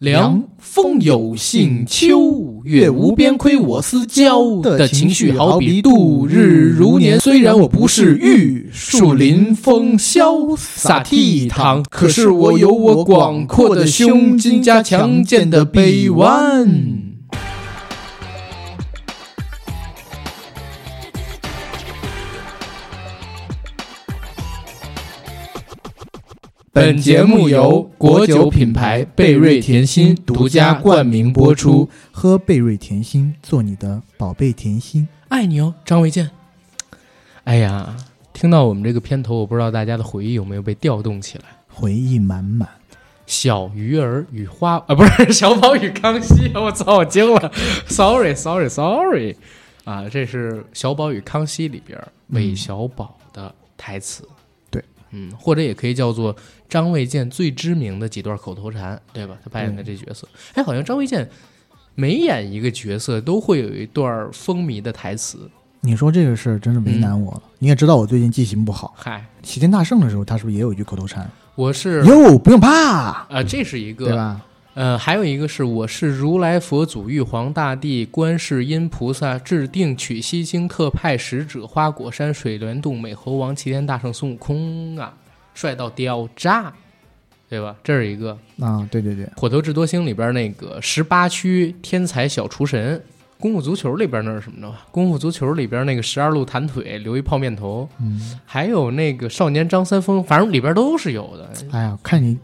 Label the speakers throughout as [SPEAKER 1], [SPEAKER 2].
[SPEAKER 1] 凉风有信，秋月无边，亏我思交的情绪，好比度日如年。虽然我不是玉树临风、潇洒倜傥，可是我有我广阔的胸襟加强健的臂弯。本节目由国酒品牌贝瑞甜心独家冠名播出。
[SPEAKER 2] 喝贝瑞甜心，做你的宝贝甜心。
[SPEAKER 1] 爱你哦，张卫健。哎呀，听到我们这个片头，我不知道大家的回忆有没有被调动起来。
[SPEAKER 2] 回忆满满。
[SPEAKER 1] 小鱼儿与花啊，不是小宝与康熙，我操，我惊了，sorry sorry sorry，啊，这是《小宝与康熙》里边韦小宝的台词。
[SPEAKER 2] 对，
[SPEAKER 1] 嗯，或者也可以叫做张卫健最知名的几段口头禅，对吧？他扮演的这角色，
[SPEAKER 2] 嗯
[SPEAKER 1] 哎，好像张卫健每演一个角色都会有一段风靡的台词。
[SPEAKER 2] 你说这个事儿真是为
[SPEAKER 1] 嗯
[SPEAKER 2] 难我了。你也知道我最近记性不好。
[SPEAKER 1] 嗨，
[SPEAKER 2] 齐天大圣的时候，他是不是也有一句口头禅？
[SPEAKER 1] 我是
[SPEAKER 2] 哟，不用怕，
[SPEAKER 1] 啊，这是一
[SPEAKER 2] 对
[SPEAKER 1] 个
[SPEAKER 2] 吧？
[SPEAKER 1] 呃，还有一个是我是如来佛祖、玉皇大帝、观世音菩萨制定取西经特派使者花果山水帘洞美猴王齐天大圣孙悟空啊，帅到掉炸，对吧？这是一个
[SPEAKER 2] 啊，对对对，
[SPEAKER 1] 《火球智多星》里边那个十八区天才小厨神，《功夫足球》里边那是什么呢？《功夫足球》里边那个十二路弹腿留一泡面头，
[SPEAKER 2] 嗯，
[SPEAKER 1] 还有那个少年张三丰，反正里边都是有的。
[SPEAKER 2] 哎呀，看你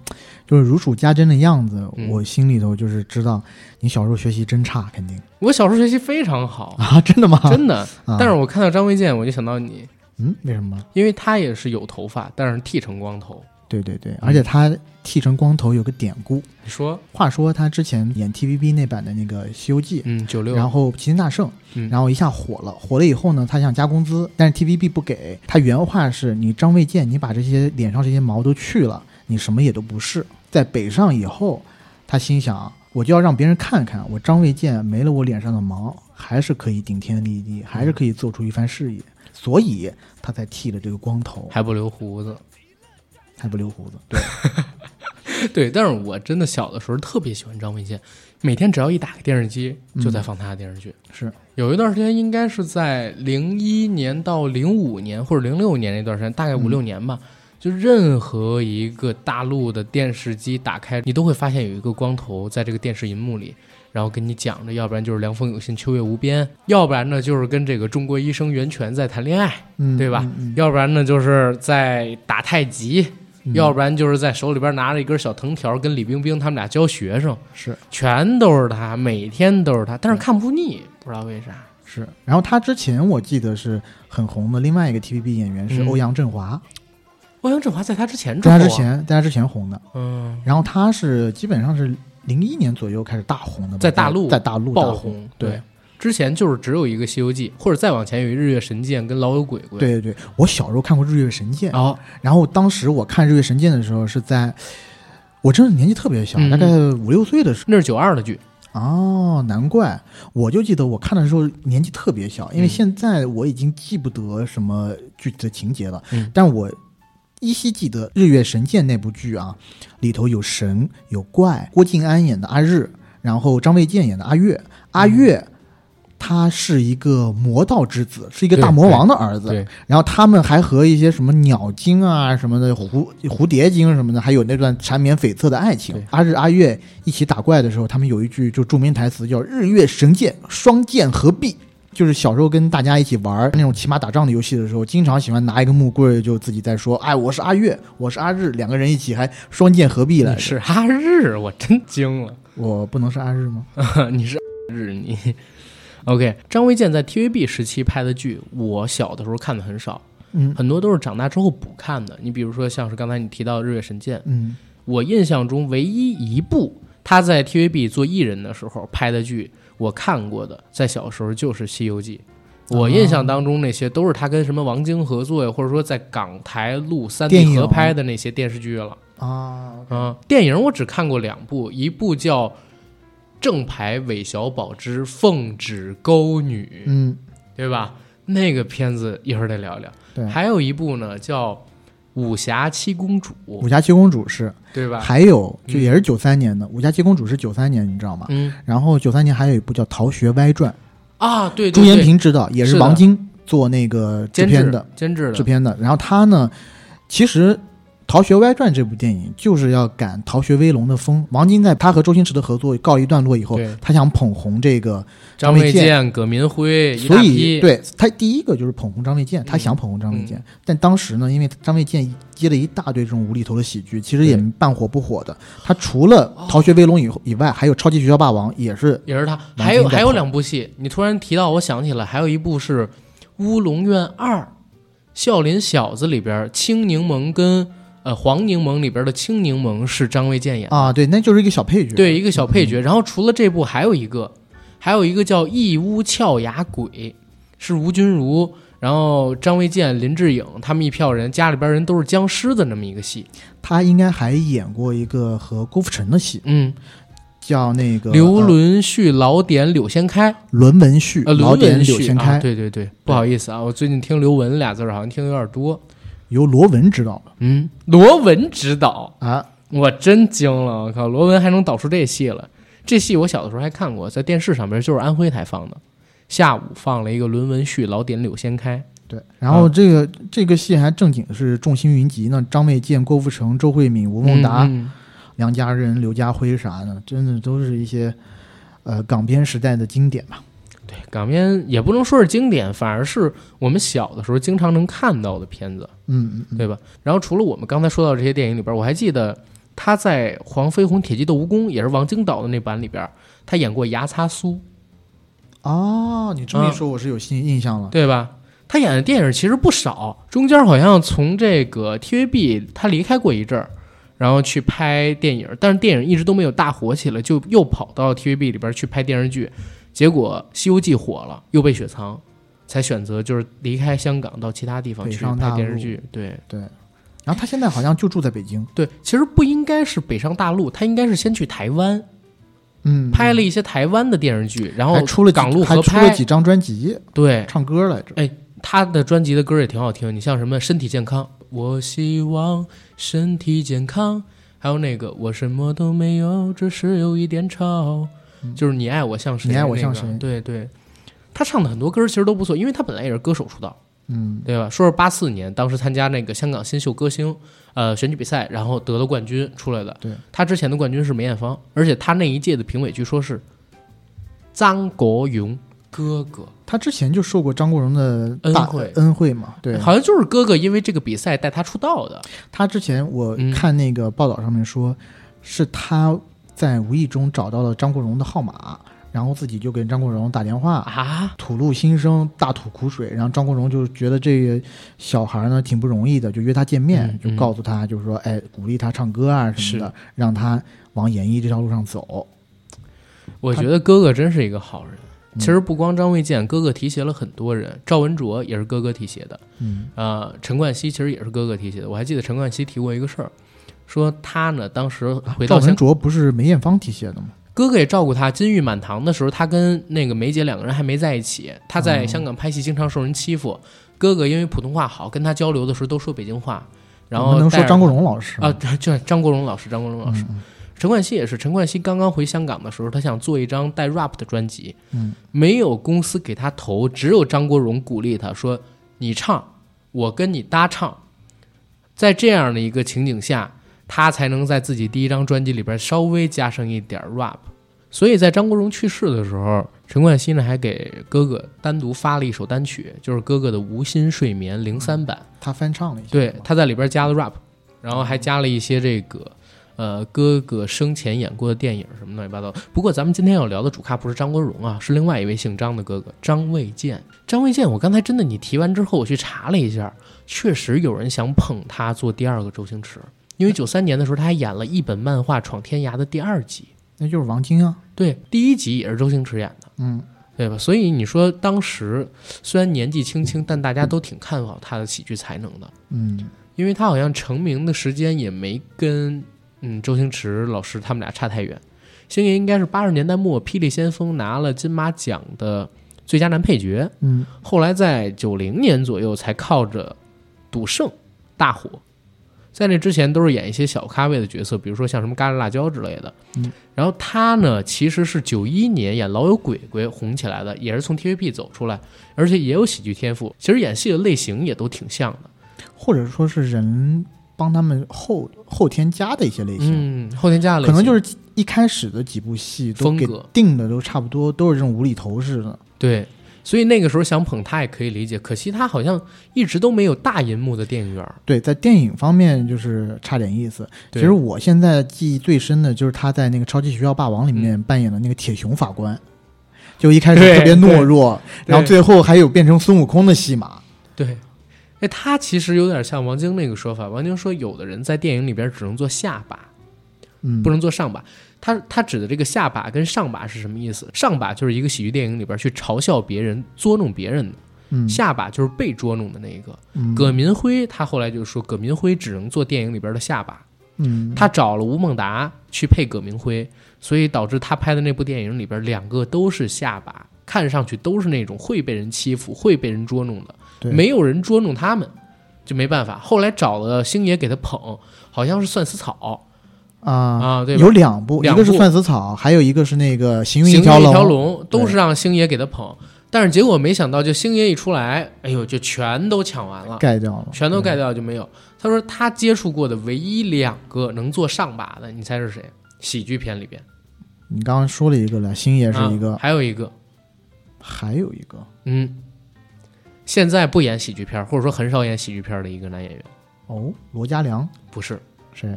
[SPEAKER 2] 就是如数家珍的样子，
[SPEAKER 1] 嗯
[SPEAKER 2] 我心里头就是知道你小时候学习真差，肯定
[SPEAKER 1] 我小时候学习非 常好，
[SPEAKER 2] 啊，真的吗？
[SPEAKER 1] 哦真的。
[SPEAKER 2] 啊，
[SPEAKER 1] 但是我看到张卫健，我就想到你，
[SPEAKER 2] 嗯，为什么？
[SPEAKER 1] 因为他也是有头发，但是剃成光头。
[SPEAKER 2] 对对
[SPEAKER 1] 嗯
[SPEAKER 2] 对，而且他剃成光头有个典故。
[SPEAKER 1] 你说，
[SPEAKER 2] 话说他之前演 TVB 那版的那个《西游记》，
[SPEAKER 1] 嗯，九六，
[SPEAKER 2] 然后《齐天大圣》
[SPEAKER 1] 嗯
[SPEAKER 2] 然后一下火了。火了以后呢，他想加工资，但是 TVB 不给。他原话是：“你张卫健，你把这些脸上这些毛都去了，你什么也都不是。”在北上以后，他心想：“我就要让别人看看，我张卫健没了我脸上的毛，还是可以顶天立地，还是可以做出一番事业。”所以他才剃了这个光头，
[SPEAKER 1] 还不留胡子。
[SPEAKER 2] 还不留胡子。
[SPEAKER 1] 对，但是我真的小的时候特别喜欢张卫健，每天只要一打开电视机，
[SPEAKER 2] 嗯
[SPEAKER 1] 就在放他的电视剧。
[SPEAKER 2] 是
[SPEAKER 1] 有一段时间，应该是在零一年到零五年或者零六年那段时间，大概五六年
[SPEAKER 2] 嗯
[SPEAKER 1] 吧。就任何一个大陆的电视机打开，你都会发现有一个光头在这个电视荧幕里，然后跟你讲着，要不然就是“凉风有信，秋月无边”，要不然呢就是跟这个中国医生袁泉在谈恋爱，
[SPEAKER 2] 嗯，
[SPEAKER 1] 对吧？
[SPEAKER 2] 嗯
[SPEAKER 1] 要不然呢就是在打太极，
[SPEAKER 2] 嗯
[SPEAKER 1] 要不然就是在手里边拿着一根小藤条跟李冰冰他们俩教学生，
[SPEAKER 2] 是
[SPEAKER 1] 全都是他，每天都是他，
[SPEAKER 2] 嗯
[SPEAKER 1] 但是看不腻，不知道为啥。
[SPEAKER 2] 是。然后他之前我记得是很红的，另外一个 TVB 演员是
[SPEAKER 1] 嗯
[SPEAKER 2] 欧阳振华，
[SPEAKER 1] 欧阳振华在他之前之后、
[SPEAKER 2] 在
[SPEAKER 1] 啊，
[SPEAKER 2] 他之，前在他之前红的。
[SPEAKER 1] 嗯，
[SPEAKER 2] 然后他是基本上是零一年左右开始大红的吧，
[SPEAKER 1] 在大陆
[SPEAKER 2] 在大陆大
[SPEAKER 1] 爆
[SPEAKER 2] 红。
[SPEAKER 1] 红，
[SPEAKER 2] 对
[SPEAKER 1] 对，之前就是只有一个《西游记》，或者再往前有一《日月神剑》跟《老友鬼鬼》，，
[SPEAKER 2] 对对对，我小时候看过《日月神剑》
[SPEAKER 1] 哦，
[SPEAKER 2] 然后当时我看《日月神剑》的时候是在，我真的年纪特别小，
[SPEAKER 1] 嗯
[SPEAKER 2] 大概五六岁的时
[SPEAKER 1] 那是九二的剧，
[SPEAKER 2] 候。哦，难怪，我就记得我看的时候年纪特别小，因为
[SPEAKER 1] 嗯
[SPEAKER 2] 现在我已经记不得什么具体的情节了，
[SPEAKER 1] 嗯
[SPEAKER 2] 但我依稀记得《日月神剑》那部剧啊，里头有神有怪，郭晋安演的阿日，然后张卫健演的阿月，阿月。
[SPEAKER 1] 嗯
[SPEAKER 2] 他是一个魔道之子，是一个大魔王的儿子。
[SPEAKER 1] 对，
[SPEAKER 2] 然后他们还和一些什么鸟精啊、什么的蝴蝴蝶精什么的，还有那段缠绵悱恻的爱情
[SPEAKER 1] 对。
[SPEAKER 2] 阿日、阿月一起打怪的时候，他们有一句就著名台词叫“日月神剑，双剑合璧”。就是小时候跟大家一起玩那种骑马打仗的游戏的时候，经常喜欢拿一个木棍儿，就自己在说：“哎，我是阿月，我是阿日。”两个人一起还双剑合璧来
[SPEAKER 1] 你
[SPEAKER 2] 着。
[SPEAKER 1] 是 哈日，我真惊了，
[SPEAKER 2] 我不能是阿日吗？
[SPEAKER 1] 你是日你。OK，张卫健在 TVB 时期拍的剧，我小的时候看的很少，
[SPEAKER 2] 嗯
[SPEAKER 1] 很多都是长大之后补看的。你比如说，像是刚才你提到的《日月神剑》，
[SPEAKER 2] 嗯，
[SPEAKER 1] 我印象中唯一一部他在 TVB 做艺人的时候拍的剧，我看过的，在小时候就是《西游记》。我印象当中那些都是他跟什么王晶合作呀，或者说在港台录三
[SPEAKER 2] 电
[SPEAKER 1] D
[SPEAKER 2] 影
[SPEAKER 1] 合拍的那些电视剧了。
[SPEAKER 2] 啊，
[SPEAKER 1] 啊，电影我只看过两部，一部叫《正牌韦小宝之奉旨勾女》，
[SPEAKER 2] 嗯，
[SPEAKER 1] 对吧？那个片子一会儿再聊聊。
[SPEAKER 2] 对，
[SPEAKER 1] 还有一部呢叫《武侠七公主，
[SPEAKER 2] 武侠七公主是，
[SPEAKER 1] 对吧？
[SPEAKER 2] 还有就
[SPEAKER 1] 嗯
[SPEAKER 2] 也是九三年的《武侠七公主》是九三年，你知道吗？
[SPEAKER 1] 嗯
[SPEAKER 2] 然后九三年还有一部叫《逃学歪传
[SPEAKER 1] 啊，对》，对
[SPEAKER 2] 朱延
[SPEAKER 1] 对，
[SPEAKER 2] 平执导，也
[SPEAKER 1] 是
[SPEAKER 2] 是
[SPEAKER 1] 的
[SPEAKER 2] 王晶做那个制
[SPEAKER 1] 监
[SPEAKER 2] 片
[SPEAKER 1] 制
[SPEAKER 2] 的
[SPEAKER 1] 监制的
[SPEAKER 2] 制片的。然后他呢，其实《逃学歪传》这部电影就是要赶《逃学威龙》的风。王晶在他和周星驰的合作告一段落以后
[SPEAKER 1] 对，
[SPEAKER 2] 他想捧红这个
[SPEAKER 1] 张
[SPEAKER 2] 张卫
[SPEAKER 1] 卫
[SPEAKER 2] 健
[SPEAKER 1] 健、葛民辉，一
[SPEAKER 2] 所
[SPEAKER 1] 大
[SPEAKER 2] 以
[SPEAKER 1] 批，
[SPEAKER 2] 对他第一个就是捧红张卫健，他
[SPEAKER 1] 嗯
[SPEAKER 2] 想捧红张卫健，但当时呢，因为张卫健接了一大堆这种无厘头的喜剧，其实也
[SPEAKER 1] 对
[SPEAKER 2] 半火不火的。他除了《逃学威龙》以后以外，还有《超级学校霸王》，也是
[SPEAKER 1] 也是他。
[SPEAKER 2] 王
[SPEAKER 1] 还有
[SPEAKER 2] 晶在
[SPEAKER 1] 还有
[SPEAKER 2] 捧
[SPEAKER 1] 两部戏，你突然提到，我想起来，还有一部是《乌龙院二》，笑林小子里边青柠檬跟呃黄柠檬里边的青柠檬是张卫健演的，
[SPEAKER 2] 啊，嗯对，那就是一个小配角，
[SPEAKER 1] 哦对，一个小配角。然后除了这部，还有一个，还有一个叫《义乌俏牙鬼》，是吴君如。然后张卫健、林志颖他们一票人，家里边人都是僵尸的那么一个戏，
[SPEAKER 2] 他应该还演过一个和郭富城的戏，
[SPEAKER 1] 嗯，
[SPEAKER 2] 叫那个
[SPEAKER 1] 刘
[SPEAKER 2] 呃
[SPEAKER 1] 伦旭、老典、柳先开，
[SPEAKER 2] 伦文旭、
[SPEAKER 1] 呃，
[SPEAKER 2] 嗯老
[SPEAKER 1] 刘
[SPEAKER 2] 典、
[SPEAKER 1] 文
[SPEAKER 2] 柳
[SPEAKER 1] 旭
[SPEAKER 2] 先开，
[SPEAKER 1] 啊，对对对，不好意思啊，我最近听刘文俩字儿好像听的有点多。
[SPEAKER 2] 由罗文执导的
[SPEAKER 1] 嗯，罗文执导，
[SPEAKER 2] 啊。
[SPEAKER 1] 我真惊了，我靠，罗文还能导出这戏了。这戏我小的时候还看过，在电视上边就是安徽台放的，下午放了一个伦文旭、老典、柳先开。
[SPEAKER 2] 对，然
[SPEAKER 1] 啊
[SPEAKER 2] 后这个、这个戏还正经是众星云集呢，张卫健、郭富城、周慧敏、吴孟达、
[SPEAKER 1] 嗯
[SPEAKER 2] 梁家仁、刘家辉啥的，真的都是一些呃港片时代的经典吧。
[SPEAKER 1] 对港片也不能说是经典，反而是我们小的时候经常能看到的片子。
[SPEAKER 2] 嗯嗯
[SPEAKER 1] 对吧？然后除了我们刚才说到这些电影里边儿，我还记得他在《黄飞鸿铁骑斗蜈蚣》也是王晶导的那版里边儿，他演过牙擦苏，
[SPEAKER 2] 嗯，哦，你这么一说，我是有新印象了。
[SPEAKER 1] 对吧？他演的电影其实不少，中间好像从这个 TVB 他离开过一阵儿，然后去拍电影，但是电影一直都没有大火起来，就又跑到 TVB 里边儿去拍电视剧，结果《西游记》火了，又被雪藏，才选择就是离开香港到其他地方
[SPEAKER 2] 北
[SPEAKER 1] 去
[SPEAKER 2] 上大
[SPEAKER 1] 拍电视
[SPEAKER 2] 陆
[SPEAKER 1] 剧，对。
[SPEAKER 2] 然后他现在好像就住在北京，
[SPEAKER 1] 对，其实不应该是北上大陆，他应该是先去台湾
[SPEAKER 2] 嗯，
[SPEAKER 1] 拍了一些台湾的电视剧，然后
[SPEAKER 2] 还出了几
[SPEAKER 1] 港陆
[SPEAKER 2] 还
[SPEAKER 1] 合
[SPEAKER 2] 出了
[SPEAKER 1] 拍
[SPEAKER 2] 几。张专辑，
[SPEAKER 1] 对，
[SPEAKER 2] 唱歌来着。
[SPEAKER 1] 他的专辑的歌也挺好听，你像什么《身体健康》，我希望身体健康，还有那个我什么都没有，只是有一点吵，
[SPEAKER 2] 嗯
[SPEAKER 1] 就是你爱我像谁，
[SPEAKER 2] 你爱我像
[SPEAKER 1] 那个
[SPEAKER 2] 谁
[SPEAKER 1] 对对，他唱的很多歌其实都不错，因为他本来也是歌手出道。
[SPEAKER 2] 嗯，
[SPEAKER 1] 对吧？说是八四年，当时参加那个香港新秀歌星呃选举比赛，然后得了冠军出来的。
[SPEAKER 2] 对，
[SPEAKER 1] 他之前的冠军是梅艳芳，而且他那一届的评委据说是张国荣哥哥，
[SPEAKER 2] 他之前就受过张国荣的大
[SPEAKER 1] 恩惠
[SPEAKER 2] 恩惠嘛。对，
[SPEAKER 1] 好像就是哥哥因为这个比赛带他出道的。
[SPEAKER 2] 他之前我
[SPEAKER 1] 嗯
[SPEAKER 2] 看那个报道上面说，是他在无意中找到了张国荣的号码，然后自己就给张国荣打电话，
[SPEAKER 1] 啊，
[SPEAKER 2] 吐露心声，大吐苦水。然后张国荣就觉得这个小孩呢挺不容易的，就约他见面，
[SPEAKER 1] 嗯
[SPEAKER 2] 就告诉他，就是说，哎，鼓励他唱歌啊什么的，让他往演艺这条路上走。
[SPEAKER 1] 我觉得哥哥真是一个好人。
[SPEAKER 2] 嗯
[SPEAKER 1] 其实不光张卫健，哥哥提携了很多人，赵文卓也是哥哥提携的。
[SPEAKER 2] 嗯
[SPEAKER 1] 呃，陈冠希其实也是哥哥提携的。我还记得陈冠希提过一个事儿，说他呢当时回
[SPEAKER 2] 赵
[SPEAKER 1] 到香
[SPEAKER 2] 文卓不是梅艳芳提携的吗？
[SPEAKER 1] 哥哥也照顾他。金玉满堂的时候，他跟那个梅姐两个人还没在一起。他在香港拍戏，经常受人欺负。哥哥因为普通话好，跟他交流的时候都说北京话。然
[SPEAKER 2] 我
[SPEAKER 1] 后
[SPEAKER 2] 们能说
[SPEAKER 1] 带着
[SPEAKER 2] 张国荣老师
[SPEAKER 1] 啊，？就张国荣老师，张国荣老师，陈冠希也是。陈冠希刚刚回香港的时候，他想做一张带 rap 的专辑，
[SPEAKER 2] 嗯，
[SPEAKER 1] 没有公司给他投，只有张国荣鼓励他说：“你唱，我跟你搭唱。”在这样的一个情景下，他才能在自己第一张专辑里边稍微加上一点 rap。所以在张国荣去世的时候，陈冠希呢还给哥哥单独发了一首单曲，就是哥哥的《无心睡眠》零三版。
[SPEAKER 2] 他翻唱了一下。
[SPEAKER 1] 对，他在里边加了 rap，然后还加了一些这个呃哥哥生前演过的电影什么乱七八糟。不过咱们今天要聊的主咖不是张国荣啊，是另外一位姓张的哥哥张卫健。张卫健，我刚才真的你提完之后，我去查了一下，确实有人想捧他做第二个周星驰，因为九三年的时候他还演了一本漫画《闯天涯》的第二集，
[SPEAKER 2] 那就是王晶啊。
[SPEAKER 1] 对，第一集也是周星驰演的。
[SPEAKER 2] 嗯，
[SPEAKER 1] 对吧？所以你说当时虽然年纪轻轻，但大家都挺看好他的喜剧才能的。
[SPEAKER 2] 嗯，
[SPEAKER 1] 因为他好像成名的时间也没跟嗯周星驰老师他们俩差太远。星爷应该是八十年代末，《霹雳先锋》拿了金马奖的最佳男配角，
[SPEAKER 2] 嗯，
[SPEAKER 1] 后来在九零年左右才靠着《赌圣》大火。在那之前都是演一些小咖位的角色，比如说像什么《咖喱辣椒》之类的。
[SPEAKER 2] 嗯，
[SPEAKER 1] 然后他呢，其实是九一年演《老友鬼鬼》红起来的，也是从 TVB 走出来，而且也有喜剧天赋。其实演戏的类型也都挺像的。
[SPEAKER 2] 或者说是人帮他们后后添加的一些类型，
[SPEAKER 1] 嗯，后天加的类
[SPEAKER 2] 可能
[SPEAKER 1] 型
[SPEAKER 2] 就是一开始的几部戏都
[SPEAKER 1] 风
[SPEAKER 2] 给
[SPEAKER 1] 格
[SPEAKER 2] 定的都差不多，都是这种无厘头式的。
[SPEAKER 1] 对。所以那个时候想捧他也可以理解，可惜他好像一直都没有大银幕的电影院儿。
[SPEAKER 2] 对，在电影方面就是差点意思。其
[SPEAKER 1] 对
[SPEAKER 2] 实我现在记忆最深的就是他在那个《超级学校霸王》里面扮演的那个铁熊法官，就一开始
[SPEAKER 1] 嗯对
[SPEAKER 2] 特别懦弱，
[SPEAKER 1] 对
[SPEAKER 2] 然后最后还有变成孙悟空的戏码。
[SPEAKER 1] 对，哎，他其实有点像王晶那个说法。王晶说，有的人在电影里边只能做下巴，
[SPEAKER 2] 嗯，
[SPEAKER 1] 不能做上把。他他指的这个下把跟上把是什么意思？上把就是一个喜剧电影里边去嘲笑别人、捉弄别人的，
[SPEAKER 2] 嗯，
[SPEAKER 1] 下把就是被捉弄的那一个。
[SPEAKER 2] 嗯
[SPEAKER 1] 葛民辉他后来就说，葛民辉只能做电影里边的下把。
[SPEAKER 2] 嗯，
[SPEAKER 1] 他找了吴孟达去配葛明辉，所以导致他拍的那部电影里边两个都是下巴，看上去都是那种会被人欺负、会被人捉弄的，
[SPEAKER 2] 对
[SPEAKER 1] 没有人捉弄他们，就没办法。后来找了星爷给他捧，好像是算死草
[SPEAKER 2] 啊。
[SPEAKER 1] 啊，对吧？
[SPEAKER 2] 有两部，
[SPEAKER 1] 两
[SPEAKER 2] 一个是
[SPEAKER 1] 部
[SPEAKER 2] 《算死草》，还有一个是那个《行云
[SPEAKER 1] 行云
[SPEAKER 2] 一条
[SPEAKER 1] 一
[SPEAKER 2] 龙》。
[SPEAKER 1] 条龙都是让星爷给他捧，但是结果没想到，就星爷一出来，哎呦，就全都抢完了。
[SPEAKER 2] 盖掉了，
[SPEAKER 1] 全都盖掉就没有。他说他接触过的唯一两个能做上把的，你猜是谁？喜剧片里边
[SPEAKER 2] 你刚刚说了一个了，星爷是一个，
[SPEAKER 1] 啊还有一个，
[SPEAKER 2] 还有一个
[SPEAKER 1] 嗯，现在不演喜剧片儿，或者说很少演喜剧片儿的一个男演员，
[SPEAKER 2] 哦，罗嘉良
[SPEAKER 1] 不是啊
[SPEAKER 2] 谁？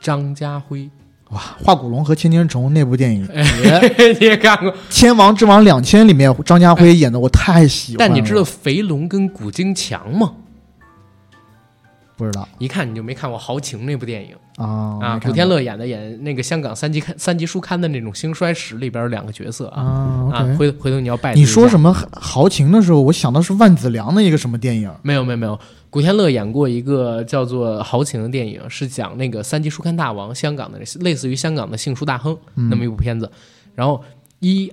[SPEAKER 1] 张家辉，
[SPEAKER 2] 哇，化骨龙和千年虫那部电影
[SPEAKER 1] 哎
[SPEAKER 2] 《
[SPEAKER 1] 你也看过？
[SPEAKER 2] 千王之王两千》里面，张家辉演的我太喜欢了。
[SPEAKER 1] 哎但你知道肥龙跟古京强吗？
[SPEAKER 2] 不知道
[SPEAKER 1] 一看你就没看过《豪情》那部电影
[SPEAKER 2] 啊？没
[SPEAKER 1] 啊，
[SPEAKER 2] 看过
[SPEAKER 1] 古天乐演的，演那个香港三级刊三级书刊的那种兴衰史里边儿两个角色啊
[SPEAKER 2] 啊
[SPEAKER 1] 啊，
[SPEAKER 2] ，OK。
[SPEAKER 1] 回回头你要拜读
[SPEAKER 2] 你
[SPEAKER 1] 一
[SPEAKER 2] 说
[SPEAKER 1] 下
[SPEAKER 2] 什么豪情的时候，我想到是万梓良的一个什么电影
[SPEAKER 1] 没有没有没有，古天乐演过一个叫做《豪情》的电影，是讲那个三级书刊大王，香港的类似于香港的杏树大亨那么一部片子。然后一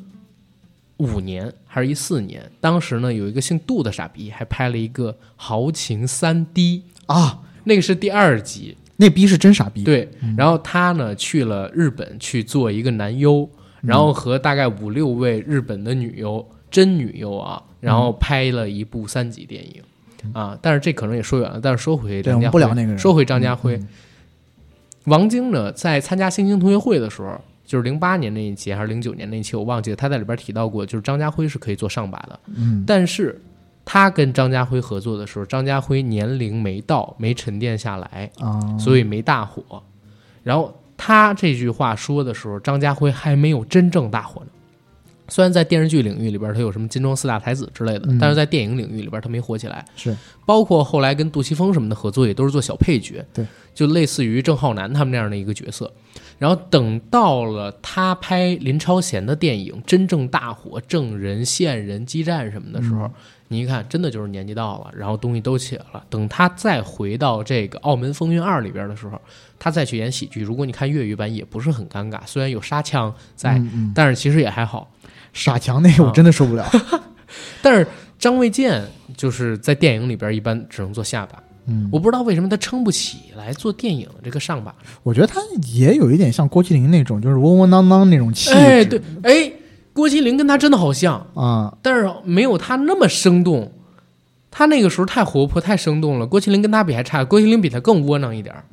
[SPEAKER 1] 五年还是一四年，当时呢有一个姓杜的傻逼还拍了一个《豪情三 D》，
[SPEAKER 2] 啊？
[SPEAKER 1] 那个是第二集。
[SPEAKER 2] 那逼是真傻逼。，
[SPEAKER 1] 对，然后他呢去了日本去做一个男优，然后和大概五六位日本的女优，真女优啊，
[SPEAKER 2] 嗯
[SPEAKER 1] 然后拍了一部三级电影。啊，但是这可能也说远了。但是说
[SPEAKER 2] 对
[SPEAKER 1] 回张家辉，
[SPEAKER 2] 我们不聊那个人嗯
[SPEAKER 1] 说回张家辉，王晶呢，在参加《星星同学会》的时候，就是零八年那一期还是零九年那一期，我忘记了。他在里边提到过，就是张家辉是可以做上把的，
[SPEAKER 2] 嗯，
[SPEAKER 1] 但是他跟张家辉合作的时候，张家辉年龄没到，没沉淀下来，
[SPEAKER 2] 啊，
[SPEAKER 1] 所以没大火。然后他这句话说的时候，张家辉还没有真正大火呢。虽然在电视剧领域里边，他有什么金装四大才子之类的
[SPEAKER 2] 嗯，
[SPEAKER 1] 但是在电影领域里边，他没火起来。
[SPEAKER 2] 是
[SPEAKER 1] 包括后来跟杜琪峰什么的合作，也都是做小配角，
[SPEAKER 2] 对，
[SPEAKER 1] 就类似于郑浩南他们那样的一个角色。然后等到了他拍林超贤的电影真正大火，《证人》《线人》《激战》什么的时候，
[SPEAKER 2] 嗯
[SPEAKER 1] 你一看，真的就是年纪到了，然后东西都起来了。等他再回到这个《澳门风云二》里边的时候，他再去演喜剧，如果你看粤语版也不是很尴尬，虽然有沙腔在，
[SPEAKER 2] 嗯嗯
[SPEAKER 1] 但是其实也还好。
[SPEAKER 2] 傻强那个
[SPEAKER 1] 啊
[SPEAKER 2] 我真的受不了。
[SPEAKER 1] 但是张卫健就是在电影里边一般只能做下巴。
[SPEAKER 2] 嗯，
[SPEAKER 1] 我不知道为什么他撑不起来做电影这个上把。
[SPEAKER 2] 我觉得他也有一点像郭麒麟那种，就是窝窝囊囊那种气质。
[SPEAKER 1] 哎，对，哎，郭麒麟跟他真的好像，
[SPEAKER 2] 啊，
[SPEAKER 1] 但是没有他那么生动。他那个时候太活泼、太生动了，郭麒麟跟他比还差，郭麒麟比他更窝囊 一点儿。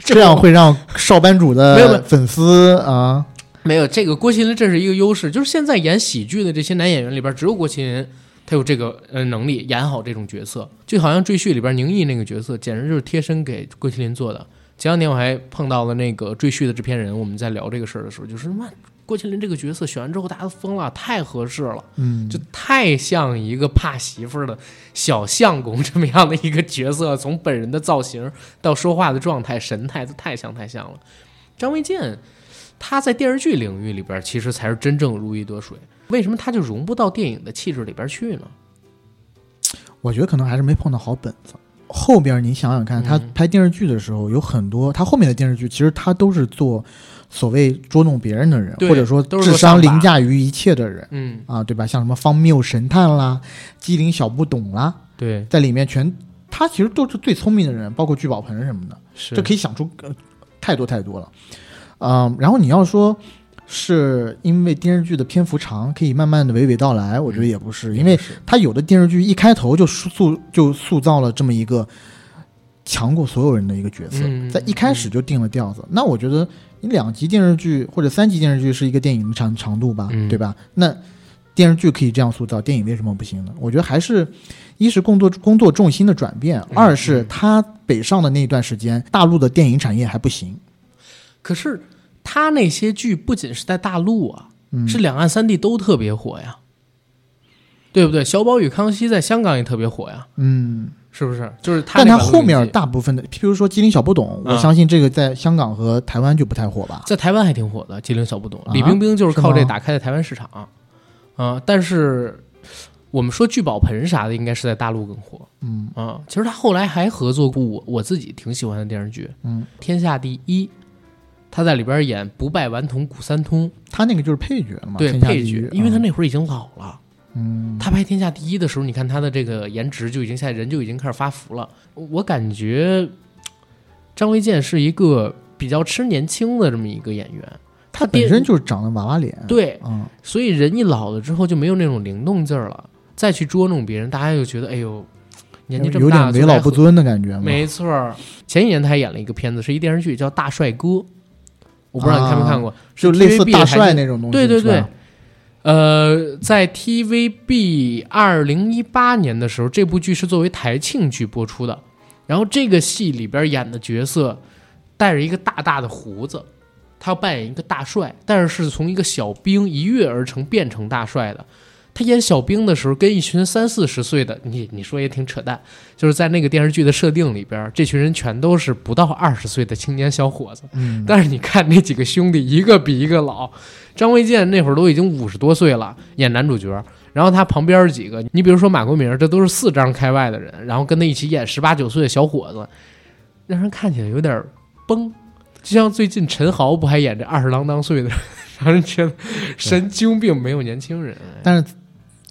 [SPEAKER 2] 这样会让少班主
[SPEAKER 1] 没有没有
[SPEAKER 2] 的粉丝啊，
[SPEAKER 1] 没有这个郭麒麟，这是一个优势，就是现在演喜剧的这些男演员里边，只有郭麒麟他有这个呃能力演好这种角色。就好像《赘婿》里边宁毅那个角色，简直就是贴身给郭麒麟做的。前两天我还碰到了那个《赘婿》的制片人，我们在聊这个事儿的时候，就是妈，郭麒麟这个角色选完之后，大家都疯了，太合适了，
[SPEAKER 2] 嗯，
[SPEAKER 1] 就太像一个怕媳妇儿的小相公这么样的一个角色，从本人的造型到说话的状态、神态，都太像太像了。张卫健他在电视剧领域里边，其实才是真正如鱼得水。为什么他就融不到电影的气质里边去呢？
[SPEAKER 2] 我觉得可能还是没碰到好本子。后边你想想看，
[SPEAKER 1] 嗯
[SPEAKER 2] 他拍电视剧的时候，有很多他后面的电视剧，其实他都是做所谓捉弄别人的人，
[SPEAKER 1] 对
[SPEAKER 2] 或者说
[SPEAKER 1] 都是
[SPEAKER 2] 智
[SPEAKER 1] 做上
[SPEAKER 2] 商
[SPEAKER 1] 把
[SPEAKER 2] 凌驾于一切的人
[SPEAKER 1] 嗯，
[SPEAKER 2] 啊，对吧？像什么方谬神探啦、机灵小不懂啦，
[SPEAKER 1] 对，
[SPEAKER 2] 在里面全他其实都是最聪明的人，包括聚宝盆什么的，
[SPEAKER 1] 是
[SPEAKER 2] 这可以想出、呃、太多太多了。嗯、然后你要说是因为电视剧的篇幅长，可以慢慢的娓娓道来，我觉得也不是，因为他有的电视剧一开头就塑就塑造了这么一个强过所有人的一个角色，
[SPEAKER 1] 嗯
[SPEAKER 2] 在一开始就定了调子。那我觉得你两集电视剧或者三集电视剧是一个电影的长长度吧，
[SPEAKER 1] 嗯
[SPEAKER 2] 对吧？那电视剧可以这样塑造，电影为什么不行呢？我觉得还是一是工作工作重心的转变，
[SPEAKER 1] 嗯
[SPEAKER 2] 二是
[SPEAKER 1] 嗯
[SPEAKER 2] 他北上的那段时间，大陆的电影产业还不行。
[SPEAKER 1] 可是他那些剧不仅是在大陆啊，是两岸三地都特别火呀，对不对？小宝与康熙在香港也特别火呀，
[SPEAKER 2] 嗯，
[SPEAKER 1] 是不是？就是他
[SPEAKER 2] 但
[SPEAKER 1] 那
[SPEAKER 2] 他
[SPEAKER 1] 版
[SPEAKER 2] 后
[SPEAKER 1] 录
[SPEAKER 2] 面
[SPEAKER 1] 音机
[SPEAKER 2] 大部分的，譬如说《机灵小不懂》，我
[SPEAKER 1] 啊
[SPEAKER 2] 相信这个在香港和台湾就不太火吧。
[SPEAKER 1] 在台湾还挺火的，《机灵小不懂》，
[SPEAKER 2] 啊
[SPEAKER 1] 李冰冰就是靠
[SPEAKER 2] 是
[SPEAKER 1] 这
[SPEAKER 2] 吗
[SPEAKER 1] 打开的台湾市场啊、但是我们说聚宝盆啥的，应该是在大陆更火。
[SPEAKER 2] 嗯
[SPEAKER 1] 啊，其实他后来还合作过我我自己挺喜欢的电视剧
[SPEAKER 2] 嗯，
[SPEAKER 1] 《天下第一》，他在里边演不败顽童古三通，
[SPEAKER 2] 他那个就是配角了嘛，
[SPEAKER 1] 对
[SPEAKER 2] 啊天下
[SPEAKER 1] 配
[SPEAKER 2] 第一
[SPEAKER 1] 角，因为他
[SPEAKER 2] 嗯
[SPEAKER 1] 那会儿已经老了。
[SPEAKER 2] 嗯
[SPEAKER 1] 他拍《天下第一》的时候，你看他的这个颜值就已经现在人就已经开始发福了。我感觉张卫健是一个比较吃年轻的这么一个演员，
[SPEAKER 2] 他
[SPEAKER 1] 他
[SPEAKER 2] 本
[SPEAKER 1] 电
[SPEAKER 2] 身就是长得娃娃脸，
[SPEAKER 1] 对，
[SPEAKER 2] 嗯，
[SPEAKER 1] 所以人一老了之后就没有那种灵动劲儿了，再去捉弄别人，大家就觉得哎呦，年纪这
[SPEAKER 2] 有
[SPEAKER 1] 么大
[SPEAKER 2] 点
[SPEAKER 1] 了
[SPEAKER 2] 为老不。尊的感觉
[SPEAKER 1] 就来
[SPEAKER 2] 嘛。
[SPEAKER 1] 没错儿，前几年他还演了一个片子，是一电视剧叫《大帅哥》，我不知道你看没
[SPEAKER 2] 啊
[SPEAKER 1] 看过，
[SPEAKER 2] 就是类似
[SPEAKER 1] TVB
[SPEAKER 2] 大
[SPEAKER 1] 还是
[SPEAKER 2] 帅那种东西，
[SPEAKER 1] 对对
[SPEAKER 2] 是吧
[SPEAKER 1] 对，呃，在 TVB 二零一八年的时候，这部剧是作为台庆剧播出的。然后这个戏里边演的角色带着一个大大的胡子，他要扮演一个大帅，但是是从一个小兵一跃而成变成大帅的。他演小兵的时候，跟一群三四十岁的，你你说也挺扯淡，就是在那个电视剧的设定里边，这群人全都是不到二十岁的青年小伙子。
[SPEAKER 2] 嗯，
[SPEAKER 1] 但是你看那几个兄弟，一个比一个老。张卫健那会儿都已经五十多岁了，演男主角。然后他旁边几个，你比如说马国明，这都是四张开外的人，然后跟他一起演十八九岁的小伙子，让人看起来有点崩。就像最近陈豪不还演这二十郎当岁的，让人 觉得神经病，没有年轻人。哎
[SPEAKER 2] 但是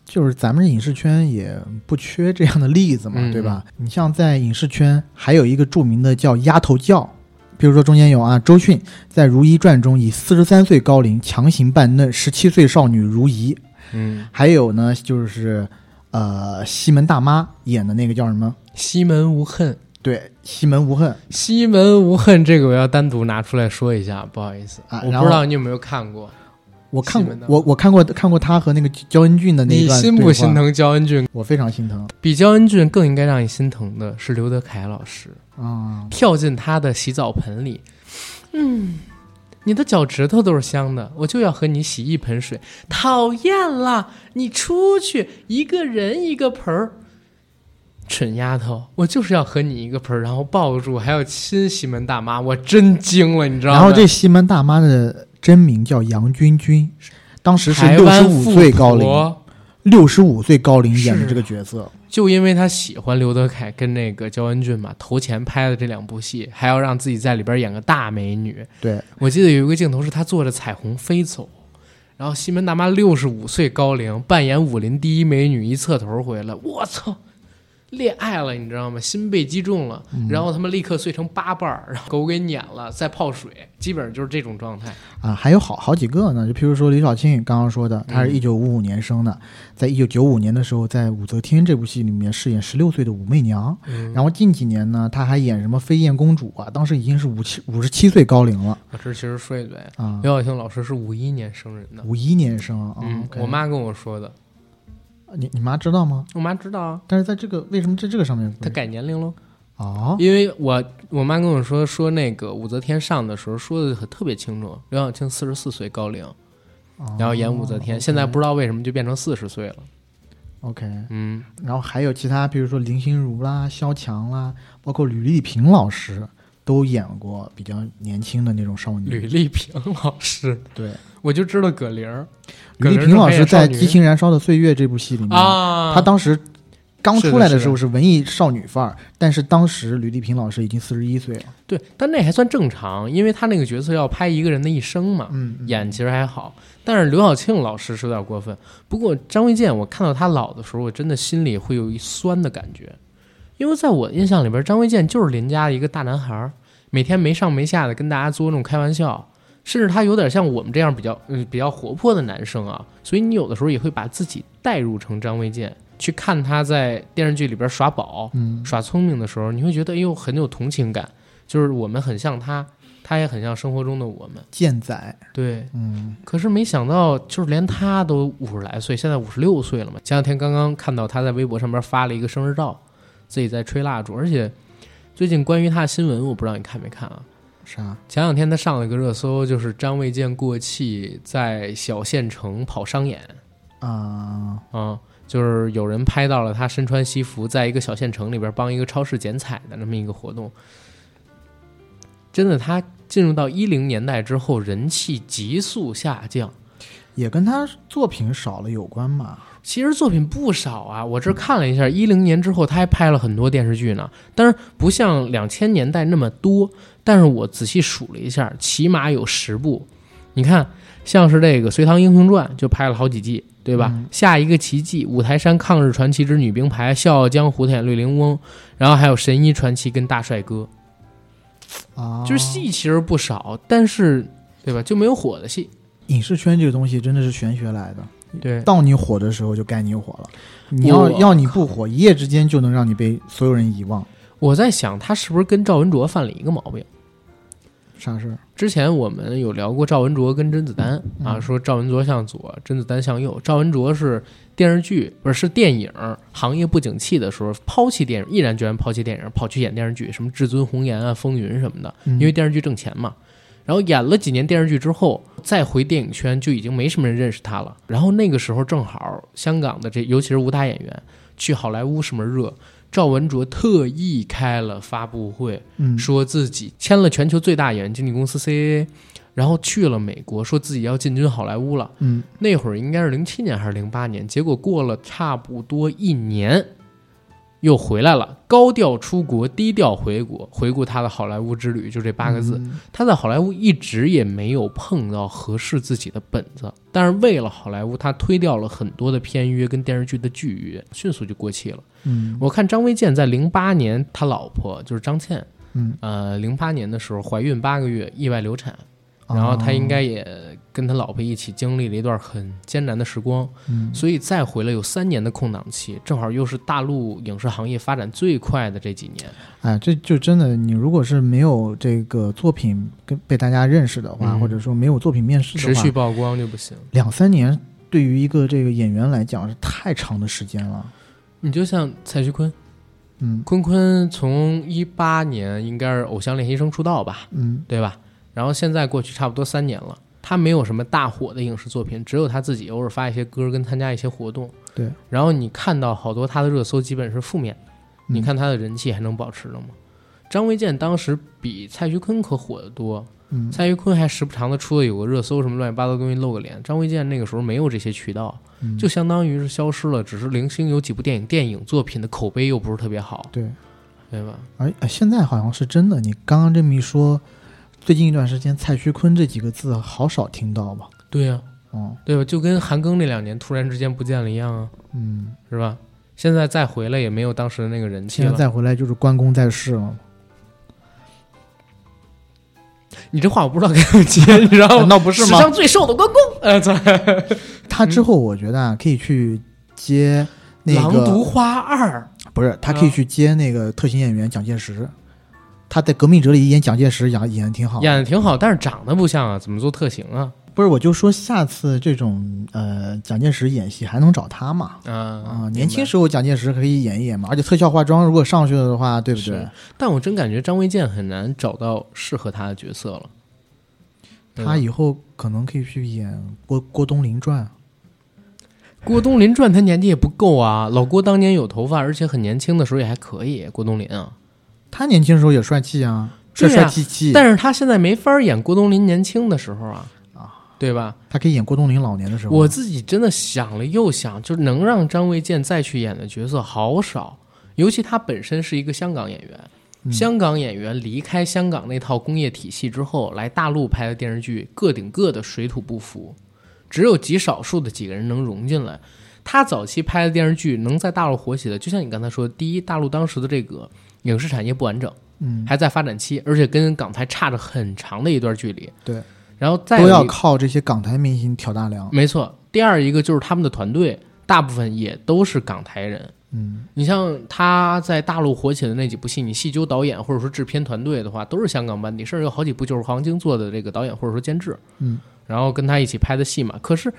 [SPEAKER 2] 就是咱们影视圈也不缺这样的例子嘛，
[SPEAKER 1] 嗯
[SPEAKER 2] 对吧？你像在影视圈还有一个著名的叫“丫头教”，比如说中间有啊，周迅在《如懿传》中以四十三岁高龄强行扮嫩十七岁少女如懿，
[SPEAKER 1] 嗯，
[SPEAKER 2] 还有呢就是呃西门大妈演的那个叫什么？
[SPEAKER 1] 西门无恨，
[SPEAKER 2] 对，西门无恨。
[SPEAKER 1] 西门无恨这个我要单独拿出来说一下，不好意思，
[SPEAKER 2] 啊
[SPEAKER 1] 我
[SPEAKER 2] 然后
[SPEAKER 1] 不知道你有没有看过。
[SPEAKER 2] 我看
[SPEAKER 1] 西
[SPEAKER 2] 过
[SPEAKER 1] 门大，妈
[SPEAKER 2] 我我看过看过他和那个焦恩俊的那一
[SPEAKER 1] 你
[SPEAKER 2] 段
[SPEAKER 1] 心
[SPEAKER 2] 对话
[SPEAKER 1] 不心？疼焦恩俊
[SPEAKER 2] 我非常心疼
[SPEAKER 1] 比焦恩俊更应该让你心疼的是刘德凯老师
[SPEAKER 2] 啊、
[SPEAKER 1] 跳进他的洗澡盆里，嗯，你的脚趾头都是香的，我就要和你洗一盆水，讨厌了，你出去，一个人一个盆儿，蠢丫头，我就是要和你一个盆儿，然后抱住，还要亲西门大妈，我真惊了，你知道吗？
[SPEAKER 2] 然后这西门大妈的真名叫杨君君，当时是
[SPEAKER 1] 台
[SPEAKER 2] 六十
[SPEAKER 1] 湾
[SPEAKER 2] 五
[SPEAKER 1] 富
[SPEAKER 2] 岁高龄，
[SPEAKER 1] 婆
[SPEAKER 2] 六十五岁高龄演的
[SPEAKER 1] 是
[SPEAKER 2] 这个角色，
[SPEAKER 1] 就因为他喜欢刘德凯跟那个焦恩俊嘛，头前拍的这两部戏，还要让自己在里边演个大美女。
[SPEAKER 2] 对，
[SPEAKER 1] 我记得有一个镜头是他坐着彩虹飞走，然后西门大妈六十五岁高龄扮演武林第一美女，一侧头回来，我操，恋爱了，你知道吗？心被击中了，然后他们立刻碎成八瓣儿，然后狗给撵了，再泡水，基本上就是这种状态。
[SPEAKER 2] 啊，还有好好几个呢，就譬如说李小庆刚刚说的，她
[SPEAKER 1] 嗯
[SPEAKER 2] 是一九五五年生的，在一九九五年的时候，在《武则天》这部戏里面饰演十六岁的武媚娘，
[SPEAKER 1] 嗯
[SPEAKER 2] 然后近几年呢，她还演什么飞燕公主啊，当时已经是五七五十七岁高龄了
[SPEAKER 1] 我这其实说一嘴，
[SPEAKER 2] 啊，
[SPEAKER 1] 刘晓庆老师是五一年生人的，
[SPEAKER 2] 五一年生啊，
[SPEAKER 1] 嗯，
[SPEAKER 2] OK
[SPEAKER 1] 我，妈跟我说的，
[SPEAKER 2] 你你妈知道吗？
[SPEAKER 1] 我妈知道啊，
[SPEAKER 2] 但是在这个为什么在这个上面不
[SPEAKER 1] 她改年龄喽。
[SPEAKER 2] 哦，
[SPEAKER 1] 因为我我妈跟我说说那个武则天上的时候说的很特别清楚，刘晓庆四十四岁高龄，
[SPEAKER 2] 哦
[SPEAKER 1] 然后演武则天，现在不知道为什么就变成四十岁了。
[SPEAKER 2] OK，
[SPEAKER 1] 嗯，
[SPEAKER 2] 然后还有其他，比如说林心如啦、萧蔷啦，包括吕丽萍老师都演过比较年轻的那种少女。
[SPEAKER 1] 吕丽萍老师，
[SPEAKER 2] 对，
[SPEAKER 1] 我就知道葛玲儿，
[SPEAKER 2] 吕丽
[SPEAKER 1] 葛
[SPEAKER 2] 萍
[SPEAKER 1] 玲儿
[SPEAKER 2] 老
[SPEAKER 1] 是
[SPEAKER 2] 师在
[SPEAKER 1] 少
[SPEAKER 2] 《
[SPEAKER 1] 女
[SPEAKER 2] 激情燃烧的岁月》这部戏里面，
[SPEAKER 1] 啊，
[SPEAKER 2] 嗯她当时刚
[SPEAKER 1] 是的
[SPEAKER 2] 出来
[SPEAKER 1] 是的
[SPEAKER 2] 时候是文艺少女范儿，但是当时吕丽萍老师已经四十一岁了。
[SPEAKER 1] 对，但那还算正常，因为她那个角色要拍一个人的一生嘛，
[SPEAKER 2] 嗯，嗯
[SPEAKER 1] 演其实还好。但是刘晓庆老师是有点过分，不过张卫健，我看到他老的时候，我真的心里会有一酸的感觉，因为在我印象里边，张卫健就是林家的一个大男孩儿，每天没上没下的跟大家做那种开玩笑，甚至他有点像我们这样比较嗯、比较活泼的男生啊，所以你有的时候也会把自己代入成张卫健，去看他在电视剧里边耍宝、
[SPEAKER 2] 嗯，
[SPEAKER 1] 耍聪明的时候，你会觉得哎呦很有同情感，就是我们很像他，他也很像生活中的我们，
[SPEAKER 2] 健仔，
[SPEAKER 1] 对。
[SPEAKER 2] 嗯，
[SPEAKER 1] 可是没想到，就是连他都五十来岁，现在五十六岁了嘛。前两天刚刚看到他在微博上面发了一个生日照，自己在吹蜡烛，而且最近关于他的新闻，我不知道你看没看啊？
[SPEAKER 2] 啥？
[SPEAKER 1] 前两天他上了一个热搜，就是张卫健过气在小县城跑商演
[SPEAKER 2] 啊、
[SPEAKER 1] 啊、就是有人拍到了他身穿西服，在一个小县城里边帮一个超市剪彩的那么一个活动。真的，他进入到一零年代之后，人气急速下降。
[SPEAKER 2] 也跟他作品少了有关吧？
[SPEAKER 1] 其实作品不少啊，我这看了一下，一零年之后他还拍了很多电视剧呢，但是不像两千年代那么多。但是我仔细数了一下，起码有十部。你看，像是这个《隋唐英雄传》就拍了好几季，对吧？
[SPEAKER 2] 嗯
[SPEAKER 1] 下一个奇迹、五台山抗日传奇之女兵牌、笑傲江湖、演绿林翁，然后还有神医传奇跟大帅哥，
[SPEAKER 2] 啊，
[SPEAKER 1] 就是戏其实不少，但是对吧，就没有火的戏。
[SPEAKER 2] 影视圈这个东西真的是玄学来的，
[SPEAKER 1] 对，
[SPEAKER 2] 到你火的时候就该你火了，你
[SPEAKER 1] 我
[SPEAKER 2] 要要你不火，一夜之间就能让你被所有人遗忘。
[SPEAKER 1] 我在想他是不是跟赵文卓犯了一个毛病。
[SPEAKER 2] 啥事儿？
[SPEAKER 1] 之前我们有聊过赵文卓跟甄子丹啊，
[SPEAKER 2] 嗯
[SPEAKER 1] 说赵文卓向左，甄子丹向右。赵文卓是电视剧不是是电影行业不景气的时候抛弃电影，毅然决然抛弃电影，跑去演电视剧，什么《至尊红颜》啊、《风云》什么的，
[SPEAKER 2] 因
[SPEAKER 1] 因为电视剧挣钱嘛。然后演了几年电视剧之后，再回电影圈就已经没什么人认识他了。然后那个时候正好香港的这，尤其是武打演员去好莱坞什么热，赵文卓特意开了发布会，
[SPEAKER 2] 嗯
[SPEAKER 1] 说自己签了全球最大演员经纪公司 CAA，然后去了美国，说自己要进军好莱坞了。
[SPEAKER 2] 嗯
[SPEAKER 1] 那会儿应该是零七年还是零八年，结果过了差不多一年，又回来了，高调出国，低调回国，回顾他的好莱坞之旅，就这八个字。
[SPEAKER 2] 嗯
[SPEAKER 1] 他在好莱坞一直也没有碰到合适自己的本子，但是为了好莱坞，他推掉了很多的片约跟电视剧的剧约，迅速就过气了。
[SPEAKER 2] 嗯
[SPEAKER 1] 我看张卫健在零八年，他老婆就是张倩，
[SPEAKER 2] 嗯，
[SPEAKER 1] 呃，零八年的时候怀孕八个月，意外流产，
[SPEAKER 2] 嗯
[SPEAKER 1] 然后他应该也跟他老婆一起经历了一段很艰难的时光，
[SPEAKER 2] 嗯
[SPEAKER 1] 所以再回来有三年的空档期，正好又是大陆影视行业发展最快的这几年。
[SPEAKER 2] 哎，这就真的，你如果是没有这个作品跟被大家认识的话，
[SPEAKER 1] 嗯
[SPEAKER 2] 或者说没有作品面试
[SPEAKER 1] 持
[SPEAKER 2] 的话，
[SPEAKER 1] 续曝光就不行。
[SPEAKER 2] 两三年对于一个这个演员来讲是太长的时间了。
[SPEAKER 1] 你就像蔡徐坤，
[SPEAKER 2] 嗯
[SPEAKER 1] 坤坤从一八年应该是《偶像练习生》出道吧，
[SPEAKER 2] 嗯
[SPEAKER 1] 对吧？然后现在过去差不多三年了，他没有什么大火的影视作品，只有他自己偶尔发一些歌跟参加一些活动。
[SPEAKER 2] 对，
[SPEAKER 1] 然后你看到好多他的热搜基本是负面的，你
[SPEAKER 2] 嗯
[SPEAKER 1] 看他的人气还能保持着吗？张卫健当时比蔡徐坤可火得多，
[SPEAKER 2] 嗯
[SPEAKER 1] 蔡徐坤还时不常的出了有个热搜什么乱七八糟的东西露个脸，张卫健那个时候没有这些渠道，
[SPEAKER 2] 嗯，
[SPEAKER 1] 就相当于是消失了，只是零星有几部电影，电影作品的口碑又不是特别好，
[SPEAKER 2] 对。
[SPEAKER 1] 对吧？
[SPEAKER 2] 而哎现在好像是真的，你刚刚这么一说，最近一段时间“蔡徐坤”这几个字好少听到吧？
[SPEAKER 1] 对呀、啊
[SPEAKER 2] 哦，
[SPEAKER 1] 对吧？就跟韩庚那两年突然之间不见了一样啊，
[SPEAKER 2] 嗯，
[SPEAKER 1] 是吧？现在再回来也没有当时的那个人气
[SPEAKER 2] 现在
[SPEAKER 1] 了。
[SPEAKER 2] 再回来就是关公在世了，
[SPEAKER 1] 你这话我不知道该怎么接， 你知道
[SPEAKER 2] 难
[SPEAKER 1] 吗？
[SPEAKER 2] 道不 是
[SPEAKER 1] 史
[SPEAKER 2] 吗？
[SPEAKER 1] 上最瘦的关 公，呃，操
[SPEAKER 2] 他之后我觉得啊，可以去接那
[SPEAKER 1] 狼
[SPEAKER 2] 个
[SPEAKER 1] 毒花二
[SPEAKER 2] 不是，他可以去接那个特型演员蒋介石，他在《革命者》里演蒋介石演演的挺好。
[SPEAKER 1] 演的挺好，但是长得不像啊，怎么做特型啊？
[SPEAKER 2] 不是，我就说下次这种呃蒋介石演戏还能找他嘛？啊、
[SPEAKER 1] 啊，
[SPEAKER 2] 年轻
[SPEAKER 1] 明
[SPEAKER 2] 时候蒋介石可以演一演嘛，而且特效化妆如果上去了的话，对不对
[SPEAKER 1] 是？白，但我真感觉张卫健很难找到适合他的角色了。对吧
[SPEAKER 2] 他以后可能可以去演郭《郭冬临传啊
[SPEAKER 1] 郭冬临传他年纪也不够啊，老郭当年有头发，而且很年轻的时候也还可以。郭冬临啊，》，
[SPEAKER 2] 他年轻时候也帅气啊，帅
[SPEAKER 1] 对呀
[SPEAKER 2] 帅气气，
[SPEAKER 1] 但是他现在没法演郭冬临年轻的时候啊，
[SPEAKER 2] 啊，
[SPEAKER 1] 对吧？
[SPEAKER 2] 他可以演郭冬临老年的时候。啊
[SPEAKER 1] 我自己真的想了又想，就是能让张卫健再去演的角色好少，尤其他本身是一个香港演员，
[SPEAKER 2] 嗯
[SPEAKER 1] 香港演员离开香港那套工业体系之后，来大陆拍的电视剧，个顶个的水土不服，只有极少数的几个人能融进来。他早期拍的电视剧能在大陆火起来，就像你刚才说，第一，大陆当时的这个影视产业不完整，
[SPEAKER 2] 嗯，
[SPEAKER 1] 还在发展期，而且跟港台差着很长的一段距离。
[SPEAKER 2] 对，
[SPEAKER 1] 然后再有
[SPEAKER 2] 都
[SPEAKER 1] 一
[SPEAKER 2] 要靠这些港台明星挑大梁。
[SPEAKER 1] 没错。第二一个就是他们的团队大部分也都是港台人。
[SPEAKER 2] 嗯，
[SPEAKER 1] 你像他在大陆火起的那几部戏，你细究导演或者说制片团队的话，都是香港班底，甚至有好几部就是黄晶做的这个导演或者说监制，
[SPEAKER 2] 嗯，
[SPEAKER 1] 然后跟他一起拍的戏嘛。可是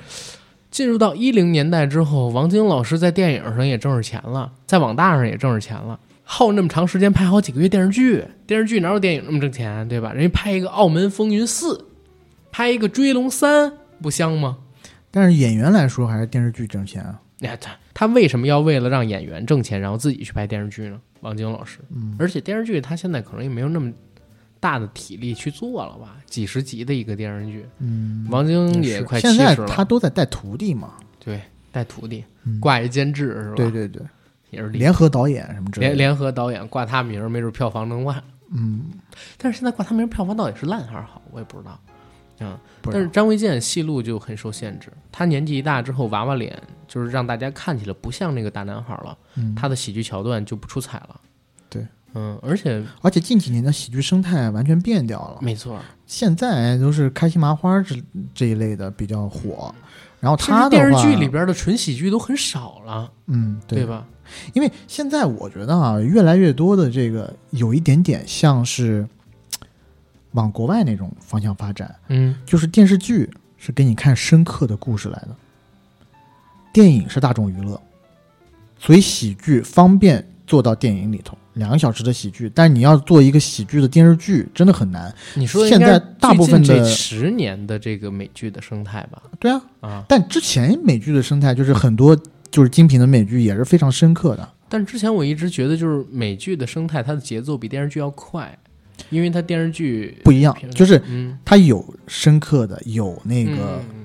[SPEAKER 1] 进入到一零年代之后，王晶老师在电影上也挣着钱了，在网大上也挣着钱了，耗那么长时间拍好几个月电视剧，电视剧哪有电影那么挣钱，对吧？人家拍一个《澳门风云四》，拍一个《追龙三》，不香吗？
[SPEAKER 2] 但是演员来说还是电视剧挣钱啊。
[SPEAKER 1] 哎呀，他他为什么要为了让演员挣钱，然后自己去拍电视剧呢？王晶老师，
[SPEAKER 2] 嗯，
[SPEAKER 1] 而且电视剧他现在可能也没有那么大的体力去做了吧？几十集的一个电视剧，
[SPEAKER 2] 嗯，
[SPEAKER 1] 王晶也
[SPEAKER 2] 是
[SPEAKER 1] 快七
[SPEAKER 2] 现在
[SPEAKER 1] 十
[SPEAKER 2] 他
[SPEAKER 1] 了，
[SPEAKER 2] 都在带徒弟嘛，
[SPEAKER 1] 对，带徒弟
[SPEAKER 2] 嗯
[SPEAKER 1] 挂一监制是吧？
[SPEAKER 2] 对，对对，
[SPEAKER 1] 也是厉害
[SPEAKER 2] 联合导演什么之类
[SPEAKER 1] 联
[SPEAKER 2] 的。
[SPEAKER 1] 联合导演挂他名儿，没准票房能万。
[SPEAKER 2] 嗯，
[SPEAKER 1] 但是现在挂他名儿票房到底是烂还是好，我也不知道。嗯，
[SPEAKER 2] 不
[SPEAKER 1] 但
[SPEAKER 2] 知
[SPEAKER 1] 是
[SPEAKER 2] 道
[SPEAKER 1] 张卫健戏路就很受限制，他年纪一大之后，娃娃脸就是让大家看起来不像那个大男孩了。
[SPEAKER 2] 嗯
[SPEAKER 1] 他的喜剧桥段就不出彩了。
[SPEAKER 2] 对，
[SPEAKER 1] 嗯，而且
[SPEAKER 2] 而且近几年的喜剧生态完全变掉了，
[SPEAKER 1] 没错，
[SPEAKER 2] 现在都是开心麻花这这一类的比较火。然后
[SPEAKER 1] 甚至
[SPEAKER 2] 他的
[SPEAKER 1] 电视
[SPEAKER 2] 话
[SPEAKER 1] 剧里，边的纯喜剧都很少了，
[SPEAKER 2] 嗯，
[SPEAKER 1] 对
[SPEAKER 2] 对
[SPEAKER 1] 吧？
[SPEAKER 2] 因为现在我觉得啊，越来越多的这个有一点点像是嘖往国外那种方向发展，
[SPEAKER 1] 嗯，
[SPEAKER 2] 就是电视剧是给你看深刻的故事来的，电影是大众娱乐，所以喜剧方便做到电影里头，两个小时的喜剧，但你要做一个喜剧的电视剧真的很难。
[SPEAKER 1] 你说的
[SPEAKER 2] 现
[SPEAKER 1] 应
[SPEAKER 2] 在
[SPEAKER 1] 该是
[SPEAKER 2] 大部分的
[SPEAKER 1] 最近这十年的这个美剧的生态吧？
[SPEAKER 2] 对啊，
[SPEAKER 1] 啊，
[SPEAKER 2] 但之前美剧的生态就是很多就是精品的美剧也是非常深刻的，
[SPEAKER 1] 但之前我一直觉得就是美剧的生态，它的节奏比电视剧要快，因为它电视剧
[SPEAKER 2] 不一样，就是
[SPEAKER 1] 嗯
[SPEAKER 2] 它有深刻的，有那个。
[SPEAKER 1] 嗯嗯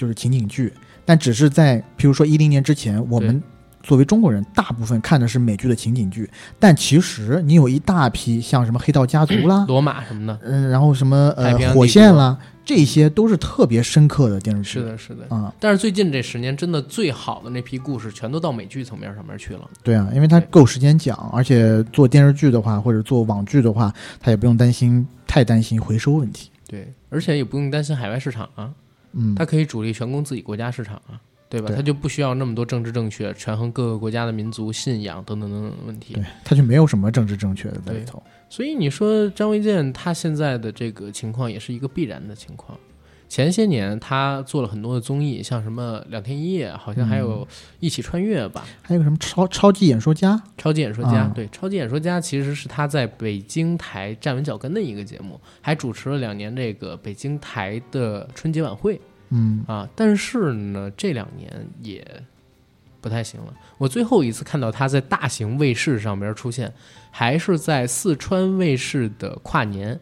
[SPEAKER 2] 就是情景剧，但只是在譬如说一零年之前，我们作为中国人，大部分看的是美剧的情景剧，但其实你有一大批像什么《黑道家族》啦
[SPEAKER 1] 嗯，罗马什么 的，
[SPEAKER 2] 嗯、然后什么
[SPEAKER 1] 太
[SPEAKER 2] 呃
[SPEAKER 1] 平洋
[SPEAKER 2] 《
[SPEAKER 1] 帝国
[SPEAKER 2] 火线》啦，这些都是特别深刻的电视剧。
[SPEAKER 1] 是的，是的。
[SPEAKER 2] 啊、
[SPEAKER 1] 但是最近这十年，真的最好的那批故事，全都到美剧层面上面去了。
[SPEAKER 2] 对啊，因为它
[SPEAKER 1] 对
[SPEAKER 2] 够时间讲，而且做电视剧的话，或者做网剧的话，它也不用担心太担心回收问题。
[SPEAKER 1] 对，而且也不用担心海外市场啊，
[SPEAKER 2] 嗯，
[SPEAKER 1] 它可以主力全攻自己国家市场啊，对吧？
[SPEAKER 2] 对
[SPEAKER 1] 它就不需要那么多政治正确，权衡各个国家的民族信仰等等等等问题
[SPEAKER 2] 对。，它就没有什么政治正确的在
[SPEAKER 1] 对
[SPEAKER 2] 里头。
[SPEAKER 1] 所以你说张卫健他现在的这个情况也是一个必然的情况。前些年他做了很多的综艺，像什么两天一夜，好像还
[SPEAKER 2] 嗯
[SPEAKER 1] 有一起穿越吧，
[SPEAKER 2] 还有个什么超超级演说家？
[SPEAKER 1] 超级演说家。
[SPEAKER 2] 啊
[SPEAKER 1] 对，超级演说家其实是他在北京台站稳脚跟的一个节目，还主持了两年这个北京台的春节晚会。
[SPEAKER 2] 嗯，
[SPEAKER 1] 啊，但是呢，这两年也不太行了。我最后一次看到他在大型卫视上边出现，还是在四川卫视的跨年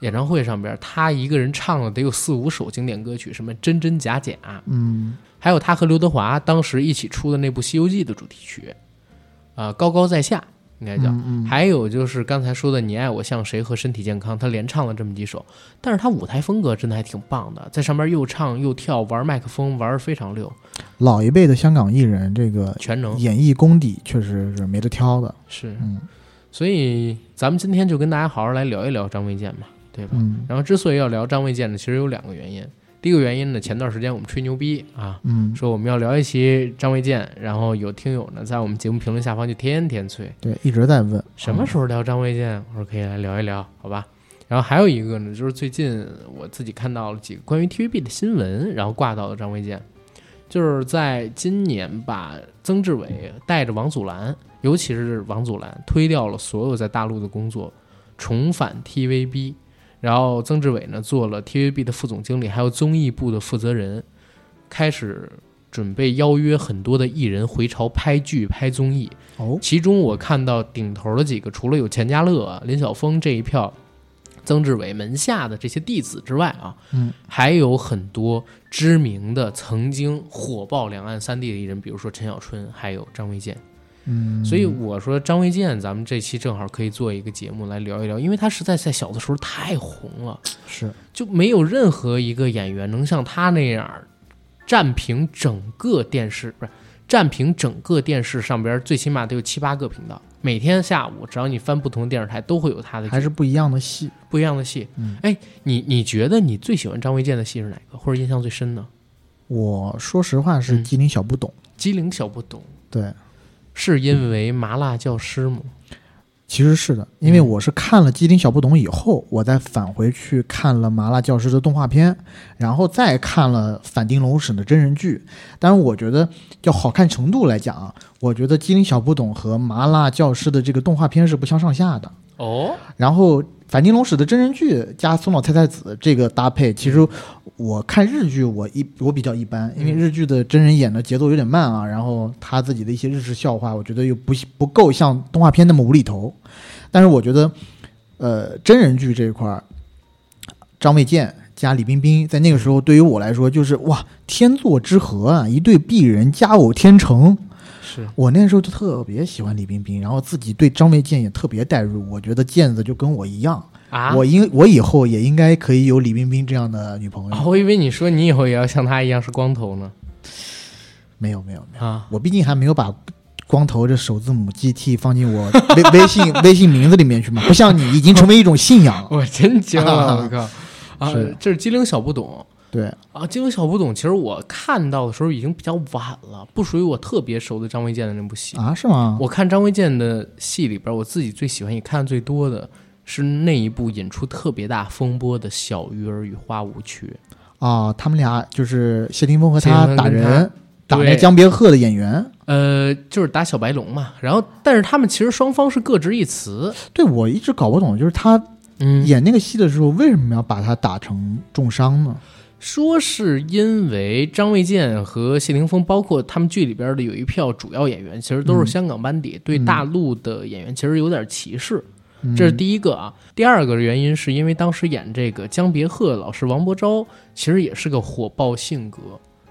[SPEAKER 1] 演唱会上边，他一个人唱了得有四五首经典歌曲，什么《真真假假》，
[SPEAKER 2] 嗯，
[SPEAKER 1] 还有他和刘德华当时一起出的那部《西游记》的主题曲，啊、高高在下应该叫。
[SPEAKER 2] 嗯嗯
[SPEAKER 1] 还有就是刚才说的“你爱我像谁”和“身体健康”，他连唱了这么几首，但是他舞台风格真的还挺棒的，在上面又唱又跳，玩麦克风玩得非常溜，
[SPEAKER 2] 老一辈的香港艺人，这个
[SPEAKER 1] 全能
[SPEAKER 2] 演绎功底确实是没得挑的。
[SPEAKER 1] 是。
[SPEAKER 2] 嗯
[SPEAKER 1] 所以咱们今天就跟大家好好来聊一聊张卫健吧，对吧？
[SPEAKER 2] 嗯
[SPEAKER 1] 然后之所以要聊张卫健呢，其实有两个原因。第一个原因呢，前段时间我们吹牛逼啊，
[SPEAKER 2] 嗯，
[SPEAKER 1] 说我们要聊一期张卫健，然后有听友呢在我们节目评论下方就天天催，
[SPEAKER 2] 对，一直在问
[SPEAKER 1] 什么
[SPEAKER 2] 时
[SPEAKER 1] 时候聊张卫健？我说可以来聊一聊，好吧？然后还有一个呢，就是最近我自己看到了几个关于 TVB 的新闻，然后挂到了张卫健，就是在今年吧，曾志伟带着王祖蓝，尤其是王祖蓝推掉了所有在大陆的工作，重返 TVB，然后曾志伟呢做了 TVB 的副总经理，还有综艺部的负责人，开始准备邀约很多的艺人回潮拍剧、拍综艺。
[SPEAKER 2] 哦，
[SPEAKER 1] 其中我看到顶头的几个，除了有钱嘉乐、啊、林晓峰这一票，曾志伟门下的这些弟子之外啊，
[SPEAKER 2] 嗯，
[SPEAKER 1] 还有很多知名的曾经火爆两岸三地的艺人，比如说陈小春，还有张卫健。
[SPEAKER 2] 嗯，
[SPEAKER 1] 所以我说张卫健，咱们这期正好可以做一个节目来聊一聊，因为他实在在小的时候太红了，
[SPEAKER 2] 是
[SPEAKER 1] 就没有任何一个演员能像他那样儿占平整个电视，不是占平整个电视上边最起码得有七八个频道，每天下午只要你翻不同的电视台，都会有他的
[SPEAKER 2] 还是不一样的戏。
[SPEAKER 1] 不一样的戏。
[SPEAKER 2] 嗯，
[SPEAKER 1] 哎，你你觉得你最喜欢张卫健的戏是哪个，或者印象最深呢？
[SPEAKER 2] 我说实话是
[SPEAKER 1] 嗯
[SPEAKER 2] 吉林小不懂，
[SPEAKER 1] 机灵小不懂，
[SPEAKER 2] 对，
[SPEAKER 1] 是因为麻辣教师吗？
[SPEAKER 2] 其实是的，因为
[SPEAKER 1] 嗯
[SPEAKER 2] 我是看了《机灵小不懂》以后，我再返回去看了《麻辣教师》的动画片，然后再看了《反町隆史》的真人剧。当然，我觉得就好看程度来讲啊，我觉得《机灵小不懂》和《麻辣教师》的这个动画片是不相上下的。
[SPEAKER 1] 哦，
[SPEAKER 2] 然后，《反町隆史》的真人剧加松岛菜菜子这个搭配，其实我看日剧我一我比较一般，因为日剧的真人演的节奏有点慢啊，然后他自己的一些日式笑话，我觉得又不不够像动画片那么无厘头。但是我觉得，呃，真人剧这一块儿，张卫健加李冰冰，在那个时候对于我来说就是哇，天作之合啊，一对璧人，佳偶天成。
[SPEAKER 1] 是
[SPEAKER 2] 我那时候就特别喜欢李冰冰，然后自己对张卫健也特别代入，我觉得健子就跟我一样，
[SPEAKER 1] 啊，
[SPEAKER 2] 我应我以后也应该可以有李冰冰这样的女朋友。
[SPEAKER 1] 啊我以为你说你以后也要像他一样是光头呢
[SPEAKER 2] 没有没有没有，
[SPEAKER 1] 啊。
[SPEAKER 2] 我毕竟还没有把光头这首字母 GT 放进我微微信微信名字里面去嘛，不像你已经成为一种信仰了。
[SPEAKER 1] 我真惊了，我靠！啊
[SPEAKER 2] 是，
[SPEAKER 1] 这是机灵小不懂
[SPEAKER 2] 对，
[SPEAKER 1] 啊！机灵小不懂，其实我看到的时候已经比较晚了，不属于我特别熟的张卫健的那部戏。
[SPEAKER 2] 啊，是吗？
[SPEAKER 1] 我看张卫健的戏里边，我自己最喜欢也看最多的是那一部引出特别大风波的《小鱼儿与花无缺》。
[SPEAKER 2] 啊，他们俩就是谢霆锋和
[SPEAKER 1] 谢霆
[SPEAKER 2] 他
[SPEAKER 1] 锋
[SPEAKER 2] 打
[SPEAKER 1] 跟他
[SPEAKER 2] 人，打那
[SPEAKER 1] 对
[SPEAKER 2] 江别鹤的演员。
[SPEAKER 1] 呃，就是打小白龙嘛，然后但是他们其实双方是各执一词，
[SPEAKER 2] 对我一直搞不懂，就是他
[SPEAKER 1] 嗯，
[SPEAKER 2] 演那个戏的时候，为什么要把他打成重伤呢？
[SPEAKER 1] 说是因为张卫健和谢霆锋，包括他们剧里边的有一票主要演员，其实都
[SPEAKER 2] 嗯
[SPEAKER 1] 是香港班底，对
[SPEAKER 2] 嗯
[SPEAKER 1] 大陆的演员其实有点歧视，
[SPEAKER 2] 嗯
[SPEAKER 1] 这是第一个啊。第二个原因是因为当时演这个江别鹤老师王伯昭，其实也是个火爆性格，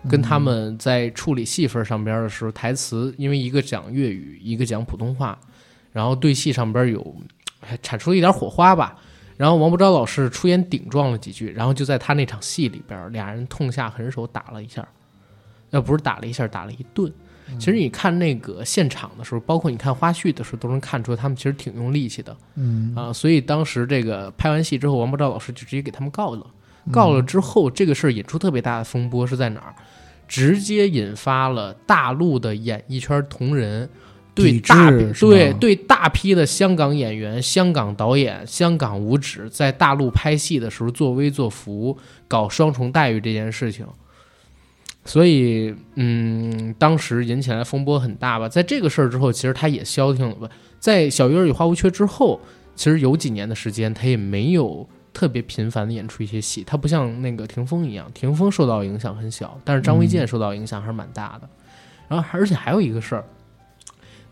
[SPEAKER 1] 跟他们在处理戏份上边的时候，台词因为一个讲粤语，一个讲普通话，然后对戏上边有哎产出了一点火花吧。然后王伯昭老师出言顶撞了几句，然后就在他那场戏里边，俩人痛下狠手打了一下，呃，不是打了一下，打了一顿。其实你看那个现场的时候，包括你看花絮的时候，都能看出他们其实挺用力气的
[SPEAKER 2] 嗯
[SPEAKER 1] 啊。所以当时这个拍完戏之后，王伯昭老师就直接给他们告了。
[SPEAKER 2] 嗯
[SPEAKER 1] 告了之后，这个事儿引出特别大的风波是在哪儿？直接引发了大陆的演艺圈同仁对
[SPEAKER 2] 抵制
[SPEAKER 1] 大批
[SPEAKER 2] 是吗
[SPEAKER 1] 对对大批的香港演员、香港导演、香港舞指在大陆拍戏的时候作威作福，搞双重待遇这件事情。所以，嗯，当时引起来风波很大吧。在这个事儿之后，其实他也消停了吧。在《小鱼儿与花无缺》之后，其实有几年的时间，他也没有特别频繁的演出一些戏。他不像那个霆锋一样，霆锋受到影响很小，但是张卫健受到影响还是蛮大的。然后，而且还有一个事儿，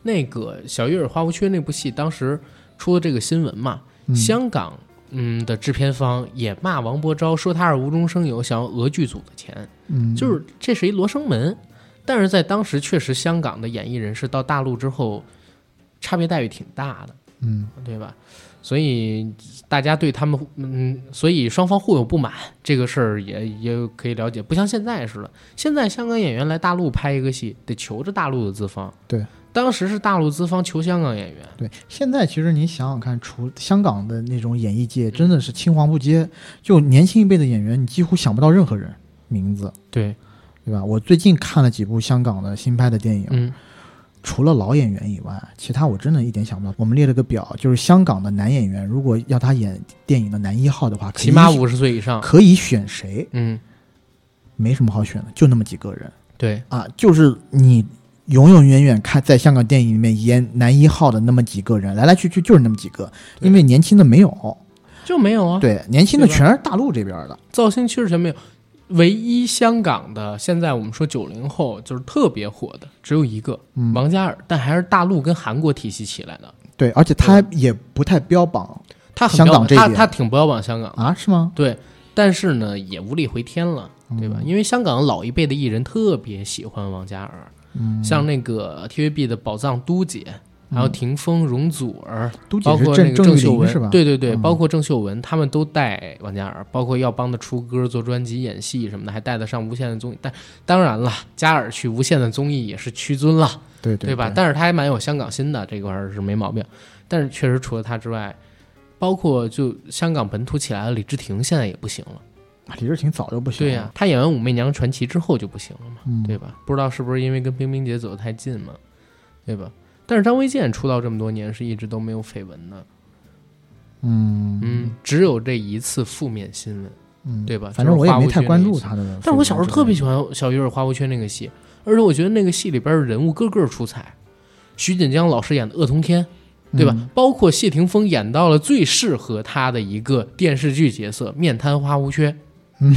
[SPEAKER 1] 那个《小鱼儿与花无缺》那部戏，当时出了这个新闻嘛，
[SPEAKER 2] 嗯
[SPEAKER 1] 香港嗯的制片方也骂王伯昭，说他是无中生有，想要讹剧组的钱，
[SPEAKER 2] 嗯
[SPEAKER 1] 就是这是一罗生门。但是在当时，确实香港的演艺人士到大陆之后，差别待遇挺大的，
[SPEAKER 2] 嗯
[SPEAKER 1] 对吧？所以大家对他们，嗯，所以双方互有不满，这个事儿也也可以了解，不像现在似的。现在香港演员来大陆拍一个戏，得求着大陆的资方。
[SPEAKER 2] 对，
[SPEAKER 1] 当时是大陆资方求香港演员。
[SPEAKER 2] 对，现在其实你想想看，除香港的那种演艺界，真的是青黄不接。就年轻一辈的演员，你几乎想不到任何人名字，
[SPEAKER 1] 对，
[SPEAKER 2] 对吧？我最近看了几部香港的新拍的电影，
[SPEAKER 1] 嗯，
[SPEAKER 2] 除了老演员以外，其他我真的一点想不到。我们列了个表，就是香港的男演员，如果要他演电影的男一号的话，可以
[SPEAKER 1] 起码五十岁以上。
[SPEAKER 2] 可以选谁？
[SPEAKER 1] 嗯，
[SPEAKER 2] 没什么好选的，就那么几个人
[SPEAKER 1] 对，
[SPEAKER 2] 啊，就是你。永永远远看，在香港电影里面演男一号的那么几个人，来来去去就是那么几个，
[SPEAKER 1] 对
[SPEAKER 2] 因为年轻的没有，
[SPEAKER 1] 就没有啊，
[SPEAKER 2] 对，年轻的
[SPEAKER 1] 对吧
[SPEAKER 2] 全是大陆这边的。
[SPEAKER 1] 造星趋势全没有。唯一香港的，现在我们说九零后就是特别火的，只有一个、
[SPEAKER 2] 嗯
[SPEAKER 1] 王嘉尔，但还是大陆跟韩国体系起来的。
[SPEAKER 2] 对，而且他也不太标
[SPEAKER 1] 哦
[SPEAKER 2] 榜
[SPEAKER 1] 他很
[SPEAKER 2] 香
[SPEAKER 1] 标
[SPEAKER 2] 港
[SPEAKER 1] 榜
[SPEAKER 2] 这一
[SPEAKER 1] 他
[SPEAKER 2] 点
[SPEAKER 1] 他挺标榜香港的，
[SPEAKER 2] 啊，是吗？
[SPEAKER 1] 对，但是呢也无力回天了，
[SPEAKER 2] 嗯
[SPEAKER 1] 对吧？因为香港老一辈的艺人特别喜欢王嘉尔，
[SPEAKER 2] 嗯
[SPEAKER 1] 像那个 TVB 的宝藏都姐，还有霆锋、容祖儿，
[SPEAKER 2] 都姐
[SPEAKER 1] 包
[SPEAKER 2] 是
[SPEAKER 1] 括那
[SPEAKER 2] 郑
[SPEAKER 1] 个郑
[SPEAKER 2] 玉
[SPEAKER 1] 秀
[SPEAKER 2] 玲
[SPEAKER 1] 文
[SPEAKER 2] 是吧？
[SPEAKER 1] 对对对，
[SPEAKER 2] 嗯
[SPEAKER 1] 包括郑秀文，他们都带王嘉尔，包括耀邦的出歌、做专辑、演戏什么的，还带得上无线的综艺。但当然了，嘉尔去无线的综艺也是屈尊了，
[SPEAKER 2] 对
[SPEAKER 1] 对吧？但是他还蛮有香港心的，这块儿是没毛病。但是确实除了他之外，包括就香港本土起来的李治廷，现在也不行了。
[SPEAKER 2] 啊李治廷早就不行
[SPEAKER 1] 对
[SPEAKER 2] 了，
[SPEAKER 1] 呀、他演完《武媚娘传奇》之后就不行了嘛，
[SPEAKER 2] 啊嗯
[SPEAKER 1] 对吧？不知道是不是因为跟冰冰姐走得太近嘛，对吧？但是张卫健出道这么多年是一直都没有绯闻的，
[SPEAKER 2] 嗯
[SPEAKER 1] 嗯，只有这一次负面新闻。
[SPEAKER 2] 嗯，
[SPEAKER 1] 对吧
[SPEAKER 2] 反正我也没太关注
[SPEAKER 1] 就是
[SPEAKER 2] 他的，
[SPEAKER 1] 但是我小时候特别喜
[SPEAKER 2] 欢，
[SPEAKER 1] 欢小鱼儿花无缺那个戏，而且我觉得那个戏里边的人物个个出彩，徐锦江老师演的鄂通天，对吧？
[SPEAKER 2] 嗯
[SPEAKER 1] 包括谢霆锋演到了最适合他的一个电视剧角色——面瘫花无 缺，
[SPEAKER 2] 嗯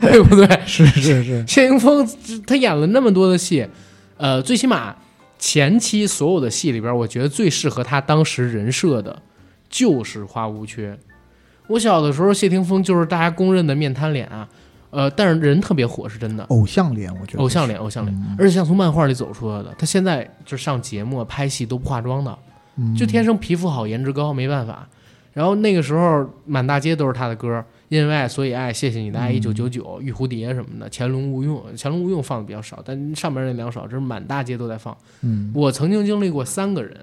[SPEAKER 1] 对不对？
[SPEAKER 2] 是是是，
[SPEAKER 1] 谢霆锋 他演了那么多的戏，呃，最起码前期所有的戏里边，我觉得最适合他当时人设的就是花无缺。我小的时候，谢霆锋就是大家公认的面瘫脸啊，呃，但是人特别火，是真的，
[SPEAKER 2] 偶像脸，我觉得
[SPEAKER 1] 偶像脸，偶像脸，
[SPEAKER 2] 嗯
[SPEAKER 1] 而且像从漫画里走出来的。他现在就上节目、拍戏都不化妆的，
[SPEAKER 2] 嗯
[SPEAKER 1] 就天生皮肤好、颜值高，没办法。然后那个时候满大街都是他的歌，《因为爱所以爱》，《谢谢你的
[SPEAKER 2] 嗯
[SPEAKER 1] 爱》，《一九九九》，《玉蝴蝶》什么的，《乾隆无用》，《乾隆无用》放的比较少，但上面那两首真是满大街都在放。
[SPEAKER 2] 嗯
[SPEAKER 1] 我曾经经历过三个人，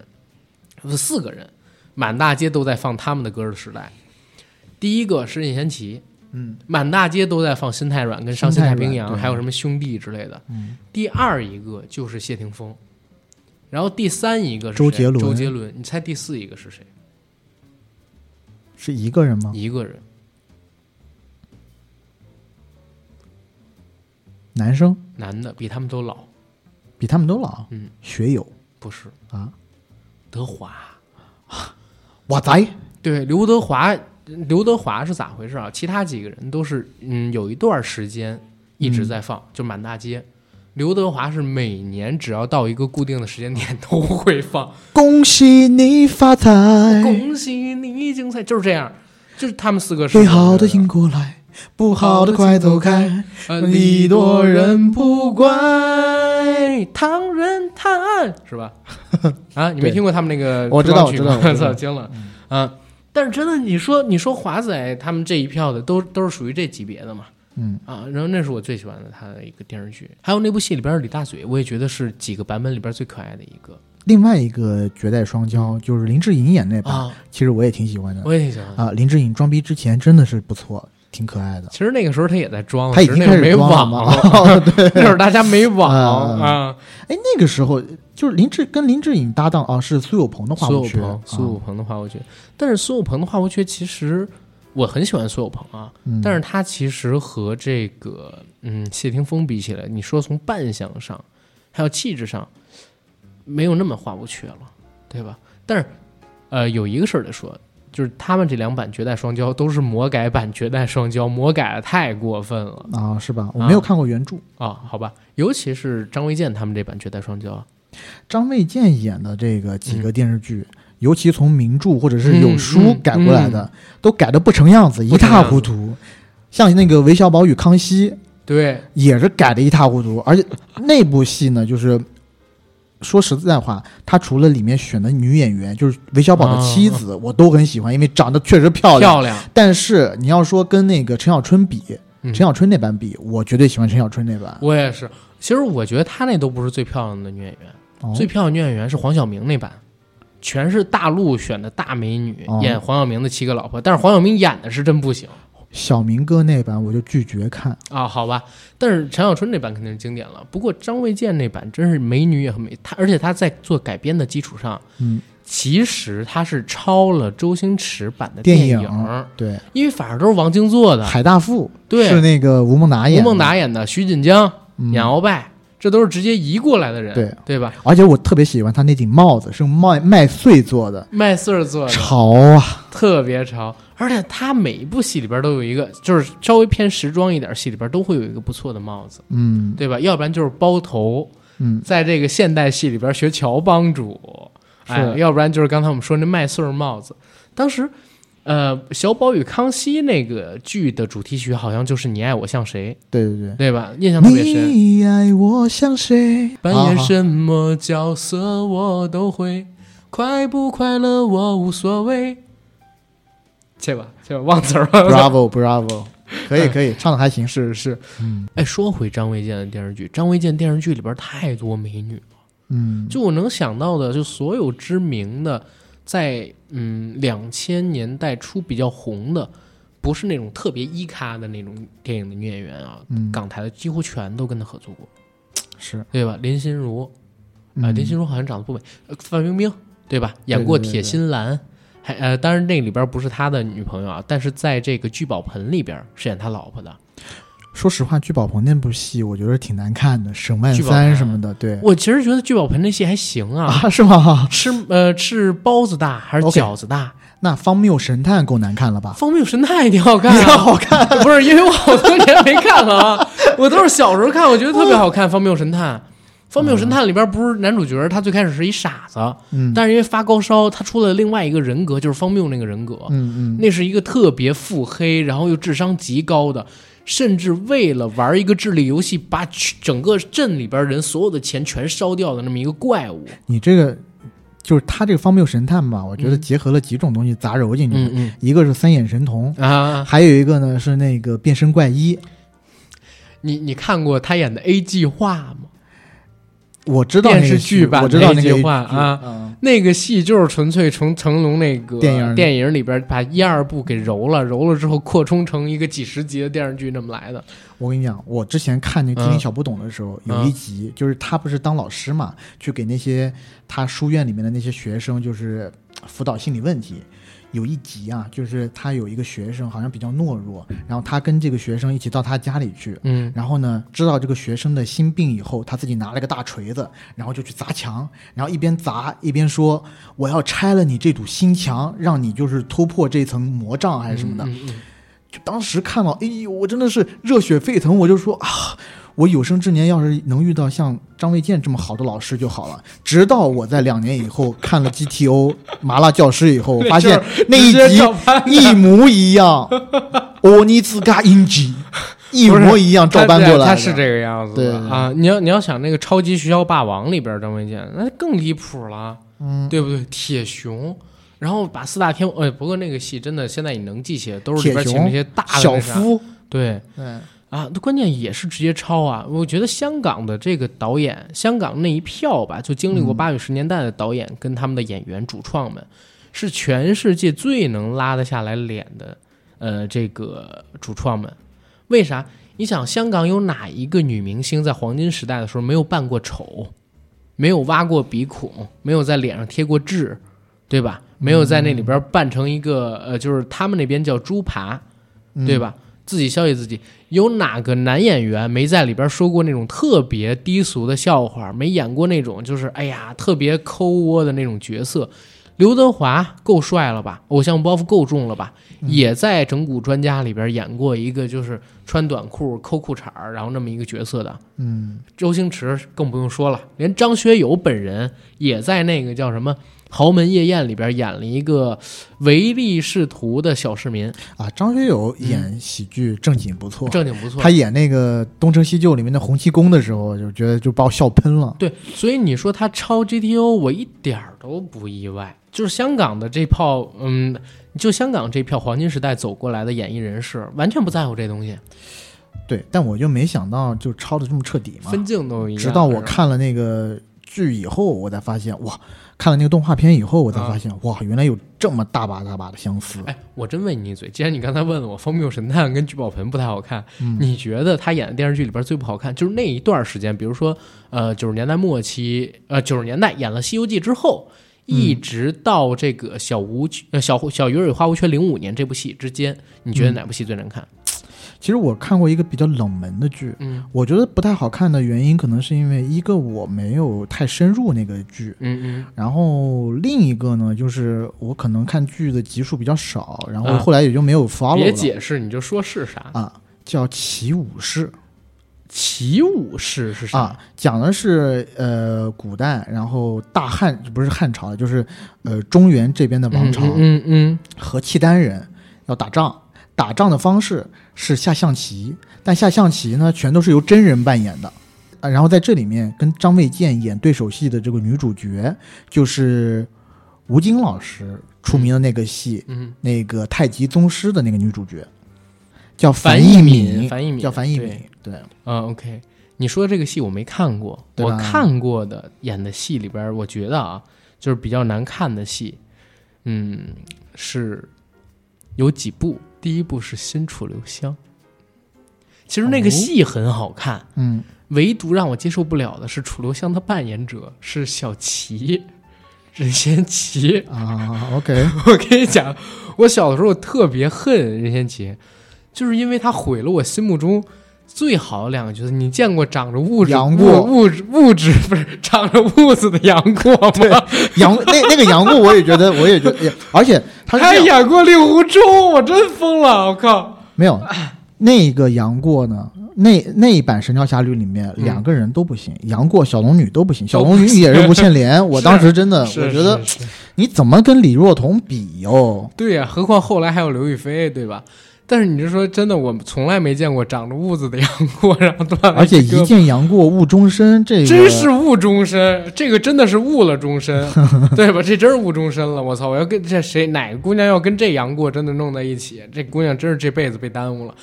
[SPEAKER 1] 不是四个人，满大街都在放他们的歌的时代。第一个是任贤齐，
[SPEAKER 2] 嗯
[SPEAKER 1] 满大街都在放《心太软》跟《伤心
[SPEAKER 2] 心太
[SPEAKER 1] 太
[SPEAKER 2] 软
[SPEAKER 1] 平洋》，
[SPEAKER 2] 对
[SPEAKER 1] 还有什么兄弟之类的。
[SPEAKER 2] 嗯
[SPEAKER 1] 第二一个就是谢霆锋，然后第三一个是
[SPEAKER 2] 周
[SPEAKER 1] 谁
[SPEAKER 2] 杰伦
[SPEAKER 1] 周杰伦，你猜第四一个是谁？
[SPEAKER 2] 是一个人吗？
[SPEAKER 1] 一个人，
[SPEAKER 2] 男生
[SPEAKER 1] 男的，比他们都老，
[SPEAKER 2] 比他们都老，
[SPEAKER 1] 嗯，
[SPEAKER 2] 学友
[SPEAKER 1] 不是
[SPEAKER 2] 啊，
[SPEAKER 1] 德华。
[SPEAKER 2] 哇塞，
[SPEAKER 1] 对，刘德华，嗯刘德华是咋回事啊？其他几个人都是，嗯，有一段时间一
[SPEAKER 2] 嗯
[SPEAKER 1] 直在放，就满大街。刘德华是每年只要到一个固定的时间点 都会放，
[SPEAKER 2] 恭喜你发财，
[SPEAKER 1] 恭喜你精彩，就是这样，就是他们四个是
[SPEAKER 2] 美好
[SPEAKER 1] 啊
[SPEAKER 2] 的迎过来，不好的快走开。
[SPEAKER 1] 呃礼多人不怪，唐人探案 是吧？啊，你没
[SPEAKER 2] 对
[SPEAKER 1] 听过他们那个
[SPEAKER 2] 我知道
[SPEAKER 1] 推广
[SPEAKER 2] 我知道
[SPEAKER 1] 曲吗
[SPEAKER 2] 我知道
[SPEAKER 1] 操，惊了啊！但是真的，你说你说华仔他们这一票的，都都是属于这级别的嘛
[SPEAKER 2] 嗯，
[SPEAKER 1] 啊。然后那是我最喜欢的他的一个电视剧，还有那部戏里边的李大嘴，我也觉得是几个版本里边最可爱的一个
[SPEAKER 2] 另外一个绝代双骄就是林志颖演那版，
[SPEAKER 1] 啊，
[SPEAKER 2] 其实我也挺喜欢的
[SPEAKER 1] 我也挺喜欢。
[SPEAKER 2] 啊。林志颖装逼之前真的是不错，挺可爱的。
[SPEAKER 1] 其实那个时候他也在装，
[SPEAKER 2] 他已
[SPEAKER 1] 只是
[SPEAKER 2] 经
[SPEAKER 1] 哦那
[SPEAKER 2] 开
[SPEAKER 1] 会儿
[SPEAKER 2] 始
[SPEAKER 1] 没
[SPEAKER 2] 装了
[SPEAKER 1] 网？
[SPEAKER 2] 吗，
[SPEAKER 1] 那会儿大家没网
[SPEAKER 2] 啊
[SPEAKER 1] 啊。
[SPEAKER 2] 哎，那个时候就是林志跟林志颖搭档啊，是苏有朋的话
[SPEAKER 1] 苏有
[SPEAKER 2] 无缺
[SPEAKER 1] 朋
[SPEAKER 2] 啊，，
[SPEAKER 1] 苏有朋的话无缺，但是苏有朋的话无缺，其实我很喜欢苏有朋啊，
[SPEAKER 2] 嗯
[SPEAKER 1] 但是他其实和这个嗯谢霆锋比起来，你说从扮相上，还有气质上，没有那么话无缺了，对吧？但是呃，有一个事儿得说。就是他们这两版《绝代双骄》都是魔改版《绝代双骄》，魔改的太过分了
[SPEAKER 2] 啊，是吧？我没有看过原著。
[SPEAKER 1] 啊、好吧，尤其是张卫健他们这版《绝代双骄》，
[SPEAKER 2] 张卫健演的这个几个电视剧，尤其从名著或者是有
[SPEAKER 1] 嗯
[SPEAKER 2] 书
[SPEAKER 1] 嗯
[SPEAKER 2] 改过来的，都改的不成样子，一塌糊涂。像那个韦小宝与康熙
[SPEAKER 1] 对，
[SPEAKER 2] 也是改的一塌糊涂，而且那部戏呢，就是说实在话，他除了里面选的女演员，就是韦小宝的妻子，我都很喜欢，因为长得确实啊漂亮。
[SPEAKER 1] 漂亮，
[SPEAKER 2] 但是你要说跟那个陈小春比，
[SPEAKER 1] 嗯
[SPEAKER 2] 陈小春那版比，我绝对喜欢陈小春那版。
[SPEAKER 1] 我也是。其实我觉得她那都不是最漂亮的女演员，
[SPEAKER 2] 哦
[SPEAKER 1] 最漂亮女演员是黄晓明那版，全是大陆选的大美女、
[SPEAKER 2] 哦
[SPEAKER 1] 演黄晓明的七个老婆，但是黄晓明演的是真不行
[SPEAKER 2] 小明哥那版我就拒绝看，
[SPEAKER 1] 啊，好吧。但是陈小春那版肯定是经典了，不过张卫健那版真是美女也很美，她而且她在做改编的基础上，
[SPEAKER 2] 嗯，
[SPEAKER 1] 其实她是抄了周星驰版的
[SPEAKER 2] 电
[SPEAKER 1] 影，
[SPEAKER 2] 影对。
[SPEAKER 1] 因为反正都是王晶做的，
[SPEAKER 2] 海大富
[SPEAKER 1] 啊对
[SPEAKER 2] 是那个吴孟达演
[SPEAKER 1] 吴
[SPEAKER 2] 的，
[SPEAKER 1] 孟达演的，徐锦江、
[SPEAKER 2] 嗯
[SPEAKER 1] 杨鳌拜，这都是直接移过来的人，
[SPEAKER 2] 对
[SPEAKER 1] 对吧？
[SPEAKER 2] 而且我特别喜欢他那顶帽子，是用麦麦穗做的，
[SPEAKER 1] 麦穗儿做的，
[SPEAKER 2] 潮啊！
[SPEAKER 1] 特别潮，而且他每一部戏里边都有一个，就是稍微偏时装一点儿戏里边都会有一个不错的帽子，
[SPEAKER 2] 嗯
[SPEAKER 1] 对吧？要不然就是包头，
[SPEAKER 2] 嗯，
[SPEAKER 1] 在这个现代戏里边学乔帮主，哎，
[SPEAKER 2] 是
[SPEAKER 1] 要不然就是刚才我们说那麦穗儿帽子。当时呃，小宝与康熙那个剧的主题曲好像就是《你爱我像谁
[SPEAKER 2] 对对对》，。
[SPEAKER 1] 对吧？印象特别深。
[SPEAKER 2] 你爱我像谁？啊
[SPEAKER 1] 扮
[SPEAKER 2] 好
[SPEAKER 1] 演
[SPEAKER 2] 好
[SPEAKER 1] 什么角色我都会，快不快乐我无所谓。切吧，切吧，忘词儿了。
[SPEAKER 2] Bravo Bravo，可 以可以，唱的还行，是是，嗯
[SPEAKER 1] 哎，说回张卫健的电视剧，张卫健电视剧里边太多美女了，
[SPEAKER 2] 嗯，
[SPEAKER 1] 就我能想到的，就所有知名的，在嗯两千年代初比较红的，不是那种特别一咖的那种电影的女演员啊，
[SPEAKER 2] 嗯
[SPEAKER 1] 港台的几乎全都跟她合作过，
[SPEAKER 2] 是
[SPEAKER 1] 对吧？林心如，啊、
[SPEAKER 2] 嗯
[SPEAKER 1] 林心如好像长得不美，呃范冰冰，对吧？演过《
[SPEAKER 2] 对对对
[SPEAKER 1] 铁心兰》还呃，当然那里边不是她的女朋友啊，但是在这个聚宝盆里边是演她老婆的。
[SPEAKER 2] 说实话，聚宝盆那部戏我觉得挺难看的，沈万
[SPEAKER 1] 聚宝盆啊
[SPEAKER 2] 三什么的，对
[SPEAKER 1] 我其实觉得聚宝盆那戏还行啊，
[SPEAKER 2] 啊，是吗？
[SPEAKER 1] 吃呃吃包子大还是
[SPEAKER 2] OK
[SPEAKER 1] 饺子大？
[SPEAKER 2] 那方谬神探够难看了吧？
[SPEAKER 1] 方便神探也挺好看、
[SPEAKER 2] 比较
[SPEAKER 1] 啊，
[SPEAKER 2] 好看，
[SPEAKER 1] 不是因为我好多年没看了啊，我都是小时候看，我觉得特别好看。方便神探，方便神探里边不是男主角，他最开始是一傻子，
[SPEAKER 2] 嗯，
[SPEAKER 1] 但是因为发高烧，他出了另外一个人格，就是方谬那个人格，
[SPEAKER 2] 嗯嗯，
[SPEAKER 1] 那是一个特别腹黑，然后又智商极高的，甚至为了玩一个智力游戏，把全整个镇里边人所有的钱全烧掉的那么一个怪物。
[SPEAKER 2] 你这个就是他这个方谬神探吧，我觉得
[SPEAKER 1] 嗯
[SPEAKER 2] 结合了几种东西杂糅进去，
[SPEAKER 1] 嗯
[SPEAKER 2] 一个是三眼神童，
[SPEAKER 1] 嗯啊，
[SPEAKER 2] 还有一个呢是那个变身怪医。
[SPEAKER 1] 你你看过他演的 A 计划吗？
[SPEAKER 2] 我知道那个
[SPEAKER 1] 电视剧版
[SPEAKER 2] 我知道
[SPEAKER 1] 那
[SPEAKER 2] 那
[SPEAKER 1] 句
[SPEAKER 2] 个
[SPEAKER 1] 话啊，
[SPEAKER 2] 嗯
[SPEAKER 1] 那个戏就是纯粹从成龙那个
[SPEAKER 2] 电影
[SPEAKER 1] 电影里边把一二部给揉了，揉了之后扩充成一个几十集的电视剧那么来的。
[SPEAKER 2] 我跟你讲，我之前看那个《金
[SPEAKER 1] 嗯
[SPEAKER 2] 陵小不懂》的时候，有
[SPEAKER 1] 嗯
[SPEAKER 2] 一集就是他不是当老师嘛，去给那些他书院里面的那些学生就是呃辅导心理问题。有一集啊，就是他有一个学生好像比较懦弱，然后他跟这个学生一起到他家里去，
[SPEAKER 1] 嗯，
[SPEAKER 2] 然后呢，知道这个学生的心病以后，他自己拿了个大锤子，然后就去砸墙，然后一边砸一边说：“我要拆了你这堵心墙，让你就是突破这层魔障还是什么的。
[SPEAKER 1] 嗯嗯嗯
[SPEAKER 2] 就当时看到，哎呦，我真的是热血沸腾，我就说啊，我有生之年要是能遇到像张卫健这么好的老师就好了。直到我在两年以后看了 GTO 麻辣教师以后，我发现那一
[SPEAKER 1] 直接
[SPEAKER 2] 集
[SPEAKER 1] 照搬
[SPEAKER 2] 一模一样，欧尼兹嘎英吉一模一样照搬过来
[SPEAKER 1] 他
[SPEAKER 2] 的。
[SPEAKER 1] 是这个样子
[SPEAKER 2] 对
[SPEAKER 1] 的
[SPEAKER 2] 对对
[SPEAKER 1] 啊！你要你要想那个《超级学校霸王》里边张卫健，那更离谱了，
[SPEAKER 2] 嗯，
[SPEAKER 1] 对不对？铁熊，然后把四大天王，哎，不过那个戏真的现在你能记起来，都是里边
[SPEAKER 2] 铁
[SPEAKER 1] 请
[SPEAKER 2] 熊
[SPEAKER 1] 那些大的
[SPEAKER 2] 小
[SPEAKER 1] 那啥，
[SPEAKER 2] 夫，
[SPEAKER 1] 对，
[SPEAKER 2] 嗯
[SPEAKER 1] 啊，那关键也是直接抄啊！我觉得香港的这个导演，香港那一票吧，就经历过八九十年代的导演跟他们的演员主创们，是全世界最能拉得下来脸的，呃，这个主创们。为啥？你想，香港有哪一个女明星在黄金时代的时候没有扮过丑，没有挖过鼻孔，没有在脸上贴过痣，对吧？没有在那里边扮成一个，呃，就是他们那边叫猪扒，
[SPEAKER 2] 嗯
[SPEAKER 1] 对吧？自己消解自己。有哪个男演员没在里边说过那种特别低俗的笑话？没演过那种就是哎呀特别抠窝的那种角色？刘德华够帅了吧？偶像包袱够重了吧？也在《整蛊专家》里边演过一个就是穿短裤、抠裤衩儿，然后那么一个角色的。
[SPEAKER 2] 嗯，
[SPEAKER 1] 周星驰更不用说了，连张学友本人也在那个叫什么《豪门夜宴》里边演了一个唯利是图的小市民，
[SPEAKER 2] 啊，张学友演喜剧正经不错。
[SPEAKER 1] 正经不错。
[SPEAKER 2] 他演那个《东成西就》里面的洪七公的时候，就觉得就把我笑喷了。
[SPEAKER 1] 对，所以你说他抄 GTO，我一点儿都不意外。就是香港的这炮，嗯，就香港这票黄金时代走过来的演艺人士，完全不在乎这东
[SPEAKER 2] 啊
[SPEAKER 1] 西，
[SPEAKER 2] 对，但我就没想到就抄的这么彻底嘛。
[SPEAKER 1] 分镜都一样。
[SPEAKER 2] 直到我
[SPEAKER 1] 是吧，
[SPEAKER 2] 看了那个剧以后，我才发现哇，看了那个动画片以后，我才发现、哇，原来有这么大把大把的相似。
[SPEAKER 1] 哎，我真问你一嘴，既然你刚才问了我《风谬神探》跟《聚宝盆》不太好看，
[SPEAKER 2] 嗯
[SPEAKER 1] 你觉得他演的电视剧里边最不好看，就是那一段时间，比如说呃九十年代末期，呃九十年代演了《西游记》之
[SPEAKER 2] 嗯
[SPEAKER 1] 后，一直到这个小吴呃小胡小鱼儿与花无缺零五年这部戏之间，你
[SPEAKER 2] 嗯
[SPEAKER 1] 觉得哪部戏最难看？
[SPEAKER 2] 其实我看过一个比较冷门的剧，
[SPEAKER 1] 嗯
[SPEAKER 2] 我觉得不太好看的原因，可能是因为一个我没有太深入那个剧。
[SPEAKER 1] 嗯嗯。
[SPEAKER 2] 然后另一个呢，就是我可能看剧的集数比较少，然后
[SPEAKER 1] 啊
[SPEAKER 2] 后来也就没有 follow
[SPEAKER 1] 别
[SPEAKER 2] 了
[SPEAKER 1] 解释，你就说是啥。
[SPEAKER 2] 啊，叫《起舞式》，
[SPEAKER 1] 起舞式是啥？
[SPEAKER 2] 啊，讲的是呃古代，然后大汉不是汉朝，就是呃中原这边的王朝
[SPEAKER 1] 嗯嗯嗯
[SPEAKER 2] 和契丹人要打仗，打仗的方式是下象棋，但下象棋呢全都是由真人扮演的。啊，然后在这里面跟张卫健演对手戏的这个女主角就是吴京老师出名的那个戏，
[SPEAKER 1] 嗯，
[SPEAKER 2] 那个太极宗师的那个女主角叫
[SPEAKER 1] 樊
[SPEAKER 2] 一
[SPEAKER 1] 敏，樊一敏
[SPEAKER 2] 叫樊一
[SPEAKER 1] 对
[SPEAKER 2] 敏，对，
[SPEAKER 1] 嗯，OK，你说的这个戏我没看过，
[SPEAKER 2] 对
[SPEAKER 1] 我
[SPEAKER 2] 吧
[SPEAKER 1] 看过的演的戏里边儿，我觉得啊，就是比较难看的戏，嗯，是有几部，第一部是《新楚留香》，其实那个
[SPEAKER 2] 哦
[SPEAKER 1] 戏很好看，
[SPEAKER 2] 嗯，
[SPEAKER 1] 唯独让我接受不了的是楚留香的扮演者是小齐，任贤齐。
[SPEAKER 2] 啊，OK，
[SPEAKER 1] 我跟你讲，我小的时候特别恨任贤齐，就是因为他毁了我心目中最好的两个角色。你见过长着痦子
[SPEAKER 2] 杨
[SPEAKER 1] 痦
[SPEAKER 2] 过
[SPEAKER 1] 痦子痦子不是长着痦子的杨过吗？
[SPEAKER 2] 杨那那个杨过，我也觉得，我也觉得，也而且他是
[SPEAKER 1] 他
[SPEAKER 2] 这样
[SPEAKER 1] 演过令狐冲，我真疯了！我靠，
[SPEAKER 2] 没有
[SPEAKER 1] 啊
[SPEAKER 2] 那个杨过呢？那那一版《神雕侠侣》里面
[SPEAKER 1] 嗯
[SPEAKER 2] 两个人都不行，杨过、小龙女都不行，小龙女也是无限 连。我当时真的，嗯
[SPEAKER 1] 是
[SPEAKER 2] 我觉得
[SPEAKER 1] 是是
[SPEAKER 2] 你怎么跟李若彤比哟？
[SPEAKER 1] 对呀、何况后来还有刘亦菲，对吧？但是你是说真的，我从来没见过长着痦子的杨过，然后断了
[SPEAKER 2] 而且
[SPEAKER 1] 一胳
[SPEAKER 2] 一
[SPEAKER 1] 膊
[SPEAKER 2] 见杨过误终身，这个
[SPEAKER 1] 真是误终身，这个真的是误了 终身，对吧？这真是误终身了。我操！我要跟这谁哪个姑娘要跟这杨过真的弄在一起，这姑娘真是这辈子被耽误了。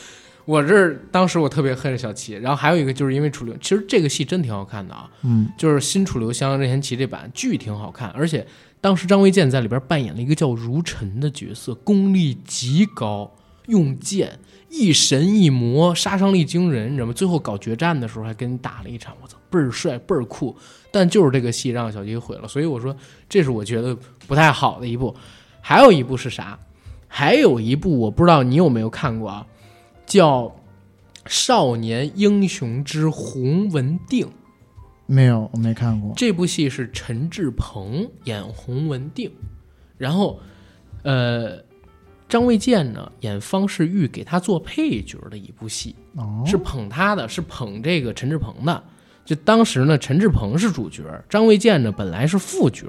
[SPEAKER 1] 我这儿当时我特别恨小齐，然后还有一个就是因为楚留，其实这个戏真挺好看的啊，
[SPEAKER 2] 嗯，
[SPEAKER 1] 就是新楚留香任贤齐这版剧挺好看，而且当时张卫健在里边扮演了一个叫如尘的角色，功力极高，用剑一神一魔，杀伤力惊人，你知道吗？最后搞决战的时候还跟你打了一场，我操，倍儿帅，倍儿酷。但就是这个戏让小鸡毁了，所以我说这是我觉得不太好的一部。还有一部是啥？还有一部我不知道你有没有看过啊，叫《少年英雄之洪文定》。
[SPEAKER 2] 没有，我没看过。
[SPEAKER 1] 这部戏是陈志朋演洪文定，然后，呃，张卫健呢演方世玉给他做配角的一部戏，
[SPEAKER 2] 哦，
[SPEAKER 1] 是捧他的，是捧这个陈志朋的。就当时呢，陈志朋是主角，张卫健呢本来是副角。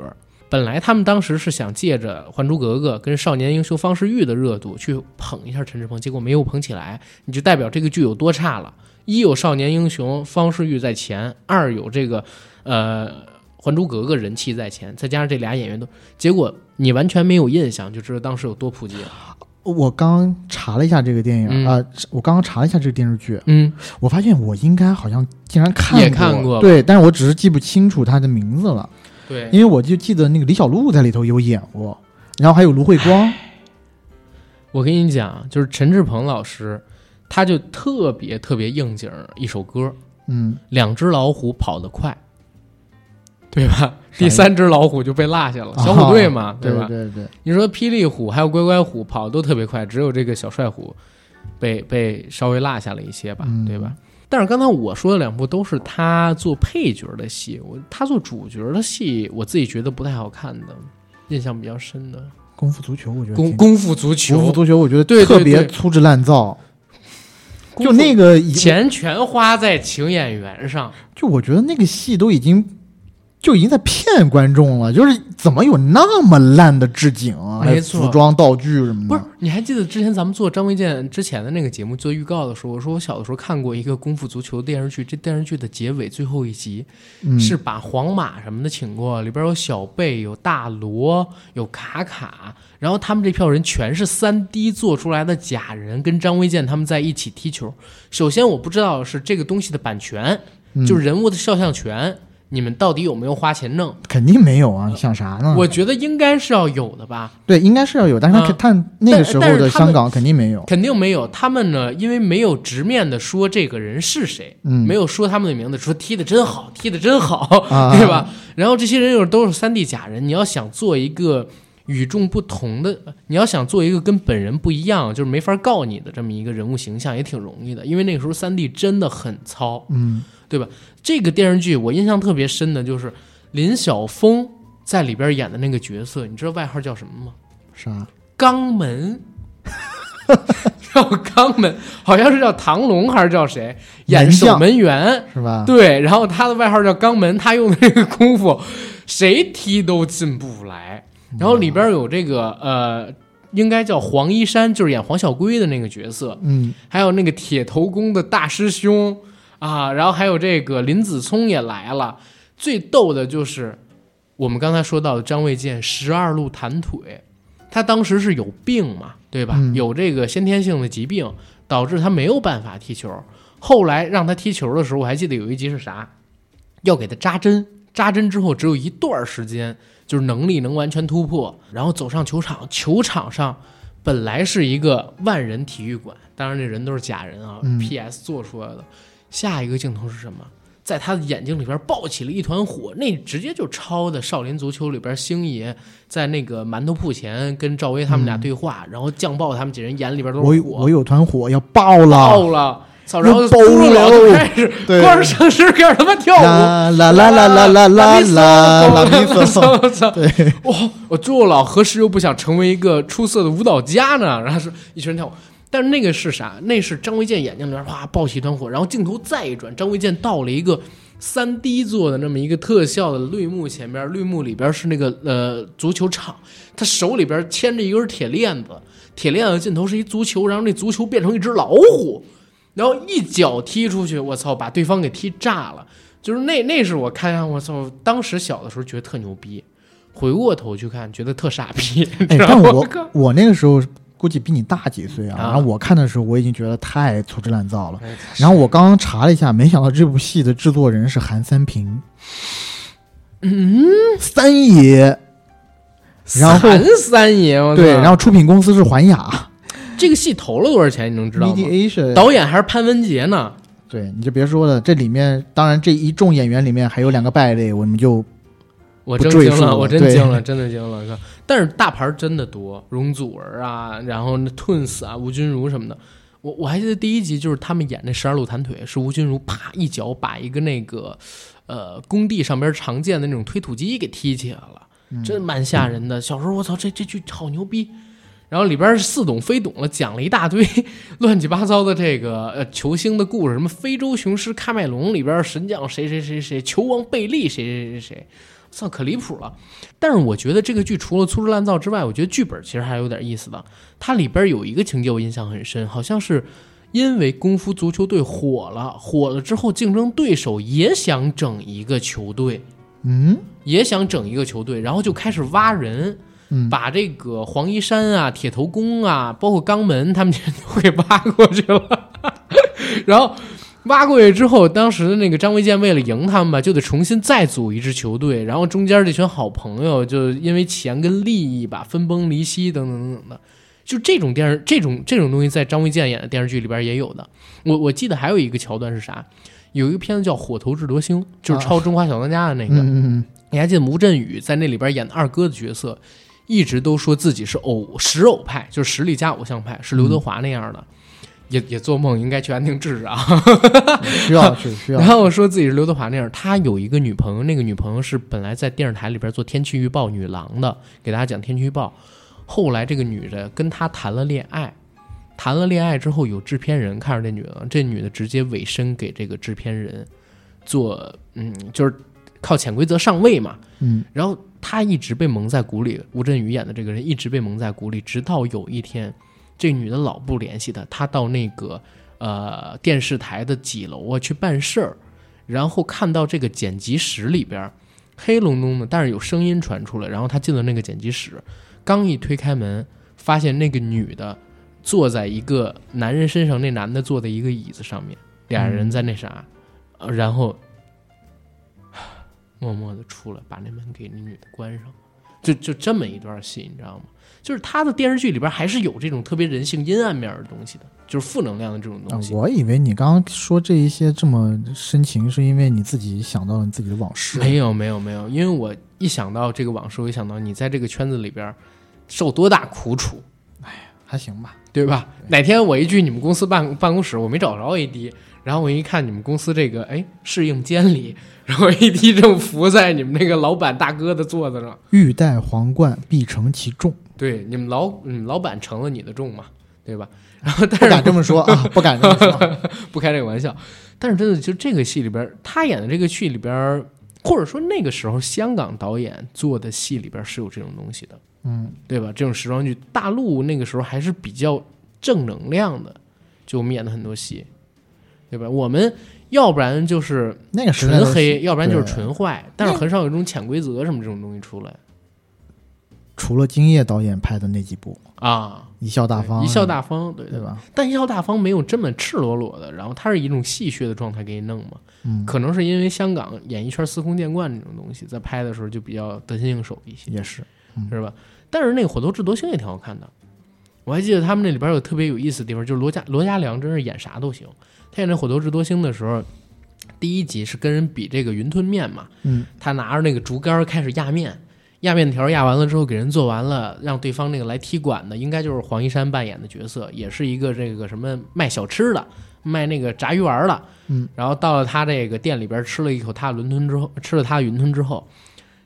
[SPEAKER 1] 本来他们当时是想借着《还珠格格》跟《少年英雄方世玉》的热度去捧一下陈志朋，结果没有捧起来，你就代表这个剧有多差了。一有《少年英雄》方世玉在前，二有这个呃《还珠格格》人气在前，再加上这俩演员都，结果你完全没有印象，就知道当时有多普及了。
[SPEAKER 2] 哦我刚查了一下这个电影
[SPEAKER 1] 嗯
[SPEAKER 2] 啊，我刚刚查了一下这个电视剧，
[SPEAKER 1] 嗯，
[SPEAKER 2] 我发现我应该好像竟然看过，
[SPEAKER 1] 也看过吧
[SPEAKER 2] 对，但是我只是记不清楚他的名字了，
[SPEAKER 1] 对，
[SPEAKER 2] 因为我就记得那个李小璐在里头有演过，然后还有卢慧光，
[SPEAKER 1] 我跟你讲，就是陈志朋老师，他就特别特别应景儿一首歌《
[SPEAKER 2] 嗯，
[SPEAKER 1] 两只老虎跑得快》，对吧？
[SPEAKER 2] 意思哦
[SPEAKER 1] 第三只老虎就被落下了，小虎队嘛，
[SPEAKER 2] 对
[SPEAKER 1] 吧？
[SPEAKER 2] 对对，
[SPEAKER 1] 你说霹雳虎还有乖乖虎跑得都特别快，只有这个小帅虎被被稍微落下了一些吧，
[SPEAKER 2] 嗯
[SPEAKER 1] 对吧？但是刚才我说的两部都是他做配角的戏，我他做主角的戏，我自己觉得不太好看的，印象比较深的
[SPEAKER 2] 功夫足球我觉得
[SPEAKER 1] 《功
[SPEAKER 2] 挺
[SPEAKER 1] 功夫足球》
[SPEAKER 2] 功夫足球我觉得
[SPEAKER 1] 对对
[SPEAKER 2] 特别
[SPEAKER 1] 对
[SPEAKER 2] 粗制滥造，
[SPEAKER 1] 功夫
[SPEAKER 2] 就那个已
[SPEAKER 1] 钱全花在请演员上，
[SPEAKER 2] 就我觉得那个戏都已经。就已经在骗观众了，就是怎么有那么烂的置景啊，还有
[SPEAKER 1] 没错
[SPEAKER 2] 服装道具什么的，
[SPEAKER 1] 不是？你还记得之前咱们做张卫健之前的那个节目做预告的时候，我说我小的时候看过一个功夫足球电视剧，这电视剧的结尾最后一集、
[SPEAKER 2] 嗯、
[SPEAKER 1] 是把皇马什么的请过，里边有小贝、有大罗、有卡卡，然后他们这票人全是三 D 做出来的假人，跟张卫健他们在一起踢球。首先我不知道是这个东西的版权，
[SPEAKER 2] 嗯
[SPEAKER 1] 就是人物的肖像权，你们到底有没有花钱弄？
[SPEAKER 2] 肯定没有啊，你想啥呢？
[SPEAKER 1] 我觉得应该是要有的吧。
[SPEAKER 2] 对，应该是要有，但是他、
[SPEAKER 1] 嗯
[SPEAKER 2] 看那个时候
[SPEAKER 1] 但
[SPEAKER 2] 的
[SPEAKER 1] 是他们
[SPEAKER 2] 香港肯定没有。
[SPEAKER 1] 肯定没有。他们呢，因为没有直面的说这个人是谁，
[SPEAKER 2] 嗯
[SPEAKER 1] 没有说他们的名字，说踢的真好，踢的真好，
[SPEAKER 2] 啊
[SPEAKER 1] 对吧？然后这些人又都是三 D 假人，你要想做一个与众不同的，你要想做一个跟本人不一样，就是没法告你的这么一个人物形象，也挺容易的，因为那个时候三 D 真的很糙。
[SPEAKER 2] 嗯
[SPEAKER 1] 这个电视剧我印象特别深的就是林晓峰在里边演的那个角色，你知道外号叫什么吗？
[SPEAKER 2] 啥？
[SPEAKER 1] 肛门。叫肛门，好像是叫唐龙还是叫谁演
[SPEAKER 2] 门
[SPEAKER 1] 守
[SPEAKER 2] 将啊
[SPEAKER 1] 门员，
[SPEAKER 2] 是吧？
[SPEAKER 1] 对，然后他的外号叫肛门，他用的这个功夫， 谁踢都进不来。
[SPEAKER 2] 嗯
[SPEAKER 1] 然后里边有这个呃，应该叫黄一山，就是演黄小龟的那个角色，
[SPEAKER 2] 嗯，
[SPEAKER 1] 还有那个铁头功的大师兄啊，然后还有这个林子聪也来了。最逗的就是我们刚才说到的张卫健十二路弹腿，他当时是有病嘛，对吧？
[SPEAKER 2] 嗯
[SPEAKER 1] 有这个先天性的疾病，导致他没有办法踢球。后来让他踢球的时候，我还记得有一集是啥，要给他扎针，扎针之后只有一段儿时间，就是能力能完全突破，然后走上球场，球场上本来是一个万人体育馆，当然这人都是假人啊、
[SPEAKER 2] 嗯
[SPEAKER 1] p s 做出来的。下一个镜头是什么？在他的眼睛里边爆起了一团火，那直接就抄的《少林足球》里边星爷在那个馒头铺前跟赵薇他们俩对话，然后酱爆他们几人眼里边都
[SPEAKER 2] 嗯我
[SPEAKER 1] 是
[SPEAKER 2] 有
[SPEAKER 1] 火，
[SPEAKER 2] 我有团火要爆了，
[SPEAKER 1] 爆了，操！然后
[SPEAKER 2] 爆
[SPEAKER 1] 猪
[SPEAKER 2] 了哦
[SPEAKER 1] 老就开始
[SPEAKER 2] 对
[SPEAKER 1] 光着上身开始他妈跳舞。
[SPEAKER 2] 啦啦啦啦啦啦啦啦啦咪
[SPEAKER 1] 我
[SPEAKER 2] 嗦，
[SPEAKER 1] 操！
[SPEAKER 2] 对，
[SPEAKER 1] 哇！我朱老何时又不想成为一个出色的舞蹈家呢？然后是一群人跳舞，但是那个是啥？那是张卫健眼睛里边哗爆起一团火，然后镜头再一转，张卫健到了一个三 D 做的那么一个特效的绿幕前边，绿幕里边是那个呃足球场，他手里边牵着一根铁链子，铁链子尽头是一足球，然后那足球变成一只老虎，然后一脚踢出去，我操，把对方给踢炸了。就是那那是我看下我操，当时小的时候觉得特牛逼，回过头去看觉得特傻逼，
[SPEAKER 2] 哎，
[SPEAKER 1] 知道
[SPEAKER 2] 但
[SPEAKER 1] 吗
[SPEAKER 2] 我
[SPEAKER 1] 靠
[SPEAKER 2] 我那个时候估计比你大几岁啊，
[SPEAKER 1] 啊
[SPEAKER 2] 然后我看的时候我已经觉得太粗制滥造了。
[SPEAKER 1] 哎
[SPEAKER 2] 然后我刚刚查了一下，没想到这部戏的制作人是韩三平，嗯，三爷然后
[SPEAKER 1] 韩三爷，我操
[SPEAKER 2] 对，然后出品公司是环亚
[SPEAKER 1] 这个戏投了多少钱，你能知道吗？
[SPEAKER 2] ，Mediation，
[SPEAKER 1] 导演还是潘文杰呢？
[SPEAKER 2] 对，你就别说了，这里面当然这一众演员里面还有两个败类，我们就
[SPEAKER 1] 我
[SPEAKER 2] 不
[SPEAKER 1] 真
[SPEAKER 2] 赘
[SPEAKER 1] 惊
[SPEAKER 2] 述
[SPEAKER 1] 了，
[SPEAKER 2] 了
[SPEAKER 1] 我真
[SPEAKER 2] 对
[SPEAKER 1] 惊了，真的惊了。哥但是大牌真的多，容祖儿啊，然后那 Twins 啊，吴君如什么的。我我还记得第一集就是他们演那十二路弹腿，是吴君如啪一脚把一个那个呃工地上边常见的那种推土机给踢起来了，
[SPEAKER 2] 嗯
[SPEAKER 1] 真蛮吓人的。小时候我操，这这剧好牛逼。然后里边似懂非懂了，讲了一大堆 乱七八糟的这个呃球星的故事，什么非洲雄狮喀麦隆里边神将谁谁谁谁，球王贝利谁谁谁谁谁，操可离谱了。但是我觉得这个剧除了粗制滥造之外，我觉得剧本其实还有点意思的。它里边有一个情节我印象很深，好像是因为功夫足球队火了，火了之后竞争对手也想整一个球队，
[SPEAKER 2] 嗯
[SPEAKER 1] 也想整一个球队，然后就开始挖人，
[SPEAKER 2] 嗯
[SPEAKER 1] 把这个黄一山啊、铁头功啊，包括肛门，他们全都给挖过去了。 然后挖过去之后，当时的那个张卫健为了赢他们吧，就得重新再组一支球队。然后中间这群好朋友就因为钱跟利益吧，分崩离析，等等等等的。就这种电视，这种这种东西，在张卫健演的电视剧里边也有的。我我记得还有一个桥段是啥？有一个片子叫《火头智多星》，就是抄《中华小当家》的那
[SPEAKER 2] 啊嗯
[SPEAKER 1] 个。
[SPEAKER 2] 嗯
[SPEAKER 1] 你还记得吴镇宇在那里边演的二哥的角色，一直都说自己是偶实偶派，就是实力加偶像派，是刘德华那样的。也也做梦应该去安定治治啊！
[SPEAKER 2] 嗯，需要 去需要
[SPEAKER 1] 然，后说自己是刘德华那样，他有一个女朋友，那个女朋友是本来在电视台里边做天气预报女郎的，给大家讲天气预报。后来这个女的跟他谈了恋爱，谈了恋爱之后有制片人看上这女的，这女的直接委身给这个制片人做，嗯，就是靠潜规则上位嘛。
[SPEAKER 2] 嗯
[SPEAKER 1] 然后他一直被蒙在鼓里，吴镇宇演的这个人一直被蒙在鼓里，直到有一天，这女的老不联系他，他到那个呃电视台的几楼啊去办事儿，然后看到这个剪辑室里边儿黑隆咚的，但是有声音传出来，然后他进了那个剪辑室，刚一推开门，发现那个女的坐在一个男人身上，那男的坐在一个椅子上面，俩人在那啥，呃然后 默默的出来，把那门给那女的关上，就就这么一段戏，你知道吗？就是他的电视剧里边还是有这种特别人性阴暗面的东西的，就是负能量的这种
[SPEAKER 2] 啊
[SPEAKER 1] 东西。
[SPEAKER 2] 我以为你刚刚说这一些这么深情，是因为你自己想到了你自己的往事。
[SPEAKER 1] 没有没有没有，因为我一想到这个往事，我一想到你在这个圈子里边受多大苦楚，
[SPEAKER 2] 还行吧，
[SPEAKER 1] 对吧？哪天我一去你们公司办办公室，我没找着 AD，然后我一看你们公司这个哎适应监理，然后 AD 正伏在你们那个老板大哥的座子上，
[SPEAKER 2] 欲戴皇冠，必承其重。
[SPEAKER 1] 对，你们老你们老板承了你的重嘛，对吧？然后但
[SPEAKER 2] 不
[SPEAKER 1] 是
[SPEAKER 2] 敢这么说啊，不敢这么 说。
[SPEAKER 1] 不开这个玩笑。但是真的，就这个戏里边儿，他演的这个剧里边儿，或者说那个时候香港导演做的戏里边儿是有这种东西的，
[SPEAKER 2] 嗯，
[SPEAKER 1] 对吧？这种时装剧，大陆那个时候还是比较正能量的，就我们演的很多戏，对吧？我们要不然就是
[SPEAKER 2] 那个时代
[SPEAKER 1] 纯
[SPEAKER 2] 的
[SPEAKER 1] 黑，要不然就是
[SPEAKER 2] 对
[SPEAKER 1] 纯坏，但是很少有这种潜规则什么这种东西出来
[SPEAKER 2] 除了金叶导演拍的那几部
[SPEAKER 1] 啊。
[SPEAKER 2] 《一笑大方》，
[SPEAKER 1] 一笑大方，对
[SPEAKER 2] 对吧？
[SPEAKER 1] 但一笑大方没有这么赤裸裸的，然后它是一种戏谑的状态给你弄嘛。
[SPEAKER 2] 嗯，
[SPEAKER 1] 可能是因为香港演艺圈司空见惯这种东西，在拍的时候就比较得心应手一些，
[SPEAKER 2] 也是。嗯
[SPEAKER 1] 是吧？但是那个《火头智多星》也挺好看的，我还记得他们那里边有特别有意思的地方，就是罗家罗家良真是演啥都行。他演那《火头智多星》的时候，第一集是跟人比这个云吞面嘛，
[SPEAKER 2] 嗯，
[SPEAKER 1] 他拿着那个竹竿开始压面，压面条压完了之后给人做完了，让对方那个来踢馆的，应该就是黄一山扮演的角色，也是一个这个什么卖小吃的，卖那个炸鱼丸儿的。
[SPEAKER 2] 嗯，
[SPEAKER 1] 然后到了他这个店里边吃了一口他的云吞之后，吃了他的云吞之后。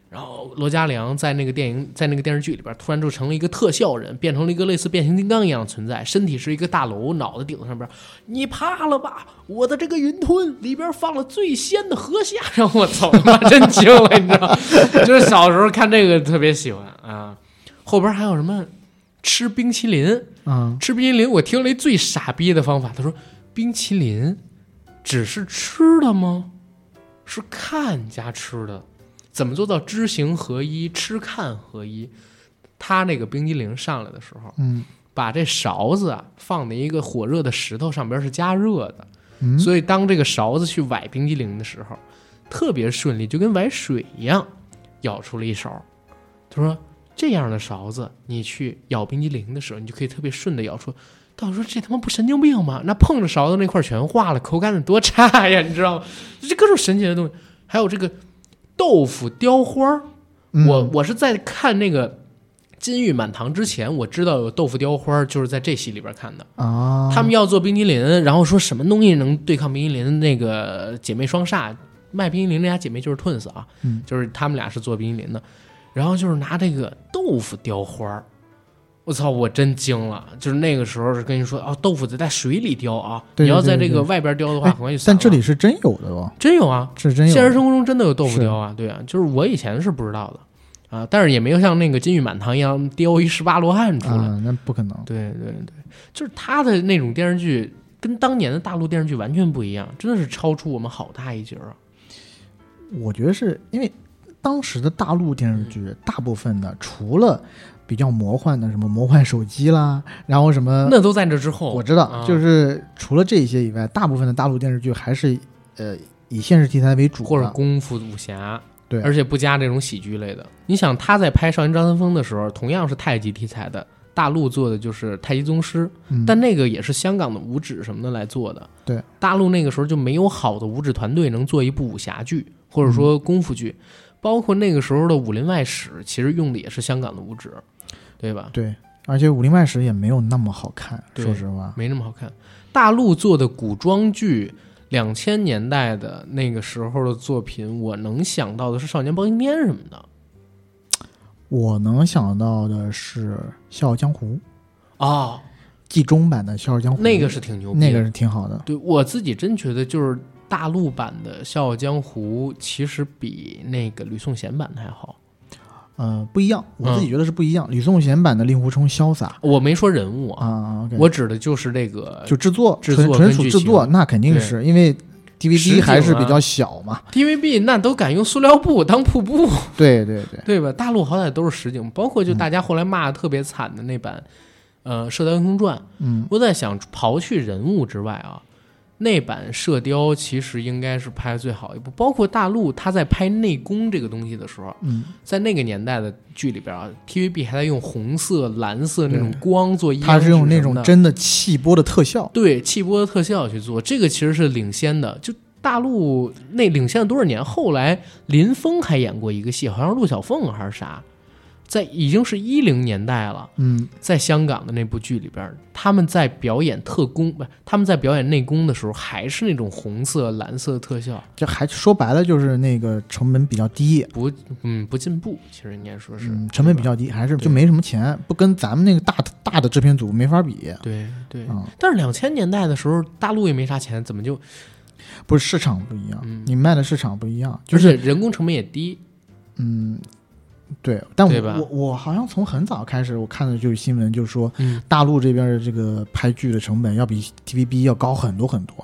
[SPEAKER 1] 然后罗嘉良在那个电影，在那个电视剧里边，突然就成了一个特效人，变成了一个类似变形金刚一样的存在，身体是一个大楼，脑袋顶上边，你怕了吧？我的这个云吞里边放了最鲜的河虾， 让我操他妈真惊了，你知道？ 就是小时候看这个特别喜欢啊。后边还有什么吃冰淇淋？
[SPEAKER 2] 嗯，
[SPEAKER 1] 吃冰淇淋，我听了一最傻逼的方法，他说冰淇淋只是吃的吗？是看加吃的，怎么做到知行合一、吃看合一？他那个冰激凌上来的时候，
[SPEAKER 2] 嗯，
[SPEAKER 1] 把这勺子啊放在一个火热的石头上边是加热的，
[SPEAKER 2] 嗯
[SPEAKER 1] 所以当这个勺子去崴冰激凌的时候，特别顺利，就跟崴水一样，舀出了一勺。他说这样的勺子，你去舀冰激凌的时候，你就可以特别顺的舀出。但我说这他妈不神经病啊吗？那碰着勺子那块儿全化了，口感得多差呀，你知道吗？这各种神奇的东西，还有这个豆腐雕花儿，
[SPEAKER 2] 嗯
[SPEAKER 1] 我我是在看那个《金玉满堂》之前，我知道有豆腐雕花儿，就是在这戏里边看的。
[SPEAKER 2] 啊，
[SPEAKER 1] 他们要做冰激凌，然后说什么东西能对抗冰激凌？那个姐妹双煞卖冰激凌那家姐妹就是 Twins 啊，
[SPEAKER 2] 嗯
[SPEAKER 1] 就是他们俩是做冰激凌的，然后就是拿这个豆腐雕花儿。我操！我真惊了，就是那个时候是跟你说哦，豆腐得在水里雕啊，
[SPEAKER 2] 对
[SPEAKER 1] 你要在
[SPEAKER 2] 对
[SPEAKER 1] 这
[SPEAKER 2] 对
[SPEAKER 1] 个外边雕的话，
[SPEAKER 2] 哎
[SPEAKER 1] 很快就
[SPEAKER 2] 但
[SPEAKER 1] 散了。
[SPEAKER 2] 这里是真有的哦，
[SPEAKER 1] 真有啊，
[SPEAKER 2] 是真有的。
[SPEAKER 1] 现实生活中真的有豆腐雕啊，对啊，就是我以前是不知道的啊，但是也没有像那个金玉满堂一样雕一十八罗汉出来。
[SPEAKER 2] 啊，那不可能。
[SPEAKER 1] 对对对，就是他的那种电视剧跟当年的大陆电视剧完全不一样，真的是超出我们好大一截儿啊。
[SPEAKER 2] 我觉得是因为当时的大陆电视剧，大部分的除了比较魔幻的什么魔幻手机啦，然后什么，
[SPEAKER 1] 那都在这之后，
[SPEAKER 2] 呃我知道，
[SPEAKER 1] 啊
[SPEAKER 2] 就是除了这些以外，大部分的大陆电视剧还是呃以现实题材为主的，
[SPEAKER 1] 或者功夫、武侠，
[SPEAKER 2] 啊对
[SPEAKER 1] 而且不加这种喜剧类的。你想他在拍《少年张三丰》的时候，同样是太极题材的，大陆做的就是太极宗师，
[SPEAKER 2] 嗯
[SPEAKER 1] 但那个也是香港的五指什么的来做的。
[SPEAKER 2] 对，
[SPEAKER 1] 大陆那个时候就没有好的五指团队能做一部武侠剧或者
[SPEAKER 2] 嗯
[SPEAKER 1] 说功夫剧，包括那个时候的《武林外史》，其实用的也是香港的五指，对吧？
[SPEAKER 2] 对，而且《武林外史》也没有那么好看，
[SPEAKER 1] 对
[SPEAKER 2] 说实话，
[SPEAKER 1] 没那么好看。大陆做的古装剧，两千年代的那个时候的作品，我能想到的是《少年包青天》什么的
[SPEAKER 2] 我能想到的是《笑傲江湖》
[SPEAKER 1] 哦，
[SPEAKER 2] 季中版的《笑傲江湖》，
[SPEAKER 1] 那个是挺牛逼的。
[SPEAKER 2] 那个是挺好的，
[SPEAKER 1] 对我自己真觉得，就是大陆版的《笑傲江湖》，其实比那个吕颂贤版的还好。
[SPEAKER 2] 呃，不一样，我
[SPEAKER 1] 嗯
[SPEAKER 2] 自己觉得是不一样。吕颂贤版的令狐冲潇洒
[SPEAKER 1] 我没说人物啊，
[SPEAKER 2] 啊，OK，
[SPEAKER 1] 我指的就是这个
[SPEAKER 2] 就制作
[SPEAKER 1] 制作
[SPEAKER 2] 纯纯
[SPEAKER 1] 跟
[SPEAKER 2] 属
[SPEAKER 1] 剧
[SPEAKER 2] 制作，那肯定
[SPEAKER 1] 对
[SPEAKER 2] 是因为
[SPEAKER 1] 实景
[SPEAKER 2] DVD
[SPEAKER 1] 啊
[SPEAKER 2] 还是比较小 嘛。
[SPEAKER 1] TVB，那都敢用塑料布当瀑布。
[SPEAKER 2] 对对对，嗯
[SPEAKER 1] 对吧？大陆好歹都是实景，包括就大家后来骂的特别惨的那版，呃，《射雕英雄传》。
[SPEAKER 2] 嗯，
[SPEAKER 1] 我在想，刨去人物之外啊，那版《射雕》其实应该是拍的最好一部。包括大陆他在拍内功这个东西的时候，
[SPEAKER 2] 嗯，
[SPEAKER 1] 在那个年代的剧里边啊，TVB 还在用红色、蓝色那种
[SPEAKER 2] 对
[SPEAKER 1] 光做阴阳
[SPEAKER 2] 它是用
[SPEAKER 1] 指
[SPEAKER 2] 那
[SPEAKER 1] 什么
[SPEAKER 2] 种
[SPEAKER 1] 的
[SPEAKER 2] 真的气波的特效，
[SPEAKER 1] 对气波的特效去做，这个其实是领先的。就大陆那领先了多少年？后来林峰还演过一个戏，好像是陆小凤还是啥，在已经是一零年代了，
[SPEAKER 2] 嗯
[SPEAKER 1] 在香港的那部剧里边，他们在表演特工，不，他们在表演内功的时候，还是那种红色、蓝色特效，
[SPEAKER 2] 这还说白了就是那个成本比较低，
[SPEAKER 1] 不，嗯，不进步。其实应该说是、
[SPEAKER 2] 嗯，成本比较低，还是就没什么钱，不跟咱们那个大大的制片组没法比。
[SPEAKER 1] 对对。
[SPEAKER 2] 嗯，
[SPEAKER 1] 但是两千年代的时候，大陆也没啥钱，怎么就
[SPEAKER 2] 不是市场不一样，
[SPEAKER 1] 嗯
[SPEAKER 2] 你卖的市场不一样，就
[SPEAKER 1] 而
[SPEAKER 2] 是
[SPEAKER 1] 且人工成本也低？
[SPEAKER 2] 嗯，对。但
[SPEAKER 1] 对吧
[SPEAKER 2] 我我我好像从很早开始，我看的就是新闻，就是说
[SPEAKER 1] 嗯，
[SPEAKER 2] 大陆这边的这个拍剧的成本要比 TVB 要高很多很多。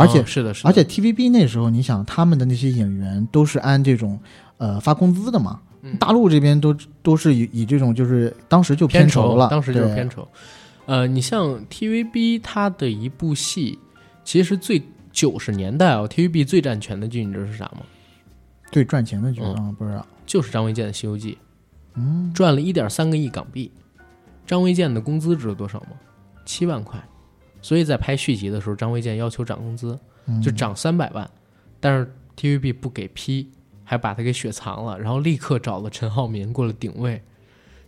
[SPEAKER 1] 而
[SPEAKER 2] 且
[SPEAKER 1] 嗯哦是的，是的，
[SPEAKER 2] 而且 TVB 那时候，你想他们的那些演员都是按这种呃发工资的嘛
[SPEAKER 1] 嗯，
[SPEAKER 2] 大陆这边都都是以以这种就是当时就
[SPEAKER 1] 片
[SPEAKER 2] 酬了，
[SPEAKER 1] 当时就是
[SPEAKER 2] 对
[SPEAKER 1] 片酬。呃，你像 TVB 它的一部戏，其实最九十年代哦，TVB 最占全的剧，你知道是啥吗？
[SPEAKER 2] 对赚钱的角
[SPEAKER 1] 嗯
[SPEAKER 2] 啊，不知道。
[SPEAKER 1] 就是张卫健的《西游记》，
[SPEAKER 2] 嗯，
[SPEAKER 1] 赚了一点三个亿港币。张卫健的工资知道多少吗？七万块。所以在拍续集的时候，张卫健要求涨工资，
[SPEAKER 2] 嗯
[SPEAKER 1] 就涨三百万，但是 TVB 不给批，还把他给雪藏了，然后立刻找了陈浩民过来顶位。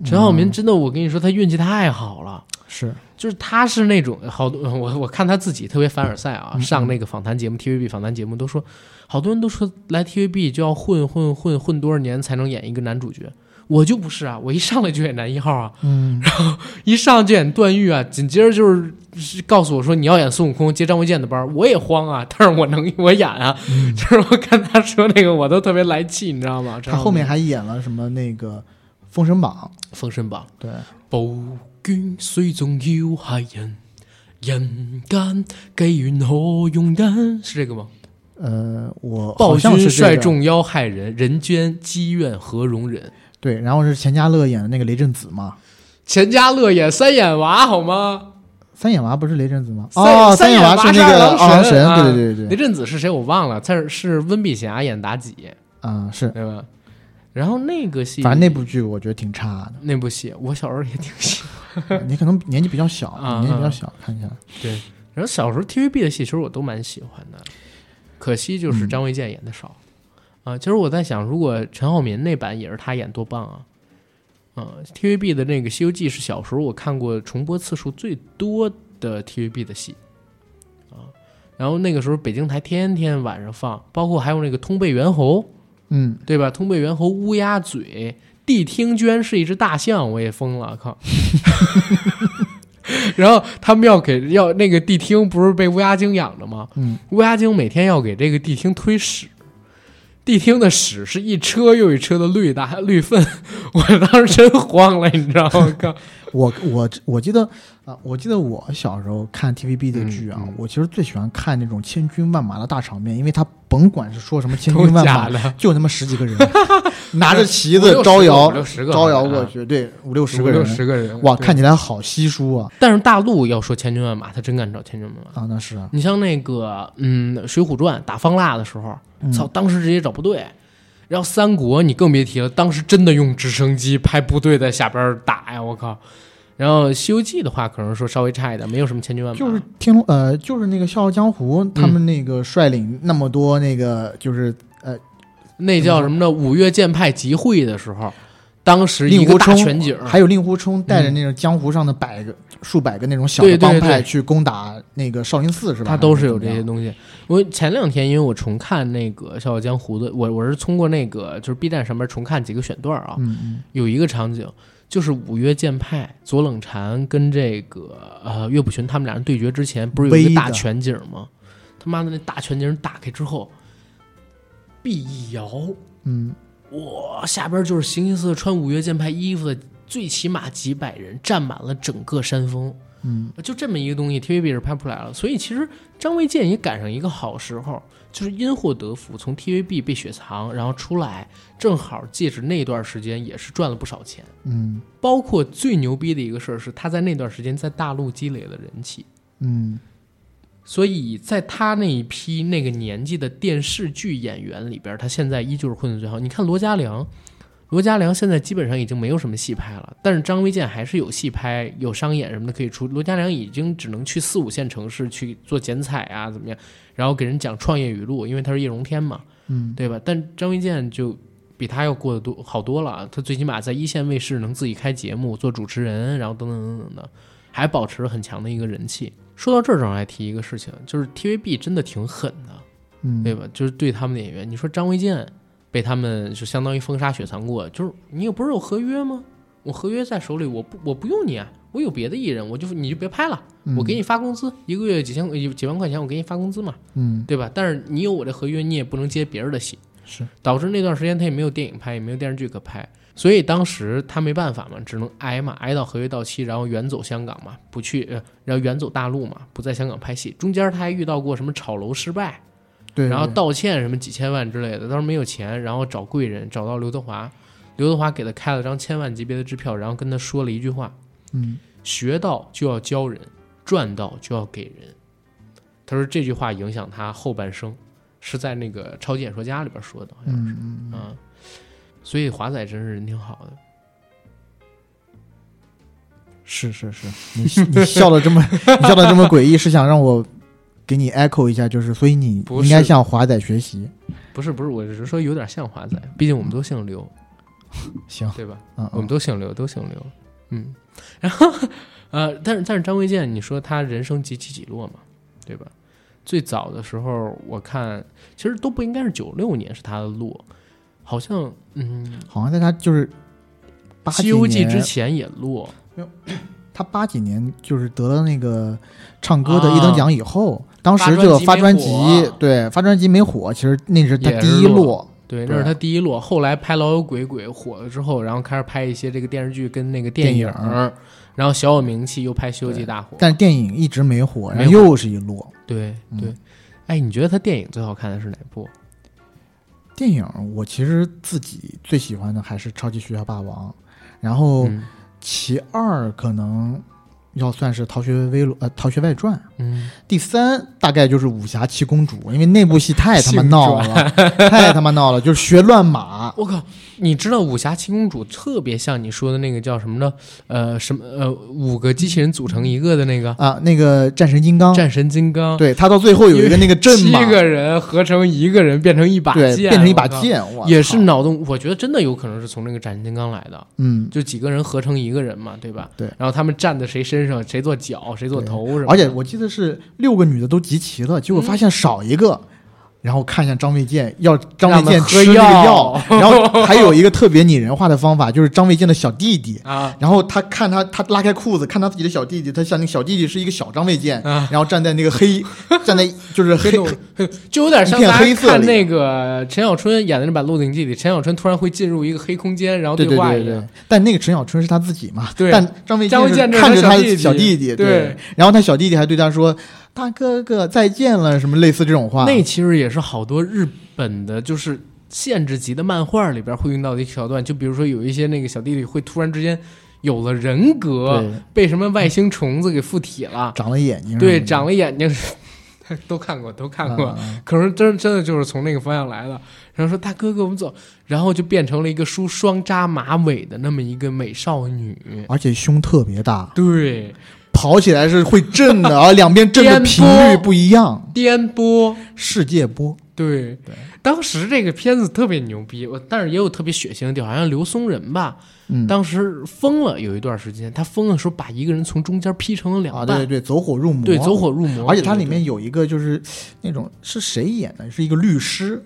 [SPEAKER 1] 陈浩
[SPEAKER 2] 嗯
[SPEAKER 1] 民真的，我跟你说，他运气太好了。
[SPEAKER 2] 是
[SPEAKER 1] 嗯就是他是那种好多 我我看他自己特别凡尔赛啊，
[SPEAKER 2] 嗯
[SPEAKER 1] 上那个访谈节目 TVB 访谈节目都说，好多人都说来 TVB 就要混混混混多少年才能演一个男主角，我就不是啊，我一上来就演男一号啊，
[SPEAKER 2] 嗯，
[SPEAKER 1] 一上来就演段誉啊，紧接着就是是告诉我说你要演孙悟空接张卫健的班儿，我也慌啊，但是我能 我演啊，
[SPEAKER 2] 嗯
[SPEAKER 1] 就是我看他说那个我都特别来气，你知道吗？
[SPEAKER 2] 他后面还演了什么那个《封神榜
[SPEAKER 1] 《封神榜》》，
[SPEAKER 2] 对，
[SPEAKER 1] 暴君水中要害人，人间机缘何容忍？是这个吗？
[SPEAKER 2] 呃，我
[SPEAKER 1] 暴
[SPEAKER 2] 好像
[SPEAKER 1] 君
[SPEAKER 2] 是这
[SPEAKER 1] 率
[SPEAKER 2] 个
[SPEAKER 1] 众妖害人，人间积怨何容忍？
[SPEAKER 2] 对，然后是钱嘉乐演的那个雷震子嘛，
[SPEAKER 1] 钱嘉乐演三眼娃好吗？
[SPEAKER 2] 三眼娃不是雷震子吗？
[SPEAKER 1] 三
[SPEAKER 2] 哦，
[SPEAKER 1] 三
[SPEAKER 2] 眼
[SPEAKER 1] 娃
[SPEAKER 2] 娃那
[SPEAKER 1] 二
[SPEAKER 2] 个
[SPEAKER 1] 郎
[SPEAKER 2] 二郎神，
[SPEAKER 1] 啊
[SPEAKER 2] 对对对
[SPEAKER 1] 那
[SPEAKER 2] 对，
[SPEAKER 1] 阵子是谁我忘了，他是是温碧霞演妲己，
[SPEAKER 2] 啊是，
[SPEAKER 1] 对吧？然后那个戏，
[SPEAKER 2] 反正那部剧我觉得挺差
[SPEAKER 1] 那部戏，我小时候也挺喜欢。
[SPEAKER 2] 的，你可能年纪比较小，
[SPEAKER 1] 啊
[SPEAKER 2] 你年纪比较小，看一下，
[SPEAKER 1] 对，然后小时候 TVB 的戏其实我都蛮喜欢的，可惜就是
[SPEAKER 2] 嗯
[SPEAKER 1] 张卫健演的少、啊。其实我在想，如果陈浩民那版也是他演，多棒啊！嗯、t v b 的那个《西游记》是小时候我看过重播次数最多的 TVB 的戏啊。然后那个时候北京台天天晚上放，包括还有那个通背猿猴，
[SPEAKER 2] 嗯，
[SPEAKER 1] 对吧？通背猿猴、乌鸦嘴、地听娟是一只大象，我也疯了，靠！ 然后他们要给要那个地听不是被乌鸦精养着吗？
[SPEAKER 2] 嗯，
[SPEAKER 1] 乌鸦精每天要给这个地听推屎，地听的屎是一车又一车的绿大绿粪，我当时真慌了，你知道 吗？靠，
[SPEAKER 2] 我我我记得啊、我记得我小时候看 TVB 的
[SPEAKER 1] 嗯
[SPEAKER 2] 剧啊，
[SPEAKER 1] 嗯
[SPEAKER 2] 我其实最喜欢看那种千军万马的大场面，因为他甭管是说什么千
[SPEAKER 1] 都
[SPEAKER 2] 军万
[SPEAKER 1] 假
[SPEAKER 2] 马，
[SPEAKER 1] 的，
[SPEAKER 2] 就那么十几个 人，拿着旗
[SPEAKER 1] 五
[SPEAKER 2] 子
[SPEAKER 1] 六十个
[SPEAKER 2] 招摇
[SPEAKER 1] 五六十个
[SPEAKER 2] 招摇过
[SPEAKER 1] 啊
[SPEAKER 2] 去，对，五六十
[SPEAKER 1] 五
[SPEAKER 2] 个
[SPEAKER 1] 六
[SPEAKER 2] 人，
[SPEAKER 1] 十个人，
[SPEAKER 2] 哇，
[SPEAKER 1] 对
[SPEAKER 2] 看。起来好稀疏啊！
[SPEAKER 1] 但是大陆要说千军万马，他真敢找千军万马。
[SPEAKER 2] 啊，那是啊，
[SPEAKER 1] 你像那个，嗯，《水浒传》打方腊的时候，
[SPEAKER 2] 嗯
[SPEAKER 1] 操，当时直接找部队。然后三国你更别提了，当时真的用直升机派部队在下边儿打呀，我靠！然后《西游记》的话，可能说稍微差一点，没有什么千军万马，
[SPEAKER 2] 就是天龙，呃，就是那个《笑傲江湖》，
[SPEAKER 1] 嗯
[SPEAKER 2] 他们那个率领那么多那个，就是
[SPEAKER 1] 那叫什么呢？五岳剑派集会的时候，当时一
[SPEAKER 2] 令
[SPEAKER 1] 个
[SPEAKER 2] 狐
[SPEAKER 1] 大
[SPEAKER 2] 冲
[SPEAKER 1] 全景儿，嗯
[SPEAKER 2] 还有令狐冲带着那种江湖上的百个、数百个那种小
[SPEAKER 1] 对
[SPEAKER 2] 的
[SPEAKER 1] 对
[SPEAKER 2] 帮
[SPEAKER 1] 对
[SPEAKER 2] 派去攻打那个少林寺，是吧？
[SPEAKER 1] 它都是有
[SPEAKER 2] 还
[SPEAKER 1] 这
[SPEAKER 2] 怎么样。
[SPEAKER 1] 些东西。我前两天因为我重看那个《笑傲江湖》的，我我是通过那个就是 B 站上面重看几个选段啊，
[SPEAKER 2] 嗯嗯，
[SPEAKER 1] 有一个场景，就是五岳剑派左冷禅跟这个呃岳不群他们俩人对决之前，不是有一
[SPEAKER 2] 微
[SPEAKER 1] 个大
[SPEAKER 2] 的
[SPEAKER 1] 全景吗？他妈的那大全景打开之后，臂一摇，
[SPEAKER 2] 嗯，
[SPEAKER 1] 哇，下边就是形形色色穿五岳剑派衣服的，最起码几百人占满了整个山峰。
[SPEAKER 2] 嗯，
[SPEAKER 1] 就这么一个东西，TVB 是拍不出来了。所以其实张卫健也赶上一个好时候，就是因祸得福，从 TVB 被雪藏，然后出来，正好借着那段时间也是赚了不少钱。
[SPEAKER 2] 嗯
[SPEAKER 1] 包括最牛逼的一个事儿是，他在那段时间在大陆积累了人气，
[SPEAKER 2] 嗯
[SPEAKER 1] 所以在他那一批那个年纪的电视剧演员里边儿，他现在依旧是混得最好。你看罗嘉良，罗嘉良现在基本上已经没有什么戏拍了，但是张卫健还是有戏拍、有商演什么的可以出。罗嘉良已经只能去四五线城市去做剪彩啊，怎么样，然后给人讲创业语录，因为他是叶荣添嘛，
[SPEAKER 2] 嗯，
[SPEAKER 1] 对吧？但张卫健就比他要过得多好多了。他最起码在一线卫视能自己开节目、做主持人，然后等等等等的，还保持了很强的一个人气。说到这儿，正好还提一个事情，就是 TVB 真的挺狠的，
[SPEAKER 2] 嗯，
[SPEAKER 1] 对吧？就是对他们的演员，你说张卫健被他们就相当于封杀、雪藏过，就是你又不是有合约吗？我合约在手里，我不我不用你啊，我有别的艺人，我就你就别拍了，
[SPEAKER 2] 嗯
[SPEAKER 1] 我给你发工资，一个月几千一几万块钱，我给你发工资嘛，
[SPEAKER 2] 嗯
[SPEAKER 1] 对吧？但是你有我这合约，你也不能接别人的戏。
[SPEAKER 2] 是
[SPEAKER 1] 导致那段时间他也没有电影拍，也没有电视剧可拍，所以当时他没办法嘛，只能挨嘛，挨到合约到期，然后远走香港嘛，不去，呃，然后远走大陆嘛，不在香港拍戏。中间他还遇到过什么炒楼失败，
[SPEAKER 2] 对，
[SPEAKER 1] 然后
[SPEAKER 2] 对
[SPEAKER 1] 道歉什么几千万之类的，当时没有钱，然后找贵人，找到刘德华，刘德华给他开了张千万级别的支票，然后跟他说了一句话：
[SPEAKER 2] 嗯
[SPEAKER 1] 学到就要教人，赚到就要给人。他说这句话影响他后半生，是在那个《超级演说家》里边说的，好像是。
[SPEAKER 2] 嗯嗯嗯，
[SPEAKER 1] 啊，所以华仔真是人挺好的。
[SPEAKER 2] 是是是，你你笑的这 么你笑的这么诡异，是想让我给你 echo 一下，就是所以你
[SPEAKER 1] 不
[SPEAKER 2] 应该
[SPEAKER 1] 是
[SPEAKER 2] 向华仔学习。
[SPEAKER 1] 不是不是，我只是说有点像华仔，毕竟我们都 姓刘，
[SPEAKER 2] 行，
[SPEAKER 1] 对吧？
[SPEAKER 2] 嗯
[SPEAKER 1] 我们
[SPEAKER 2] 嗯
[SPEAKER 1] 都姓刘，都姓刘。嗯， 然后呃，但是但是张卫健，你说他人生几起几落嘛，对吧？最早的时候，我看其实都不应该是九六年是他的路，好像嗯，
[SPEAKER 2] 好像在他就是八
[SPEAKER 1] 《西
[SPEAKER 2] 几
[SPEAKER 1] 游记》
[SPEAKER 2] 年
[SPEAKER 1] 之前也落，
[SPEAKER 2] 他八几年就是得了那个唱歌的一等奖以后，当时
[SPEAKER 1] 啊发
[SPEAKER 2] 就
[SPEAKER 1] 专辑
[SPEAKER 2] 发
[SPEAKER 1] 没
[SPEAKER 2] 专
[SPEAKER 1] 火
[SPEAKER 2] 辑，对，发专辑没火，其实那是他
[SPEAKER 1] 也是
[SPEAKER 2] 第一
[SPEAKER 1] 落
[SPEAKER 2] 落，
[SPEAKER 1] 对，
[SPEAKER 2] 对
[SPEAKER 1] 那是他第一落。后来拍《老友鬼鬼》火了之后，然后开始拍一些这个电视剧跟那个电
[SPEAKER 2] 电影
[SPEAKER 1] 然后小有名气，又拍《西游记》
[SPEAKER 2] 对
[SPEAKER 1] 大火。
[SPEAKER 2] 但是电影一直没火，然后
[SPEAKER 1] 没火
[SPEAKER 2] 又是一落。
[SPEAKER 1] 对
[SPEAKER 2] 嗯
[SPEAKER 1] 对，哎，你觉得他电影最好看的是哪部？
[SPEAKER 2] 电影我其实自己最喜欢的还是《超级学校霸王》，然后
[SPEAKER 1] 嗯
[SPEAKER 2] 其二可能要算是《逃学威龙》呃《逃学外传》，
[SPEAKER 1] 嗯，
[SPEAKER 2] 第三大概就是《武侠七公主》，因为那部戏太他妈闹 了，太他妈闹了，就是学乱马。
[SPEAKER 1] 我靠，你知道《武侠七公主》特别像你说的那个叫什么呢？呃，什么呃，五个机器人组成一个的那个
[SPEAKER 2] 啊，那个战神金刚，
[SPEAKER 1] 战神金刚，
[SPEAKER 2] 嗯对他到最后有一个那个阵
[SPEAKER 1] 七
[SPEAKER 2] 嘛，
[SPEAKER 1] 个人合成一个人变成一把
[SPEAKER 2] 对，
[SPEAKER 1] 剑，
[SPEAKER 2] 变成一把
[SPEAKER 1] 我靠。
[SPEAKER 2] 剑，我
[SPEAKER 1] 也是
[SPEAKER 2] 操
[SPEAKER 1] 脑洞，我觉得真的有可能是从那个战神金刚来的。
[SPEAKER 2] 嗯，
[SPEAKER 1] 就几个人合成一个人嘛，对吧？
[SPEAKER 2] 对
[SPEAKER 1] 然后他们站在谁身上，谁做脚，谁做头什么的。
[SPEAKER 2] 而且我记得是六个女的都集齐了，结果发现少一个。然后看向张卫健，要张卫健吃那个药
[SPEAKER 1] 让，
[SPEAKER 2] 然后还有一个特别拟人化的方法，就是张卫健的小弟弟，
[SPEAKER 1] 啊，
[SPEAKER 2] 然后他看他，他拉开裤子看他自己的小弟弟，他像那个小弟弟是一个小张卫健，
[SPEAKER 1] 啊
[SPEAKER 2] 然后站在那个黑， 站在就是黑
[SPEAKER 1] 黑洞就有点像
[SPEAKER 2] 一片
[SPEAKER 1] 大家
[SPEAKER 2] 黑色里
[SPEAKER 1] 看那个陈小春演的那版《鹿鼎记》里，陈小春突然会进入一个黑空间，然后
[SPEAKER 2] 对对
[SPEAKER 1] 话
[SPEAKER 2] 对
[SPEAKER 1] 一
[SPEAKER 2] 对
[SPEAKER 1] 样。，
[SPEAKER 2] 但那个陈小春是他自己嘛？
[SPEAKER 1] 对
[SPEAKER 2] 但张卫
[SPEAKER 1] 张卫
[SPEAKER 2] 健是
[SPEAKER 1] 健这
[SPEAKER 2] 看着
[SPEAKER 1] 是
[SPEAKER 2] 他
[SPEAKER 1] 他小弟弟
[SPEAKER 2] 小弟弟，
[SPEAKER 1] 对
[SPEAKER 2] 然后他小弟弟还对他说：“大哥哥，再见了”，什么类似这种话。
[SPEAKER 1] 那其实也是好多日本的，就是。限制级的漫画里边会用到的一小段，就比如说有一些那个小弟弟会突然之间有了人格，
[SPEAKER 2] 对，
[SPEAKER 1] 被什么外星虫子给附体了，
[SPEAKER 2] 长了眼睛，嗯
[SPEAKER 1] 对，长了眼睛， 都看过，都看过。
[SPEAKER 2] 啊
[SPEAKER 1] 可能真真的就是从那个方向来的。然后说大哥哥，我们走，然后就变成了一个梳双扎马尾的那么一个美少女。
[SPEAKER 2] 而且胸特别大，
[SPEAKER 1] 对，
[SPEAKER 2] 跑起来是会震 的，而两边震的
[SPEAKER 1] 颠簸
[SPEAKER 2] 频率不一样，
[SPEAKER 1] 颠簸。
[SPEAKER 2] 世界波。
[SPEAKER 1] 对，
[SPEAKER 2] 对
[SPEAKER 1] 当时这个片子特别牛逼，我但是也有特别血腥的地方，好像刘松仁吧，
[SPEAKER 2] 嗯，
[SPEAKER 1] 当时疯了有一段时间，他疯的时候把一个人从中间劈成了两
[SPEAKER 2] 啊，
[SPEAKER 1] 半，
[SPEAKER 2] 对对对，走火入魔，
[SPEAKER 1] 对走。火入魔。
[SPEAKER 2] 而且它
[SPEAKER 1] 对
[SPEAKER 2] 里面有一个就是那种是谁演的？是一个律师。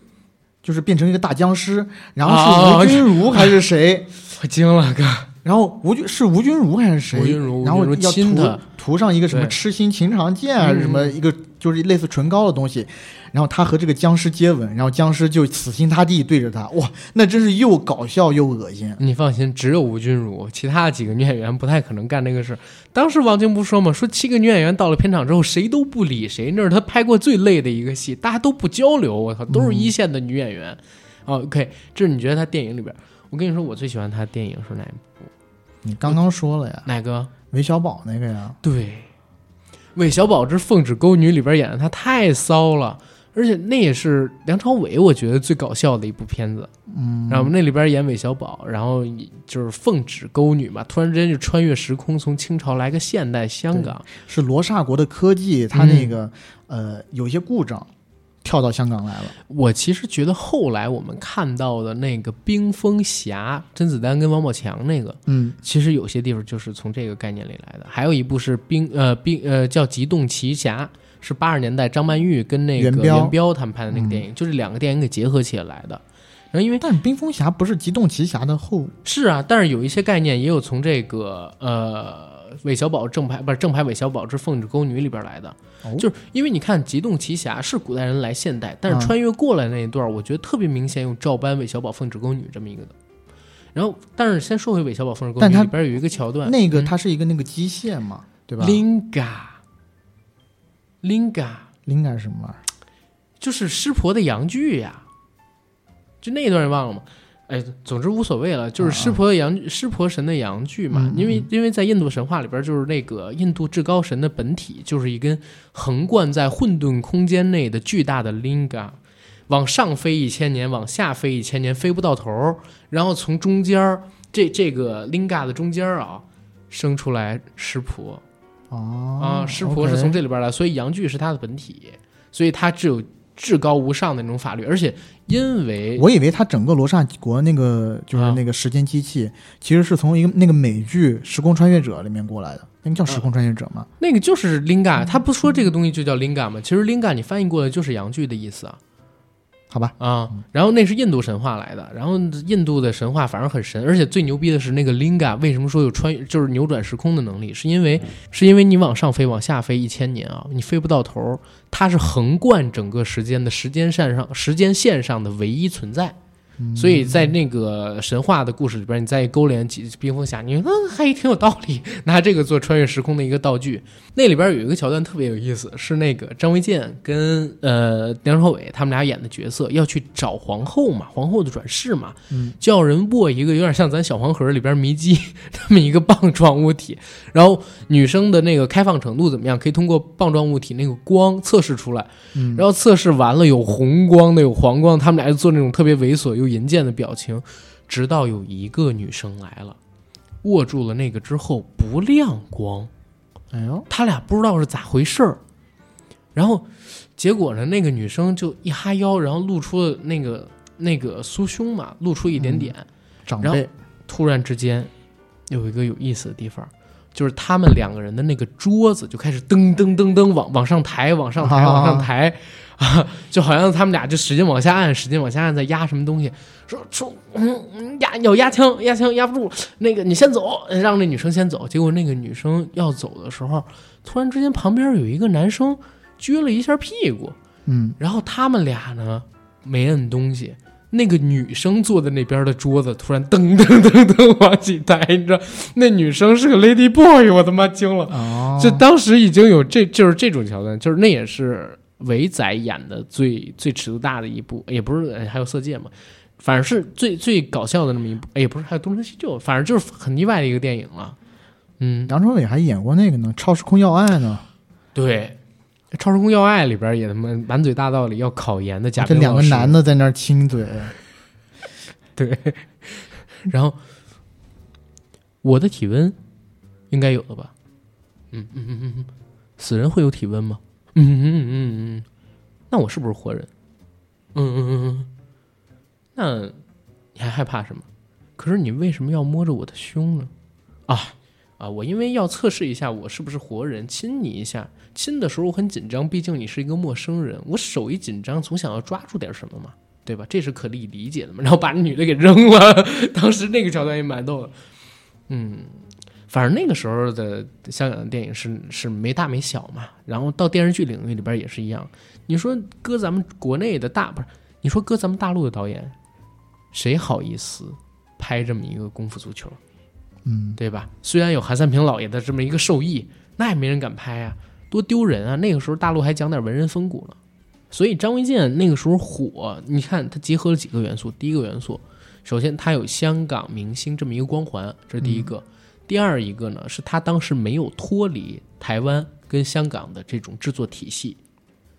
[SPEAKER 2] 就是变成一个大僵尸，然后
[SPEAKER 1] 啊
[SPEAKER 2] 是吴君如还是谁？
[SPEAKER 1] 我惊了，哥，
[SPEAKER 2] 然后吴君是吴君如还是谁？
[SPEAKER 1] 吴君如
[SPEAKER 2] 然后
[SPEAKER 1] 吴君如
[SPEAKER 2] 要
[SPEAKER 1] 亲
[SPEAKER 2] 涂
[SPEAKER 1] 她
[SPEAKER 2] 涂上一个什么
[SPEAKER 1] 对
[SPEAKER 2] 痴心情长剑啊，还是什么
[SPEAKER 1] 嗯
[SPEAKER 2] 一个就是类似唇膏的东西，然后他和这个僵尸接吻，然后僵尸就死心塌地对着他，哇，那真是又搞笑又恶心。
[SPEAKER 1] 你放心，只有吴君如，其他的几个女演员不太可能干这个事儿。当时王晶不说嘛，说七个女演员到了片场之后，谁都不理谁，那是他拍过最累的一个戏，大家都不交流。我靠，都是一线的女演员。哦，OK，这是你觉得他电影里边儿，我跟你说，我最喜欢他电影是哪一部？
[SPEAKER 2] 你刚刚说了呀，
[SPEAKER 1] 哪个？
[SPEAKER 2] 韦小宝那个呀，
[SPEAKER 1] 对，《韦小宝之奉旨沟女》里边演的他太骚了，而且那也是梁朝伟我觉得最搞笑的一部片子。
[SPEAKER 2] 嗯，
[SPEAKER 1] 然后那里边演韦小宝，然后就是奉旨勾女嘛，突然之间就穿越时空，从清朝来个现代香港，嗯
[SPEAKER 2] 是罗刹国的科技，它那个、呃有一些故障，跳到香港来了。
[SPEAKER 1] 我其实觉得后来我们看到的那个《冰封侠》，甄子丹跟王宝强那个，
[SPEAKER 2] 嗯，
[SPEAKER 1] 其实有些地方就是从这个概念里来的。还有一部是冰呃冰呃叫《极冻奇侠》，是八十年代张曼玉跟那个
[SPEAKER 2] 元彪嗯
[SPEAKER 1] 元彪他们拍的那个电影，就是两个电影给结合起来的。然后因为
[SPEAKER 2] 但冰封侠不是极冻奇侠的后，
[SPEAKER 1] 是啊，但是有一些概念也有从这个呃韦小宝正牌不是正牌韦小宝之凤之沟女里边来的，
[SPEAKER 2] 哦
[SPEAKER 1] 就是因为你看《极冻奇侠》是古代人来现代，但
[SPEAKER 2] 嗯
[SPEAKER 1] 是穿越过来那一段儿，我觉得特别明显有照搬韦小宝凤之沟女这么一个的。然后，但是先说回韦小宝凤之沟
[SPEAKER 2] 但
[SPEAKER 1] 女
[SPEAKER 2] 他
[SPEAKER 1] 里边有一个桥段，
[SPEAKER 2] 那个
[SPEAKER 1] 嗯
[SPEAKER 2] 它是一个那个机械嘛，对吧？
[SPEAKER 1] Linga，Linga
[SPEAKER 2] 灵感是什么玩意儿？
[SPEAKER 1] 就是湿婆的阳具呀，就那一段你忘了吗？哎，总之无所谓了，就是湿婆的阳、湿婆神的阳具嘛，
[SPEAKER 2] 嗯嗯嗯
[SPEAKER 1] 因为因为在印度神话里边，就是那个印度至高神的本体，就是一根横贯在混沌空间内的巨大的 linga，往上飞一千年，往下飞一千年，飞不到头儿，然后从中间儿这这个 linga 的中间儿啊，生出来湿婆，
[SPEAKER 2] 哦
[SPEAKER 1] 啊，湿婆是从
[SPEAKER 2] OK
[SPEAKER 1] 这里边来，所以阳具是它的本体，所以它只有至高无上的那种法律，而且因为
[SPEAKER 2] 我以为他整个罗刹国那个就是
[SPEAKER 1] 啊
[SPEAKER 2] 那个时间机器，其实是从一个那个美剧《时空穿越者》里面过来的，那个
[SPEAKER 1] 嗯
[SPEAKER 2] 叫《时空穿越者》吗？
[SPEAKER 1] 那个就是
[SPEAKER 2] 嗯
[SPEAKER 1] linga，他不说这个东西就叫 linga 吗？其实 linga 你翻译过来就是阳具的意思啊
[SPEAKER 2] 好吧，
[SPEAKER 1] 啊，然后那是印度神话来的，然后印度的神话反正很神，而且最牛逼的是那个 linga 为什么说有穿越就是扭转时空的能力，是因为是因为你往上飞往下飞一千年啊，你飞不到头儿，它是横贯整个时间的时间线上时间线上的唯一存在。
[SPEAKER 2] 嗯
[SPEAKER 1] 所以在那个神话的故事里边，你再勾连几冰封侠，你觉得嗯还挺有道理，拿这个做穿越时空的一个道具。那里边有一个桥段特别有意思，是那个张卫健跟呃梁朝伟他们俩演的角色要去找皇后嘛，皇后的转世嘛，
[SPEAKER 2] 嗯
[SPEAKER 1] 叫人握一个有点像咱小黄盒里边迷鸡 那么一个棒状物体，然后女生的那个开放程度怎么样，可以通过棒状物体那个光测试出来。
[SPEAKER 2] 嗯，
[SPEAKER 1] 然后测试完了，有红光的，有黄光，他们俩就做那种特别猥琐又淫贱的表情，直到有一个女生来了，握住了那个之后不亮光，
[SPEAKER 2] 哎呦，
[SPEAKER 1] 他俩不知道是咋回事儿，然后结果呢，那个女生就一哈腰，然后露出了那个那个酥胸嘛，露出一点点，
[SPEAKER 2] 长
[SPEAKER 1] 然后
[SPEAKER 2] 辈，
[SPEAKER 1] 突然之间有一个有意思的地方，就是他们两个人的那个桌子就开始噔噔噔噔往往上抬，往上抬，
[SPEAKER 2] 啊
[SPEAKER 1] 往上抬，啊，就好像他们俩就使劲往下按，使劲往下按，在压什么东西，说说嗯嗯压有压枪，压枪压不住，那个你先走，让那女生先走。结果那个女生要走的时候，突然之间旁边有一个男生撅了一下屁股，
[SPEAKER 2] 嗯，
[SPEAKER 1] 然后他们俩呢没摁东西，那个女生坐在那边的桌子突然噔噔噔噔 往起抬，你知道，那女生是个 lady boy，我他妈惊了。
[SPEAKER 2] 哦，
[SPEAKER 1] 就当时已经有这就是这种桥段，就是那也是伟仔演的最最尺度大的一部，也不是哎还有色戒嘛，反正是最最搞笑的那么一部，哎也不是还有东成西就，反正就是很意外的一个电影了。嗯，
[SPEAKER 2] 梁朝伟还演过那个呢，《超时空要爱》呢，
[SPEAKER 1] 对，《超时空要爱》里边也他妈满嘴大道理要考研的贾
[SPEAKER 2] 这
[SPEAKER 1] 冰
[SPEAKER 2] 两个
[SPEAKER 1] 老师
[SPEAKER 2] 男的在那儿亲嘴，
[SPEAKER 1] 对，然后我的体温应该有了吧？嗯嗯嗯嗯嗯，死人会有体温吗？嗯嗯嗯嗯嗯，那我是不是活人？嗯嗯嗯嗯，那你还害怕什么？可是你为什么要摸着我的胸呢？啊啊！我因为要测试一下我是不是活人，亲你一下。亲的时候我很紧张，毕竟你是一个陌生人，我手一紧张，总想要抓住点什么嘛。对吧？这是可以理解的嘛。然后把那女的给扔了，当时那个桥段也蛮逗的。嗯，反正那个时候的香港的电影是是没大没小嘛。然后到电视剧领域里边也是一样。你说搁咱们国内的大不是？你说搁咱们大陆的导演，谁好意思拍这么一个功夫足球？
[SPEAKER 2] 嗯，
[SPEAKER 1] 对吧？虽然有韩三平老爷的这么一个授意，那也没人敢拍啊，多丢人啊！那个时候大陆还讲点文人风骨呢，所以张卫健那个时候火，你看他结合了几个元素。第一个元素，首先他有香港明星这么一个光环，这是第
[SPEAKER 2] 嗯
[SPEAKER 1] 一个；第二一个呢，是他当时没有脱离台湾跟香港的这种制作体系，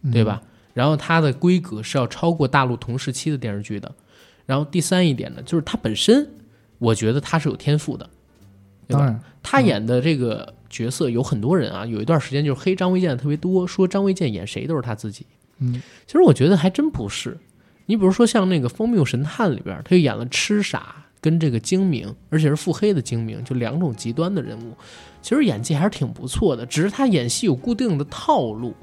[SPEAKER 2] 嗯
[SPEAKER 1] 对？吧？然后它的规格是要超过大陆同时期的电视剧的。然后第三一点呢，就是它本身，我觉得它是有天赋的，对
[SPEAKER 2] 当
[SPEAKER 1] 吧？
[SPEAKER 2] 然，
[SPEAKER 1] 他演的这个角色有很多人啊，有一段时间就是黑张卫健的特别多，说张卫健演谁都是他自己。
[SPEAKER 2] 嗯
[SPEAKER 1] 其实我觉得还真不是。你比如说像那个《风谬神探》里边，他就演了痴傻跟这个精明，而且是腹黑的精明，就两种极端的人物。其实演技还是挺不错的，只是他演戏有固定的套路，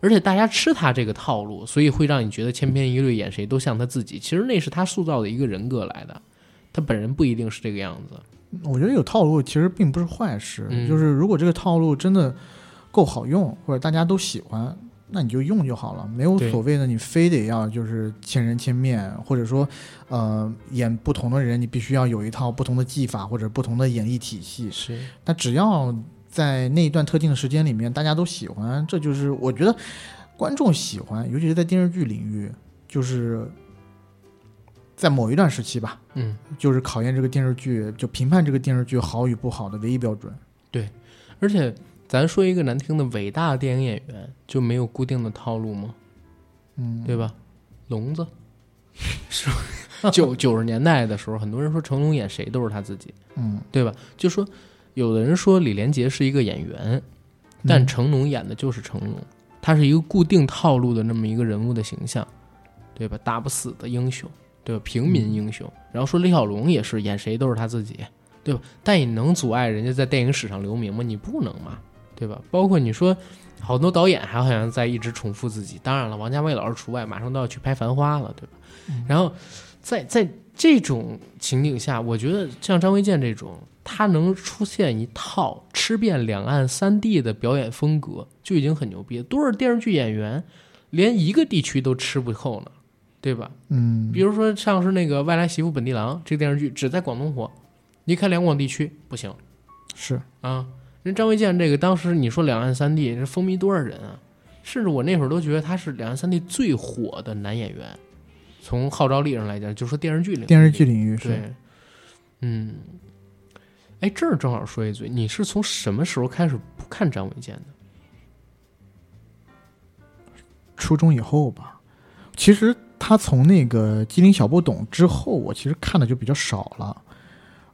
[SPEAKER 1] 而且大家吃他这个套路，所以会让你觉得千篇一律，演谁都像他自己。其实那是他塑造的一个人格来的，他本人不一定是这个样子。
[SPEAKER 2] 我觉得有套路其实并不是坏事，
[SPEAKER 1] 嗯
[SPEAKER 2] 就是如果这个套路真的够好用，或者大家都喜欢，那你就用就好了，没有
[SPEAKER 1] 对
[SPEAKER 2] 所谓的你非得要就是千人千面，或者说呃演不同的人，你必须要有一套不同的技法或者不同的演绎体系。
[SPEAKER 1] 是，
[SPEAKER 2] 但只要在那一段特定的时间里面，大家都喜欢，这就是我觉得观众喜欢，尤其是在电视剧领域，就是在某一段时期吧，
[SPEAKER 1] 嗯。
[SPEAKER 2] 就是考验这个电视剧，就评判这个电视剧好与不好的唯一标准。
[SPEAKER 1] 而且咱说一个难听的，伟大的电影演员就没有固定的套路吗？
[SPEAKER 2] 嗯，
[SPEAKER 1] 对吧？聋 子是吧九九十年代的时候，很多人说成龙演谁都是他自己，
[SPEAKER 2] 嗯，
[SPEAKER 1] 对吧？就说有的人说李连杰是一个演
[SPEAKER 2] 嗯
[SPEAKER 1] 员，但成龙演的就是成龙，他是一个固定套路的那么一个人物的形象，对吧？打不死的英雄，对吧？平民英雄。然后说李小龙也是演谁都是他自己，对吧？但你能阻碍人家在电影史上留名吗？你不能嘛，对吧？包括你说好多导演还好像在一直重复自己，当然了，王家卫老师除外，马上都要去拍《繁花》了，对吧？然后在在这种情景下，我觉得像张卫健这种，他能出现一套吃遍两岸三地的表演风格，就已经很牛逼了。多少电视剧演员连一个地区都吃不透呢，对吧？
[SPEAKER 2] 嗯，
[SPEAKER 1] 比如说像是那个《外来媳妇本地郎》这个电视剧，只在广东火，离开两广地区不行
[SPEAKER 2] 是
[SPEAKER 1] 啊。人张卫健这个当时你说两岸三地，这风靡多少人啊？甚至我那会儿都觉得他是两岸三地最火的男演员，从号召力上来讲，就说电视剧里
[SPEAKER 2] 电视剧领域是
[SPEAKER 1] 对，嗯，哎，这儿正好说一嘴，你是从什么时候开始不看张卫健的？
[SPEAKER 2] 初中以后吧。其实他从那个《机灵小不懂》之后，我其实看的就比较少了，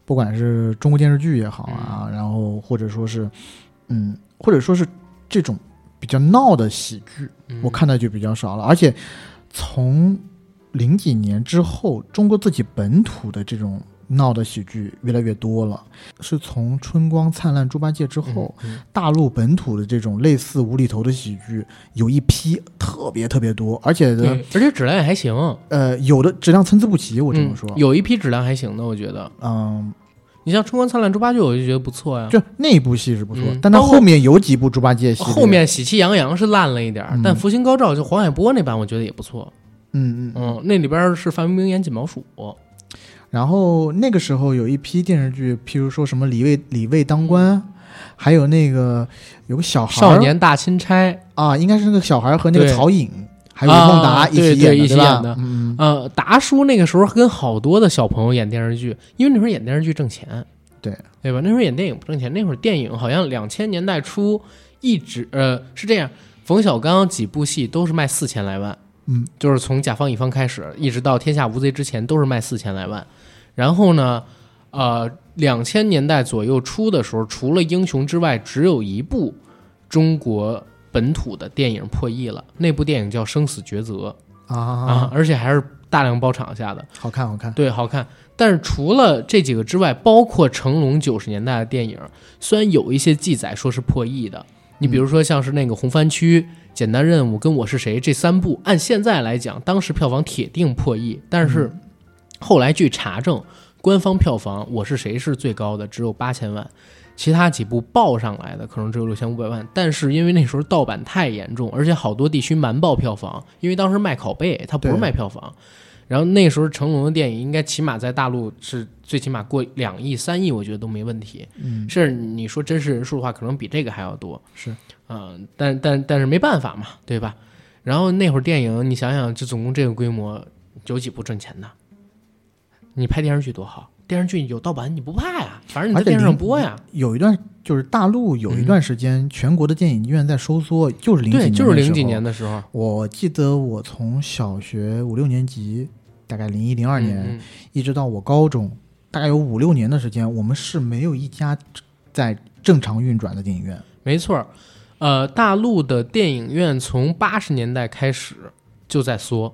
[SPEAKER 2] 不管是中国电视剧也好
[SPEAKER 1] 嗯
[SPEAKER 2] 啊，然后或者说是，嗯，或者说是这种比较闹的喜剧，
[SPEAKER 1] 嗯
[SPEAKER 2] 我看的就比较少了。而且从零几年之后，中国自己本土的这种闹的喜剧越来越多了。是从《春光灿烂猪八戒》之后，
[SPEAKER 1] 嗯
[SPEAKER 2] 大陆本土的这种类似无厘头的喜剧有一批特别特别多，而且
[SPEAKER 1] 对
[SPEAKER 2] 呢，，
[SPEAKER 1] 而且质量也还行，
[SPEAKER 2] 呃，有的质量参差不齐。我只能
[SPEAKER 1] 嗯
[SPEAKER 2] 说，
[SPEAKER 1] 有一批质量还行的，我觉得。
[SPEAKER 2] 嗯，
[SPEAKER 1] 你像《春光灿烂猪八戒》，我就觉得不错呀。
[SPEAKER 2] 就那一部戏是不错，
[SPEAKER 1] 嗯
[SPEAKER 2] 但它
[SPEAKER 1] 包括
[SPEAKER 2] 后面有几部猪八戒戏，
[SPEAKER 1] 后，面《喜气洋洋》是烂了一点儿，
[SPEAKER 2] 嗯
[SPEAKER 1] 但《福星高照》就黄海波那版，我觉得也不错。
[SPEAKER 2] 嗯嗯嗯。
[SPEAKER 1] 嗯，那里边儿是范冰冰演锦毛鼠，
[SPEAKER 2] 然后那个时候有一批电视剧，譬如说什么《李卫李卫当官》，还有那个有个小孩儿
[SPEAKER 1] 嗯少年大钦差，
[SPEAKER 2] 啊，应该是那个小孩儿和那个
[SPEAKER 1] 对
[SPEAKER 2] 曹颖还有吴孟达
[SPEAKER 1] 啊
[SPEAKER 2] 一起
[SPEAKER 1] 对对
[SPEAKER 2] 演的，
[SPEAKER 1] 一起
[SPEAKER 2] 吧
[SPEAKER 1] 演的？
[SPEAKER 2] 嗯，嗯
[SPEAKER 1] 呃，达叔那个时候跟好多的小朋友演电视剧，因为那时候演电视剧挣钱，
[SPEAKER 2] 对
[SPEAKER 1] 对吧？那时候演电影不挣钱，那会儿电影好像两千年代初一直呃是这样，冯小刚几部戏都是卖四千来万，
[SPEAKER 2] 嗯，
[SPEAKER 1] 就是从《甲方乙方》开始，一直到《天下无贼》之前都是卖四千来万，然后呢，呃，两千年代左右初的时候，除了《英雄》之外，只有一部中国本土的电影破亿了，那部电影叫《生死抉择》。
[SPEAKER 2] 啊
[SPEAKER 1] 啊，而且还是大量包场下的，
[SPEAKER 2] 好看好看，
[SPEAKER 1] 对，好看。但是除了这几个之外，包括成龙九十年代的电影，虽然有一些记载说是破亿的，你比如说像是那个《红番区》《简单任务》跟《我是谁》这三部，按现在来讲，当时票房铁定破亿，但是
[SPEAKER 2] 嗯
[SPEAKER 1] 后来据查证，官方票房《我是谁》是最高的，只有八千万。其他几部报上来的可能只有六千五百万，但是因为那时候盗版太严重，而且好多地区瞒报票房，因为当时卖拷贝，它不是
[SPEAKER 2] 对
[SPEAKER 1] 卖票房。然后那时候成龙的电影应该起码在大陆是最起码过两亿、三亿，我觉得都没问题。
[SPEAKER 2] 嗯
[SPEAKER 1] 甚至你说真实人数的话，可能比这个还要多。
[SPEAKER 2] 是，
[SPEAKER 1] 嗯、但但但是没办法嘛，对吧？然后那会儿电影，你想想，这总共这个规模，有几部挣钱的？你拍电视剧多好，电视剧有盗版你不怕呀，反正你在
[SPEAKER 2] 而且
[SPEAKER 1] 电视上啊
[SPEAKER 2] 零
[SPEAKER 1] 播呀。
[SPEAKER 2] 有一段就是大陆有一段时间，全国的电影院在收缩，就是零几
[SPEAKER 1] 嗯对，
[SPEAKER 2] 年，
[SPEAKER 1] 就是零几年。的时候，
[SPEAKER 2] 我记得我从小学五六年级，大概零一零二年，
[SPEAKER 1] 嗯嗯
[SPEAKER 2] 一直到我高中，大概有五六年的时间，我们是没有一家在正常运转的电影院。
[SPEAKER 1] 没错儿，呃，大陆的电影院从八十年代开始就在缩，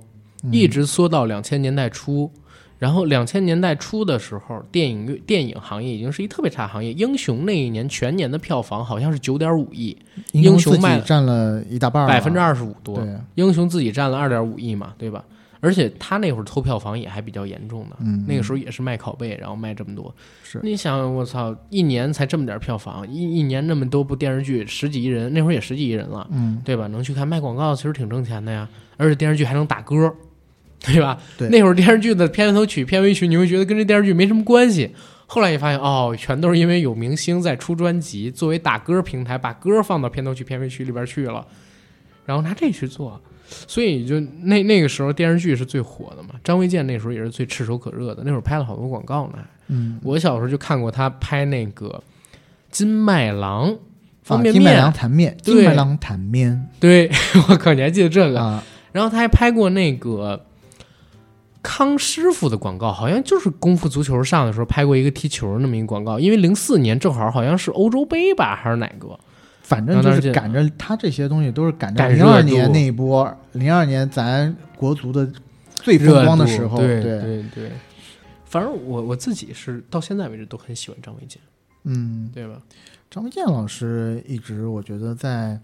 [SPEAKER 1] 一直缩到两千年代初。然后两千年代初的时候，电影院电影行业已经是一特别差行业。英雄那一年全年的票房好像是九点五亿，英雄
[SPEAKER 2] 自己
[SPEAKER 1] 卖了
[SPEAKER 2] 占了一大半儿吧，
[SPEAKER 1] 百分之二十五多。
[SPEAKER 2] 啊对，
[SPEAKER 1] 英雄自己占了二点五亿嘛，对吧？而且他那会儿偷票房也还比较严重的，
[SPEAKER 2] 嗯
[SPEAKER 1] 那个时候也是卖拷贝，然后卖这么多。
[SPEAKER 2] 是
[SPEAKER 1] 你想，我操，一年才这么点票房，一一年那么多部电视剧，十几亿人，那会儿也十几亿人了，
[SPEAKER 2] 嗯，
[SPEAKER 1] 对吧？能去看卖广告，其实挺挣钱的呀，而且电视剧还能打歌，对吧？
[SPEAKER 2] 对
[SPEAKER 1] 那会儿电视剧的片头曲、片尾曲，你会觉得跟这电视剧没什么关系。后来一发现，哦，全都是因为有明星在出专辑，作为打歌平台，把歌放到片头曲、片尾曲里边去了，然后拿这去做。所以就那那个时候电视剧是最火的嘛，张卫健那时候也是最炙手可热的，那会儿拍了好多广告呢。
[SPEAKER 2] 嗯，
[SPEAKER 1] 我小时候就看过他拍那个金麦郎方
[SPEAKER 2] 啊
[SPEAKER 1] 便
[SPEAKER 2] 金麦
[SPEAKER 1] 面，
[SPEAKER 2] 郎弹面，
[SPEAKER 1] 对
[SPEAKER 2] 金麦郎弹面
[SPEAKER 1] 对 我靠，你还记得这个？
[SPEAKER 2] 啊，
[SPEAKER 1] 然后他还拍过那个康师傅的广告，好像就是功夫足球上的时候拍过一个踢球那么一个广告，因为零四年正好好像是欧洲杯吧，还是哪个？
[SPEAKER 2] 反正就
[SPEAKER 1] 然后当
[SPEAKER 2] 是
[SPEAKER 1] 时
[SPEAKER 2] 赶着他这些东西都是赶着
[SPEAKER 1] 赶
[SPEAKER 2] 零
[SPEAKER 1] 热
[SPEAKER 2] 二
[SPEAKER 1] 度
[SPEAKER 2] 年那一波，零二年咱国足的最
[SPEAKER 1] 热
[SPEAKER 2] 风光的
[SPEAKER 1] 度
[SPEAKER 2] 时候，
[SPEAKER 1] 对
[SPEAKER 2] 对
[SPEAKER 1] 对对。反正我我自己是到现在为止都很喜欢张卫健，
[SPEAKER 2] 嗯，
[SPEAKER 1] 对吧？
[SPEAKER 2] 张卫健老师一直我觉得在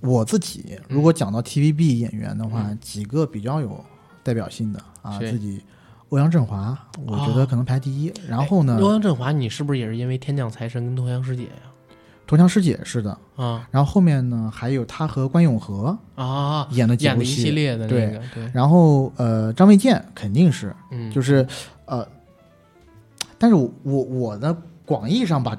[SPEAKER 2] 我自己如
[SPEAKER 1] 嗯
[SPEAKER 2] 果讲到 TVB 演员的话，几个比较有代表性的啊，
[SPEAKER 1] 谁哦
[SPEAKER 2] 自己欧阳震华，我觉得可能排第一。然后呢
[SPEAKER 1] 哎，欧阳震华，你是不是也是因为《天降财神》跟《东阳师姐》呀？
[SPEAKER 2] 头强师姐是的，
[SPEAKER 1] 啊
[SPEAKER 2] 然后后面呢还有他和关咏荷
[SPEAKER 1] 啊啊！啊
[SPEAKER 2] 演的几
[SPEAKER 1] 演
[SPEAKER 2] 部
[SPEAKER 1] 的一系
[SPEAKER 2] 戏，
[SPEAKER 1] 列的那
[SPEAKER 2] 对
[SPEAKER 1] 个，对，
[SPEAKER 2] 然后呃张卫健肯定是
[SPEAKER 1] 嗯，
[SPEAKER 2] 就是呃，但是我我我呢，广义上把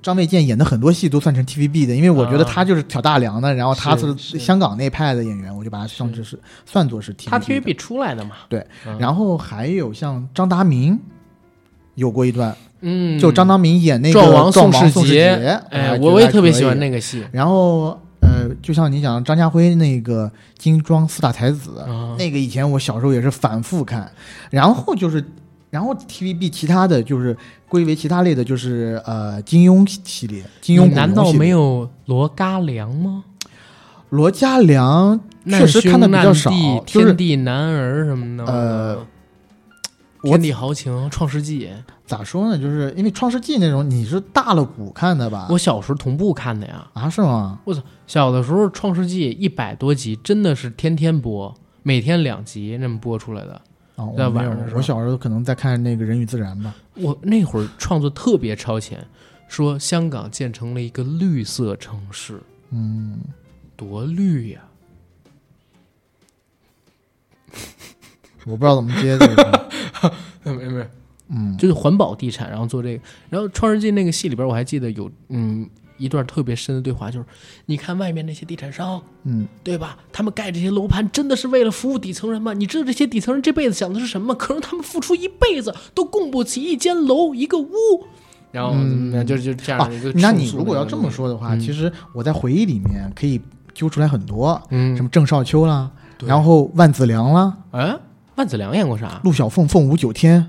[SPEAKER 2] 张卫健演的很多戏都算成 TVB 的，因为我觉得
[SPEAKER 1] 啊
[SPEAKER 2] 他就是挑大梁的，然后他
[SPEAKER 1] 是
[SPEAKER 2] 是
[SPEAKER 1] 是
[SPEAKER 2] 香港那派的演员，我就把他算至是算作是 TVB 的。
[SPEAKER 1] 他 TVB 出来的嘛，
[SPEAKER 2] 对
[SPEAKER 1] 嗯，
[SPEAKER 2] 然后还有像张达明。有过一段，
[SPEAKER 1] 嗯，
[SPEAKER 2] 就张达明演那个
[SPEAKER 1] 纣王
[SPEAKER 2] 宋
[SPEAKER 1] 世
[SPEAKER 2] 杰，
[SPEAKER 1] 哎，
[SPEAKER 2] 我还觉
[SPEAKER 1] 我
[SPEAKER 2] 得
[SPEAKER 1] 也
[SPEAKER 2] 还
[SPEAKER 1] 特别
[SPEAKER 2] 可
[SPEAKER 1] 喜欢
[SPEAKER 2] 以。
[SPEAKER 1] 那个戏，
[SPEAKER 2] 然后呃，就像你讲张家辉那个《金装四大才子》，
[SPEAKER 1] 啊
[SPEAKER 2] 那个以前我小时候也是反复看，然后就是，然后 TVB 其他的就是归为其他类的，就是呃金庸系列，金庸古
[SPEAKER 1] 难
[SPEAKER 2] 龙
[SPEAKER 1] 道
[SPEAKER 2] 系列
[SPEAKER 1] 没有罗嘎良吗？
[SPEAKER 2] 罗家良确实看的比较少
[SPEAKER 1] 难兄难，弟
[SPEAKER 2] 就是
[SPEAKER 1] 天地男儿什么的，
[SPEAKER 2] 呃，我啊
[SPEAKER 1] 天地豪情、创世纪，
[SPEAKER 2] 咋说呢？就是因为《创世纪》那种你是大了补看的吧？
[SPEAKER 1] 我小时候同步看的呀。
[SPEAKER 2] 啊是吗？
[SPEAKER 1] 小的时候，《创世纪》一百多集，真的是天天播，每天两集那么播出来的。
[SPEAKER 2] 啊，我
[SPEAKER 1] 在
[SPEAKER 2] 没
[SPEAKER 1] 晚
[SPEAKER 2] 有
[SPEAKER 1] 上的时，候
[SPEAKER 2] 我小时候可能在看那个《人与自然》吧。
[SPEAKER 1] 我那会儿创作特别超前，说香港建成了一个绿色城市，
[SPEAKER 2] 嗯，
[SPEAKER 1] 多绿呀！
[SPEAKER 2] 我不知道怎么接这个。
[SPEAKER 1] 没没，
[SPEAKER 2] 嗯，
[SPEAKER 1] 就是环保地产，然后做这个。然后《创世纪》那个戏里边，我还记得有嗯一段特别深的对话，就是你看外面那些地产商，
[SPEAKER 2] 嗯，
[SPEAKER 1] 对吧？他们盖这些楼盘真的是为了服务底层人吗？你知道这些底层人这辈子想的是什么？可能他们付出一辈子都供不起一间楼、一个屋。然后怎么样？就就这样
[SPEAKER 2] 啊
[SPEAKER 1] 的一个、，
[SPEAKER 2] 那你如果要这么，说的话，
[SPEAKER 1] 嗯
[SPEAKER 2] 其实我在回忆里面可以揪出来很多，
[SPEAKER 1] 嗯
[SPEAKER 2] 什么郑少秋啦，
[SPEAKER 1] 对
[SPEAKER 2] 然后万梓良啦，
[SPEAKER 1] 哎，万梓良演过啥？
[SPEAKER 2] 陆小凤《凤舞九天》，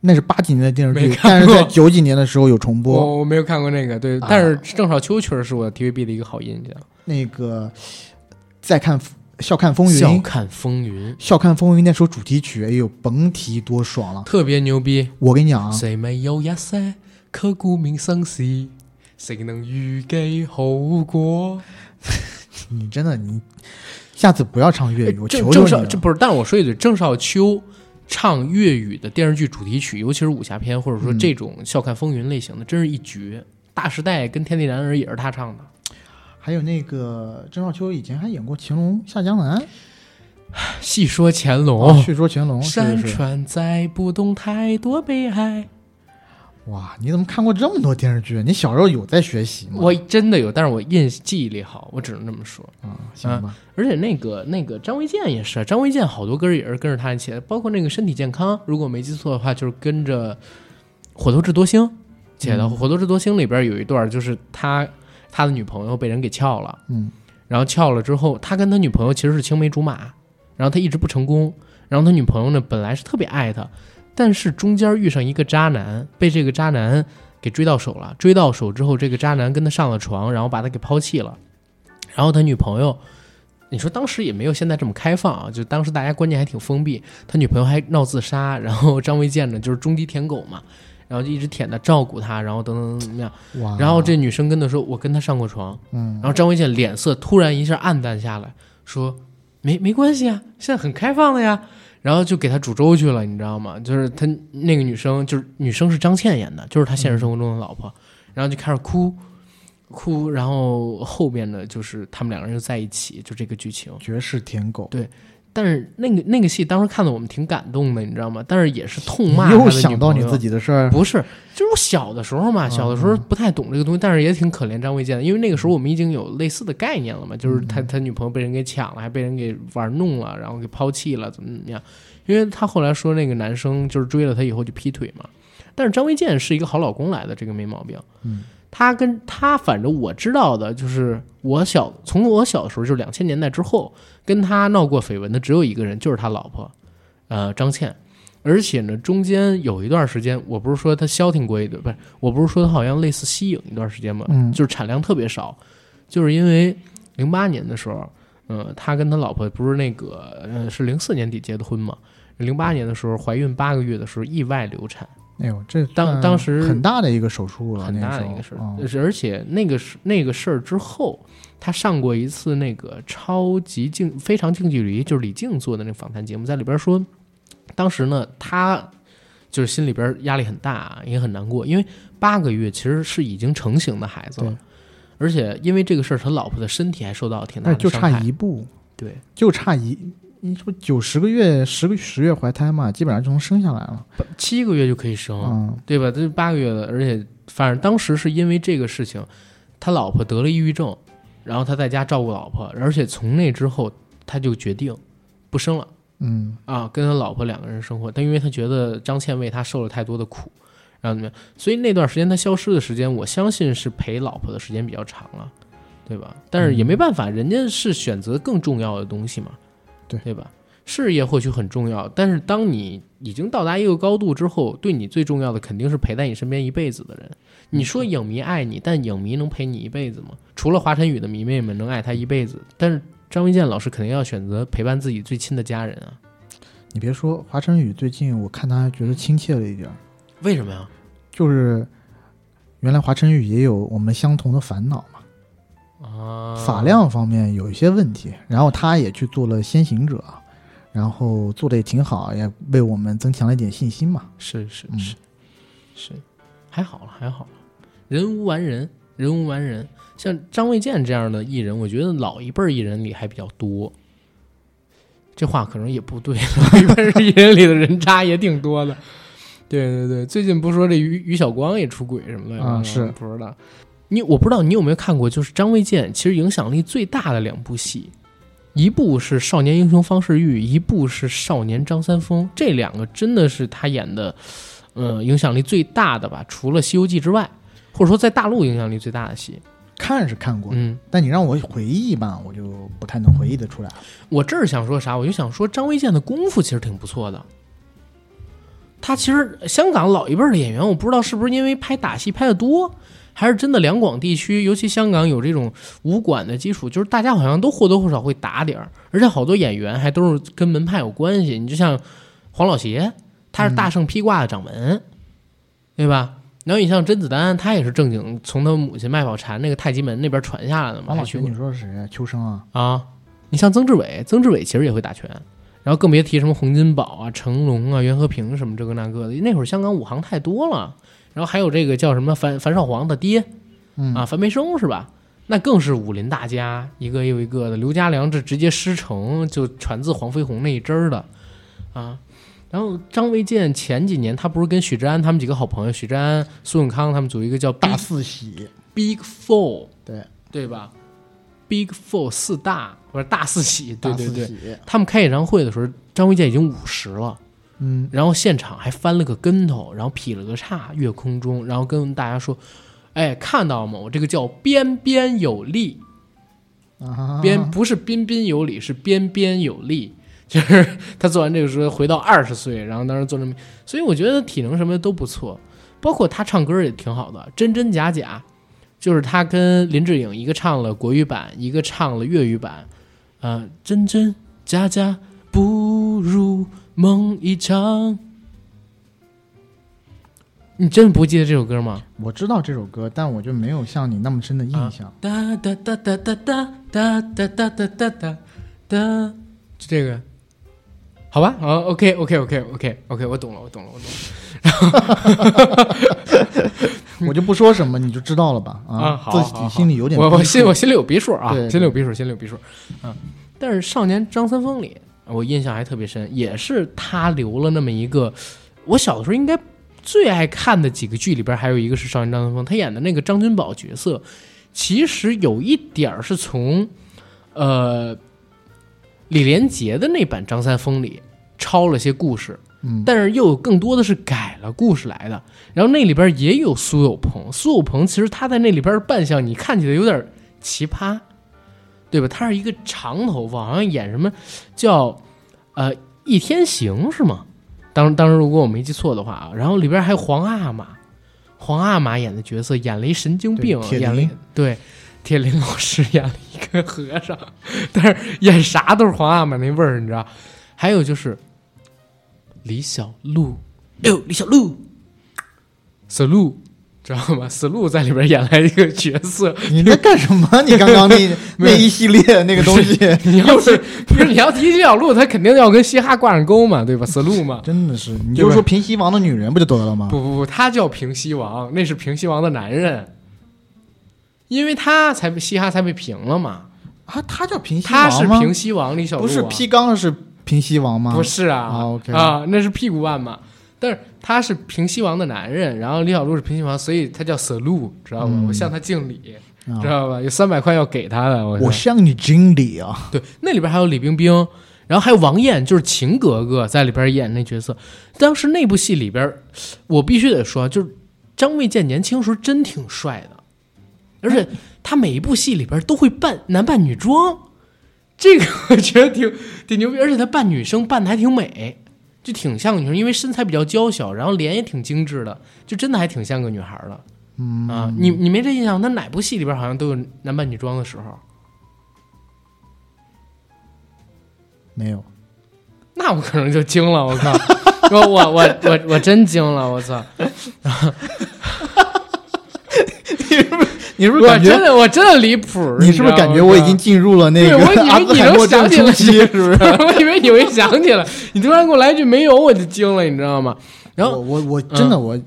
[SPEAKER 2] 那是八几年的电视
[SPEAKER 1] 没
[SPEAKER 2] 剧，
[SPEAKER 1] 看
[SPEAKER 2] 但是在
[SPEAKER 1] 过哦
[SPEAKER 2] 九几年的时候有重播。
[SPEAKER 1] 我没有看过那个，对，
[SPEAKER 2] 啊
[SPEAKER 1] 但是郑少秋确实是我 TVB 的一个好印象。
[SPEAKER 2] 那个再看《笑看风云》，
[SPEAKER 1] 笑
[SPEAKER 2] 《
[SPEAKER 1] 看风云
[SPEAKER 2] 笑看风云》那首主题曲，哎呦，甭提多爽了！
[SPEAKER 1] 特别牛逼，
[SPEAKER 2] 我跟你讲啊，
[SPEAKER 1] 谁未有一些刻骨铭心事，谁能预计后果？
[SPEAKER 2] 你真的你下次不要唱粤语，我
[SPEAKER 1] 郑
[SPEAKER 2] 求求
[SPEAKER 1] 郑
[SPEAKER 2] 你
[SPEAKER 1] 少
[SPEAKER 2] 了。
[SPEAKER 1] 这不是，但我说一句，郑少秋唱粤语的电视剧主题曲，尤其是武侠片，或者说
[SPEAKER 2] 嗯
[SPEAKER 1] 这种笑看风云类型的，真是一绝。大时代跟天地男儿也是他唱的，
[SPEAKER 2] 还有那个郑少秋以前还演过《乾隆下江南》
[SPEAKER 1] 细说乾
[SPEAKER 2] 哦，
[SPEAKER 1] 隆。
[SPEAKER 2] 叙说乾隆，是
[SPEAKER 1] 山
[SPEAKER 2] 是是。
[SPEAKER 1] 川再不懂太多悲哀。
[SPEAKER 2] 哇，你怎么看过这么多电视剧？你小时候有在学习吗？
[SPEAKER 1] 我真的有，但是我印记忆力好，我只能这么说。
[SPEAKER 2] 啊，行吧，
[SPEAKER 1] 而且那个那个张卫健也是，啊张卫健好多歌也是跟着他一起的，包括那个身体健康，如果没记错的话，就是跟着《火头智多星》写的。
[SPEAKER 2] 嗯
[SPEAKER 1] 火头智多星》里边有一段，就是他他的女朋友被人给撬了，
[SPEAKER 2] 嗯，
[SPEAKER 1] 然后撬了之后，他跟他女朋友其实是青梅竹马，然后他一直不成功，然后他女朋友呢本来是特别爱他，但是中间遇上一个渣男，被这个渣男给追到手了。追到手之后，这个渣男跟他上了床，然后把他给抛弃了。然后他女朋友，你说当时也没有现在这么开放啊，就当时大家观念还挺封闭。他女朋友还闹自杀，然后张卫健呢就是中低舔狗嘛，然后就一直舔他，照顾他，然后等等怎么样。
[SPEAKER 2] 哇，
[SPEAKER 1] 嗯然后这女生跟他说：“我跟他上过床。”
[SPEAKER 2] 啊嗯
[SPEAKER 1] 然后张卫健脸色突然一下暗淡下来，说：“没没关系啊，现在很开放的呀。”然后就给他煮粥去了，你知道吗？就是他那个女生，就是女生是张倩演的，就是他现实生活中的老
[SPEAKER 2] 嗯
[SPEAKER 1] 婆，然后就开始哭，哭，然后后边呢就是他们两个人就在一起，就这个剧情。
[SPEAKER 2] 绝世舔狗，
[SPEAKER 1] 但是那个那个戏当时看的我们挺感动的，你知道吗？但是也是痛骂
[SPEAKER 2] 又
[SPEAKER 1] 他的
[SPEAKER 2] 想到
[SPEAKER 1] 女
[SPEAKER 2] 你
[SPEAKER 1] 朋友
[SPEAKER 2] 自己的事儿，
[SPEAKER 1] 不是，就是我小的时候嘛，
[SPEAKER 2] 嗯
[SPEAKER 1] 小的时候不太懂这个东西，但是也挺可怜张卫健的，因为那个时候我们已经有类似的概念了嘛，就是他他女朋友被人给抢了，还被人给玩弄了，然后给抛弃了，怎么怎么样？因为他后来说那个男生就是追了他以后就劈腿嘛，但是张卫健是一个好老公来的，这个没毛病。
[SPEAKER 2] 嗯，
[SPEAKER 1] 他跟他反正我知道的就是我小从我小的时候就是两千年代之后跟他闹过绯闻的只有一个人，就是他老婆，呃张倩。而且呢，中间有一段时间，我不是说他消停过一段，不是，我不是说他好像类似吸影一段时间吗？
[SPEAKER 2] 嗯
[SPEAKER 1] 就是产量特别少，就是因为零八年的时候，呃，他跟他老婆不是那个，呃，是零四年底结的婚嘛，零八年的时候怀孕八个月的时候意外流产，
[SPEAKER 2] 哎呦，这
[SPEAKER 1] 当
[SPEAKER 2] 算
[SPEAKER 1] 当时
[SPEAKER 2] 很大的一个手术了，
[SPEAKER 1] 很大的一个
[SPEAKER 2] 时
[SPEAKER 1] 事
[SPEAKER 2] 候
[SPEAKER 1] 儿
[SPEAKER 2] 嗯，
[SPEAKER 1] 而且那个事那个事儿之后，他上过一次那个超级近非常近距离，就是李静做的那个访谈节目，在里边说，当时呢他就是心里边压力很大，啊也很难过，因为八个月其实是已经成型的孩子了
[SPEAKER 2] 对，
[SPEAKER 1] 而且因为这个事儿，他老婆的身体还受到挺大
[SPEAKER 2] 那
[SPEAKER 1] 的
[SPEAKER 2] 就
[SPEAKER 1] 伤
[SPEAKER 2] 差
[SPEAKER 1] 害
[SPEAKER 2] 一步，
[SPEAKER 1] 对。
[SPEAKER 2] 就差一，你这不九十个月十个十月怀胎嘛，基本上就能生下来了，
[SPEAKER 1] 七个月就可以生，
[SPEAKER 2] 嗯，
[SPEAKER 1] 对吧？这是八个月的，而且反正当时是因为这个事情，他老婆得了抑郁症，然后他在家照顾老婆，而且从那之后他就决定不生了
[SPEAKER 2] 嗯，
[SPEAKER 1] 啊，跟他老婆两个人生活。但因为他觉得张倩为他受了太多的苦，然后怎么样？所以那段时间他消失的时间，我相信是陪老婆的时间比较长了，对吧？但是也没办法，人家是选择更重要的东西嘛，
[SPEAKER 2] 嗯对
[SPEAKER 1] 对吧？事业或许很重要，但是当你已经到达一个高度之后，对你最重要的肯定是陪在你身边一辈子的人。你说影迷爱你，但影迷能陪你一辈子吗？除了华晨宇的迷妹们能爱他一辈子，但是张卫健老师肯定要选择陪伴自己最亲的家人啊。
[SPEAKER 2] 你别说，华晨宇最近我看他觉得亲切了一点儿，
[SPEAKER 1] 为什么呀？
[SPEAKER 2] 就是原来华晨宇也有我们相同的烦恼嘛，
[SPEAKER 1] 啊，
[SPEAKER 2] 发量方面有一些问题，然后他也去做了先行者，然后做的也挺好，也为我们增强了一点信心嘛，
[SPEAKER 1] 是是
[SPEAKER 2] 嗯
[SPEAKER 1] 是、是，还好了还好了，人无完人，人无完人。像张卫健这样的艺人，我觉得老一辈儿艺人里还比较多。这话可能也不对， 老一辈儿艺人里的人渣也挺多的。对对对，最近不是说这于于晓光也出轨什么的
[SPEAKER 2] 啊
[SPEAKER 1] 吗
[SPEAKER 2] 是
[SPEAKER 1] 不知道。你我不知道你有没有看过，就是张卫健其实影响力最大的两部戏，一部是《少年英雄方世玉》，一部是《少年张三丰》，这两个真的是他演的，呃，影响力最大的吧，除了《西游记》之外，或者说在大陆影响力最大的戏。
[SPEAKER 2] 看是看过，
[SPEAKER 1] 嗯，
[SPEAKER 2] 但你让我回忆吧，我就不太能回忆得出来了。
[SPEAKER 1] 我这儿想说啥，我就想说张卫健的功夫其实挺不错的。他其实香港老一辈儿的演员，我不知道是不是因为拍打戏拍的多，还是真的两广地区，尤其香港有这种武馆的基础，就是大家好像都或多或少会打点儿，而且好多演员还都是跟门派有关系。你就像黄老邪，他是大
[SPEAKER 2] 嗯
[SPEAKER 1] 圣披挂的掌门，对吧？然后你像甄子丹，他也是正经从他母亲卖宝蟾那个太极门那边传下来的嘛。
[SPEAKER 2] 王老
[SPEAKER 1] 还
[SPEAKER 2] 师，
[SPEAKER 1] 学过
[SPEAKER 2] 你说是谁啊？秋生啊？
[SPEAKER 1] 啊，你像曾志伟，曾志伟其实也会打拳，然后更别提什么洪金宝啊、成龙啊、袁和平什么这个那个的。那会儿香港武行太多了，然后还有这个叫什么樊樊少皇的爹
[SPEAKER 2] 嗯
[SPEAKER 1] 啊，樊培生是吧？那更是武林大家，一个又一个的。刘家良这直接师承，就传自黄飞鸿那一支儿的啊。然后张卫健前几年他不是跟许志安他们几个好朋友，许志安、苏永康他们组一个叫
[SPEAKER 2] 大四喜，
[SPEAKER 1] Big Four，
[SPEAKER 2] 对
[SPEAKER 1] 对吧？Big Four 四大不是大四喜，对
[SPEAKER 2] 大
[SPEAKER 1] 对
[SPEAKER 2] 四
[SPEAKER 1] 对。
[SPEAKER 2] 喜，
[SPEAKER 1] 他们开演唱会的时候，张卫健已经五十了，
[SPEAKER 2] 嗯，
[SPEAKER 1] 然后现场还翻了个跟头，然后劈了个叉跃空中，然后跟大家说：“哎，看到吗？我这个叫边边有力，
[SPEAKER 2] 啊，
[SPEAKER 1] 边不是彬彬有礼，是边边有力。” 就是他做完这个时候回到二十岁，然后当时做这么，所以我觉得体能什么的都不错。包括他唱歌也挺好的，真真假假，就是他跟林志颖一个唱了国语版，一个唱了粤语版，呃，真真假假不如梦一场。你真不记得这首歌吗？
[SPEAKER 2] 我知道这首歌，但我就没有像你那么深的印
[SPEAKER 1] 啊
[SPEAKER 2] 象。
[SPEAKER 1] 哒哒哒哒哒哒哒哒哒哒哒哒哒，就这个，好吧，啊，OK OK OK OK OK，我懂了，我懂了，我懂了
[SPEAKER 2] 我就不说什么，你就知道了吧？
[SPEAKER 1] 啊好
[SPEAKER 2] 自己
[SPEAKER 1] 好
[SPEAKER 2] 心里有点
[SPEAKER 1] 我我
[SPEAKER 2] 逼
[SPEAKER 1] 心
[SPEAKER 2] 数
[SPEAKER 1] 我心里有逼数啊
[SPEAKER 2] 对，对
[SPEAKER 1] 心里有逼数，心里有逼数，嗯，但是《少年张三丰》里，我印象还特别深，也是他留了那么一个，我小的时候应该最爱看的几个剧里边，还有一个是《少年张三丰》，他演的那个张君宝角色，其实有一点儿是从，呃，李连杰的那版张三丰里抄了些故事，
[SPEAKER 2] 嗯，
[SPEAKER 1] 但是又有更多的是改了故事来的。然后那里边也有苏有朋，苏有朋其实他在那里边的扮相，你看起来有点奇葩，对吧？他是一个长头发，好像演什么叫呃《倚天行》是吗？当当时如果我没记错的话啊，然后里边还有黄阿玛，黄阿玛演的角色演了一神经病
[SPEAKER 2] 对，铁
[SPEAKER 1] 演了一
[SPEAKER 2] 林
[SPEAKER 1] 对铁林老师演了一个和尚，但是演啥都是黄阿玛那味儿，你知道？还有就是李小璐，哟，哎李小璐，死路，知道吗？死路在里边演了一个角色，
[SPEAKER 2] 你在干什么？你刚 刚那那一系列 那个东西，
[SPEAKER 1] 你要是不是你要提李小璐，他肯定要跟嘻哈挂上钩嘛，对吧？死路嘛。
[SPEAKER 2] 真的是，你
[SPEAKER 1] 对
[SPEAKER 2] 啊就
[SPEAKER 1] 吧
[SPEAKER 2] 说平西王的女人不就得了吗？
[SPEAKER 1] 不不不，他叫平西王，那是平西王的男人，因为他才被嘻哈才被平了嘛。
[SPEAKER 2] 啊，他叫平西王
[SPEAKER 1] 他
[SPEAKER 2] 吗？
[SPEAKER 1] 是平西王李小璐、啊，
[SPEAKER 2] 不是劈缸的是平西王吗？
[SPEAKER 1] 不是啊
[SPEAKER 2] 啊，OK
[SPEAKER 1] 啊那是屁股腕嘛。但是他是平西王的男人，然后李小璐是平西王，所以他叫死路，知道吗？
[SPEAKER 2] 嗯
[SPEAKER 1] 我向他敬礼，
[SPEAKER 2] 啊
[SPEAKER 1] 知道吧？有三百块要给他的，我
[SPEAKER 2] 我
[SPEAKER 1] 说
[SPEAKER 2] 向你敬礼啊！
[SPEAKER 1] 对，那里边还有李冰冰，然后还有王艳，就是秦格格在里边演那角色。当时那部戏里边，我必须得说，就是张卫健年轻时候真挺帅的，而且他每一部戏里边都会扮男扮女装，这个 我觉得挺挺牛逼，而且他扮女生扮的还挺美。就挺像个女生，因为身材比较娇小，然后脸也挺精致的，就真的还挺像个女孩儿的。嗯啊，你你没这印象？他哪部戏里边好像都有男扮女装的时候？
[SPEAKER 2] 没有，
[SPEAKER 1] 那我可能就惊了，我靠！ 我我我我我真惊了，我操！
[SPEAKER 2] 你是不是
[SPEAKER 1] 我
[SPEAKER 2] 感
[SPEAKER 1] 真
[SPEAKER 2] 觉？
[SPEAKER 1] 的我真的离谱，
[SPEAKER 2] 你是不是感觉我已经进入了那
[SPEAKER 1] 对
[SPEAKER 2] 个
[SPEAKER 1] 我以为
[SPEAKER 2] 阿兹
[SPEAKER 1] 你
[SPEAKER 2] 海
[SPEAKER 1] 能
[SPEAKER 2] 默
[SPEAKER 1] 想
[SPEAKER 2] 症
[SPEAKER 1] 起
[SPEAKER 2] 初期？是
[SPEAKER 1] 来
[SPEAKER 2] 不是？
[SPEAKER 1] 知道 吗？我以为你会想起来，你突然给我来一句没有，我就惊了，你知道吗？然后
[SPEAKER 2] 我我我真的我，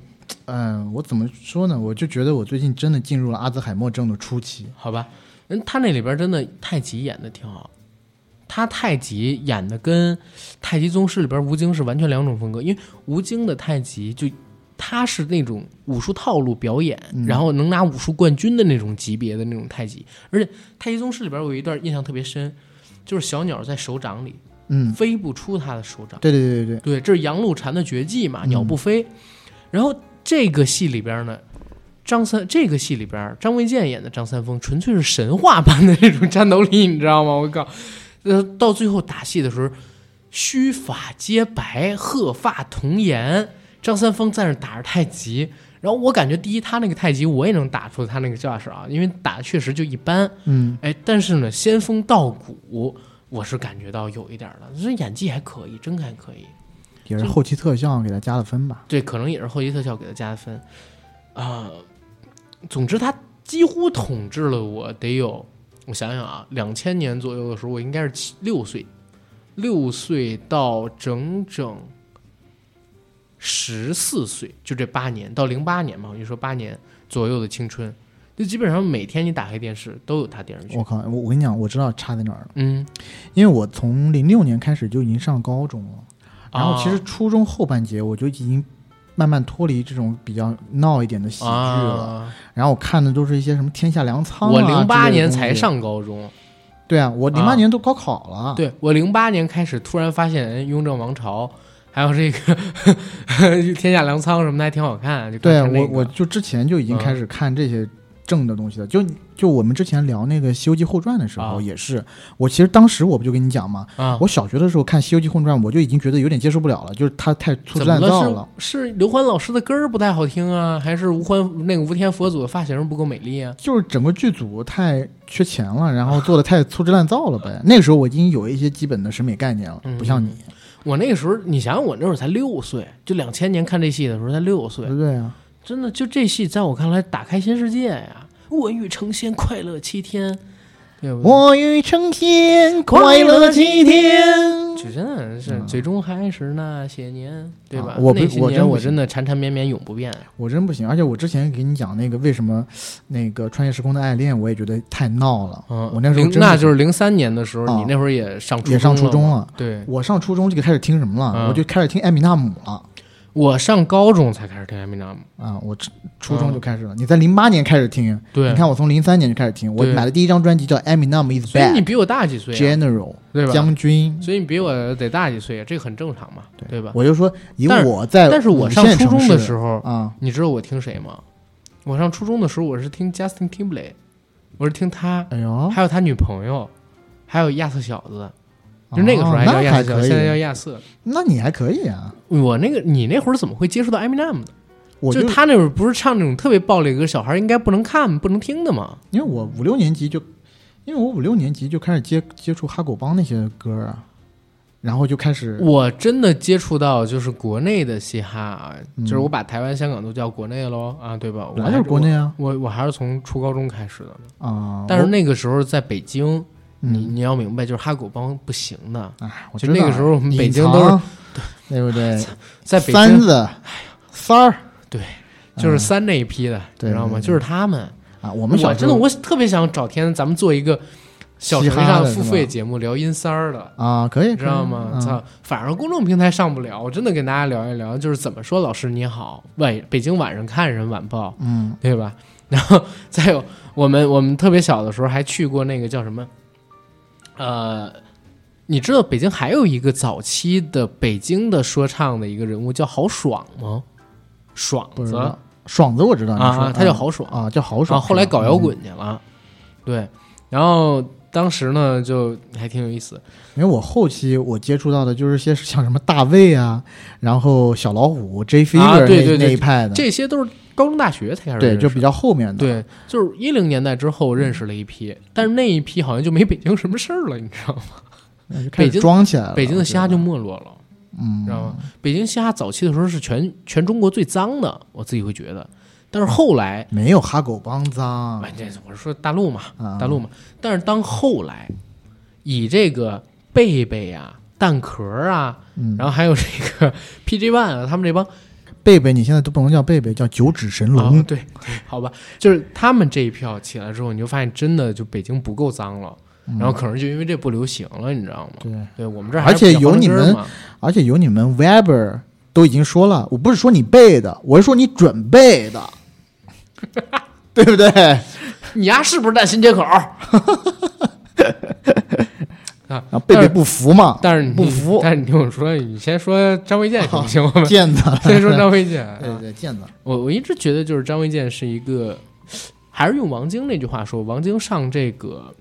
[SPEAKER 2] 嗯、我怎么说呢？我就觉得我最近真的进入了阿兹海默症的初期。
[SPEAKER 1] 好吧，嗯，他那里边真的太极演的挺好，他太极演的跟《太极宗师》里边吴京是完全两种风格，因为吴京的太极就他是那种武术套路表演，
[SPEAKER 2] 嗯
[SPEAKER 1] 然后能拿武术冠军的那种级别的那种太极，而且《太极宗师》里边我有一段印象特别深，就是小鸟在手掌里
[SPEAKER 2] 嗯，
[SPEAKER 1] 飞不出它的手掌。
[SPEAKER 2] 对对对对对，
[SPEAKER 1] 对，这是杨露禅的绝技嘛，
[SPEAKER 2] 嗯
[SPEAKER 1] 鸟不飞。然后这个戏里边呢，张三这个戏里边张卫健演的张三丰纯粹是神话般的那种战斗力，你知道吗？我靠，呃，到最后打戏的时候，须发皆白，鹤发童颜，张三丰在那打着太极。然后我感觉，第一，他那个太极我也能打出他那个架势啊，因为打的确实就一般。
[SPEAKER 2] 嗯，
[SPEAKER 1] 哎，但是呢，仙风道骨，我是感觉到有一点儿的，就是演技还可以，真还可以。
[SPEAKER 2] 也是后期特效给他加了分吧。
[SPEAKER 1] 对，可能也是后期特效给他加的分。啊、总之他几乎统治了我得有，我想想啊，两千年左右的时候，我应该是七六岁，六岁到整整十四岁，就这八年到零八年嘛，我就说八年左右的青春，就基本上每天你打开电视都有他电视剧
[SPEAKER 2] 我。靠，我我跟你讲，我知道差在哪儿了，
[SPEAKER 1] 嗯，
[SPEAKER 2] 因为我从零六年开始就已经上高中了，然后
[SPEAKER 1] 啊
[SPEAKER 2] 其实初中后半节我就已经慢慢脱离这种比较闹一点的喜剧了，
[SPEAKER 1] 啊、
[SPEAKER 2] 然后我看的都是一些什么天下粮仓、啊，
[SPEAKER 1] 我零八年
[SPEAKER 2] 之类的
[SPEAKER 1] 才
[SPEAKER 2] 东西，
[SPEAKER 1] 上高中，
[SPEAKER 2] 对啊，我零
[SPEAKER 1] 啊
[SPEAKER 2] 八年都高考了，
[SPEAKER 1] 对我零八年开始突然发现，哎，《雍正王朝》还有这个 《天下粮仓》什么的还挺好看，就
[SPEAKER 2] 对
[SPEAKER 1] 看那
[SPEAKER 2] 我
[SPEAKER 1] 个嗯
[SPEAKER 2] 我就之前就已经开始看这些正的东西的。就就我们之前聊那个《西游记后传》的时候，
[SPEAKER 1] 啊
[SPEAKER 2] 也是、我其实当时我不就跟你讲嘛，
[SPEAKER 1] 啊，
[SPEAKER 2] 我小学的时候看《西游记后传》，我就已经觉得有点接受不了了，就是它太粗制
[SPEAKER 1] 怎么
[SPEAKER 2] 滥造
[SPEAKER 1] 了
[SPEAKER 2] 了。？
[SPEAKER 1] 是是刘欢老师的歌儿不太好听啊，还是吴欢那个吴天佛祖的发型不够美丽啊？
[SPEAKER 2] 就是整个剧组太缺钱了，然后做的太粗制滥造了
[SPEAKER 1] 嗯
[SPEAKER 2] 呗。那个时候我已经有一些基本的审美概念了，不像你，
[SPEAKER 1] 我那个时候，你想想，我那会儿才六岁，就两千年看这戏的时候才六岁
[SPEAKER 2] 对，不对啊？
[SPEAKER 1] 真的就这戏在我看来打开新世界呀！文欲成仙，快乐七天，对不对？
[SPEAKER 2] 我欲成仙，快乐几天。
[SPEAKER 1] 就真的是
[SPEAKER 2] 嗯
[SPEAKER 1] 最终还是那些年，对吧
[SPEAKER 2] 啊？我不
[SPEAKER 1] 那些
[SPEAKER 2] 我真
[SPEAKER 1] 年
[SPEAKER 2] 不
[SPEAKER 1] 我
[SPEAKER 2] 行
[SPEAKER 1] 真的缠缠绵绵永不变。
[SPEAKER 2] 我真不行，而且我之前给你讲那个为什么那个穿越时空的爱恋，我也觉得太闹了。
[SPEAKER 1] 嗯，
[SPEAKER 2] 我那时候
[SPEAKER 1] 零
[SPEAKER 2] 真
[SPEAKER 1] 那
[SPEAKER 2] 不行
[SPEAKER 1] 就是零三年的时候，
[SPEAKER 2] 啊
[SPEAKER 1] 你那会儿也上初
[SPEAKER 2] 也上初
[SPEAKER 1] 中
[SPEAKER 2] 中
[SPEAKER 1] 了
[SPEAKER 2] 了
[SPEAKER 1] 嘛。对，
[SPEAKER 2] 我上初中就开始听什么了，
[SPEAKER 1] 嗯
[SPEAKER 2] 我就开始听艾米纳姆了。
[SPEAKER 1] 我上高中才开始听艾米纳姆。
[SPEAKER 2] 啊，我初初中就开始了。你在零八年开始听，
[SPEAKER 1] 嗯对，
[SPEAKER 2] 你看我从零三年就开始听，我
[SPEAKER 1] 对
[SPEAKER 2] 买的第一张专辑叫《艾米纳姆 Is
[SPEAKER 1] 所以你
[SPEAKER 2] Back
[SPEAKER 1] 比我大几岁、啊，
[SPEAKER 2] General
[SPEAKER 1] 对》，吧？
[SPEAKER 2] 将军。
[SPEAKER 1] 所以你比我得大几岁、啊，这个很正常嘛，对吧？
[SPEAKER 2] 我就说，以
[SPEAKER 1] 但是
[SPEAKER 2] 我在
[SPEAKER 1] 但是我上初中的时
[SPEAKER 2] 候
[SPEAKER 1] 候，
[SPEAKER 2] 啊，
[SPEAKER 1] 你知道我听谁吗？我上初中的时候，我是听 Justin Timberlake，我是听他，
[SPEAKER 2] 哎呦，
[SPEAKER 1] 还有他女朋友，还有亚瑟小子，就那个时候还
[SPEAKER 2] 哦
[SPEAKER 1] 叫
[SPEAKER 2] 那
[SPEAKER 1] 亚
[SPEAKER 2] 还
[SPEAKER 1] 瑟小
[SPEAKER 2] 可
[SPEAKER 1] 子，现在叫
[SPEAKER 2] 以，
[SPEAKER 1] 亚瑟。
[SPEAKER 2] 那你还可以啊。
[SPEAKER 1] 我那个你那会儿怎么会接触到 Eminem 的？
[SPEAKER 2] 我
[SPEAKER 1] 就他那会儿不是唱那种特别暴力的歌，小孩儿应该不能看、不能听的嘛。
[SPEAKER 2] 因为我五六年级就，因为我五六年级就开始接接触哈狗帮那些歌啊，然后就开始
[SPEAKER 1] 我真的接触到就是国内的嘻哈啊，
[SPEAKER 2] 嗯
[SPEAKER 1] 就是我把台湾、香港都叫国内喽啊，对吧？我
[SPEAKER 2] 本来
[SPEAKER 1] 还
[SPEAKER 2] 就是国内啊
[SPEAKER 1] 我我还是从初高中开始的，
[SPEAKER 2] 啊，
[SPEAKER 1] 但是
[SPEAKER 2] 我
[SPEAKER 1] 那个时候在北京，你
[SPEAKER 2] 嗯，
[SPEAKER 1] 你要明白，就是哈狗帮不行的，
[SPEAKER 2] 哎，我
[SPEAKER 1] 就
[SPEAKER 2] 知道
[SPEAKER 1] 那个时候我们
[SPEAKER 2] 隐
[SPEAKER 1] 北京都是
[SPEAKER 2] 藏对不对？
[SPEAKER 1] 在北
[SPEAKER 2] 三嗯
[SPEAKER 1] 京
[SPEAKER 2] 子、三儿
[SPEAKER 1] 就是三那一批的，你
[SPEAKER 2] 对
[SPEAKER 1] 知道吗？
[SPEAKER 2] 对对
[SPEAKER 1] 就是他们，
[SPEAKER 2] 啊，我
[SPEAKER 1] 我
[SPEAKER 2] 们小时
[SPEAKER 1] 真的
[SPEAKER 2] 候
[SPEAKER 1] 我特别想找天，咱们做一个小程序
[SPEAKER 2] 嘻哈
[SPEAKER 1] 上
[SPEAKER 2] 的
[SPEAKER 1] 的
[SPEAKER 2] 是
[SPEAKER 1] 付
[SPEAKER 2] 吧
[SPEAKER 1] 费节目，聊阴三儿的。
[SPEAKER 2] 啊，可以，
[SPEAKER 1] 你知道
[SPEAKER 2] 可
[SPEAKER 1] 吗？
[SPEAKER 2] 以
[SPEAKER 1] 操、
[SPEAKER 2] 嗯
[SPEAKER 1] 反而公众平台上不了。我真的跟大家聊一聊，就是怎么说老师你好，晚北京晚上看人晚报，
[SPEAKER 2] 嗯，
[SPEAKER 1] 对吧？ 然后再有我们我们特别小的时候还去过那个叫什么，呃，你知道北京还有一个早期的北京的说唱的一个人物叫豪爽吗？爽
[SPEAKER 2] 不知
[SPEAKER 1] 子
[SPEAKER 2] 道，爽子我知道，
[SPEAKER 1] 啊
[SPEAKER 2] 你说
[SPEAKER 1] 啊，他叫
[SPEAKER 2] 嗯
[SPEAKER 1] 豪爽，
[SPEAKER 2] 啊，叫豪爽是吧，
[SPEAKER 1] 啊，后来搞摇
[SPEAKER 2] 嗯
[SPEAKER 1] 滚去了，对，然后当时呢就还挺有意思，
[SPEAKER 2] 因为我后期我接触到的就是些像什么大卫啊，然后小老虎、J Fever
[SPEAKER 1] 啊
[SPEAKER 2] 那
[SPEAKER 1] 对对对
[SPEAKER 2] 那一派的，
[SPEAKER 1] 这些都是高中大学才开始
[SPEAKER 2] 嗯对，
[SPEAKER 1] 认
[SPEAKER 2] 就
[SPEAKER 1] 识
[SPEAKER 2] 比较后面的。
[SPEAKER 1] 对，就是一零年代之后认识了一批，
[SPEAKER 2] 嗯
[SPEAKER 1] 但是那一批好像就没北京什么事儿了，你知道吗？
[SPEAKER 2] 那就开始
[SPEAKER 1] 北京
[SPEAKER 2] 装起来了，
[SPEAKER 1] 北京的
[SPEAKER 2] 我
[SPEAKER 1] 虾
[SPEAKER 2] 觉
[SPEAKER 1] 就
[SPEAKER 2] 得
[SPEAKER 1] 没落了，
[SPEAKER 2] 嗯
[SPEAKER 1] 你知道吗？北京虾早期的时候是全全中国最脏的，我自己会觉得，但是后来，
[SPEAKER 2] 没有哈狗帮脏
[SPEAKER 1] 哎，这我是说大陆嘛，
[SPEAKER 2] 啊，
[SPEAKER 1] 大陆嘛，但是当后来以这个贝贝啊、蛋壳啊，
[SPEAKER 2] 嗯，
[SPEAKER 1] 然后还有这个 PG One 啊，他们这帮
[SPEAKER 2] 贝贝，你现在都不能叫贝贝，叫九指神龙
[SPEAKER 1] 啊，。对， 好吧，就是他们这一票起来之后，你就发现真的就北京不够脏了，
[SPEAKER 2] 嗯
[SPEAKER 1] 然后可能就因为这不流行了，你知道吗？
[SPEAKER 2] 对，
[SPEAKER 1] 对我们这儿
[SPEAKER 2] 而
[SPEAKER 1] 还是
[SPEAKER 2] 且
[SPEAKER 1] 比较
[SPEAKER 2] 有
[SPEAKER 1] 好
[SPEAKER 2] 你
[SPEAKER 1] 吃
[SPEAKER 2] 们
[SPEAKER 1] 嘛
[SPEAKER 2] 而且有你们 Weber 都已经说了，我不是说你背的，我是说你准备的， 对不对？
[SPEAKER 1] 你丫是不是在新街口？ 啊
[SPEAKER 2] 然后贝贝，不服嘛，
[SPEAKER 1] 但是但是你
[SPEAKER 2] 不服
[SPEAKER 1] 但是你听我说，你先说张卫健行不行？我 们
[SPEAKER 2] 见子，。
[SPEAKER 1] 先说张卫健
[SPEAKER 2] 对对见子，
[SPEAKER 1] 我我一直觉得就是张卫健是一个，还是用王晶那句话说，王晶上这个。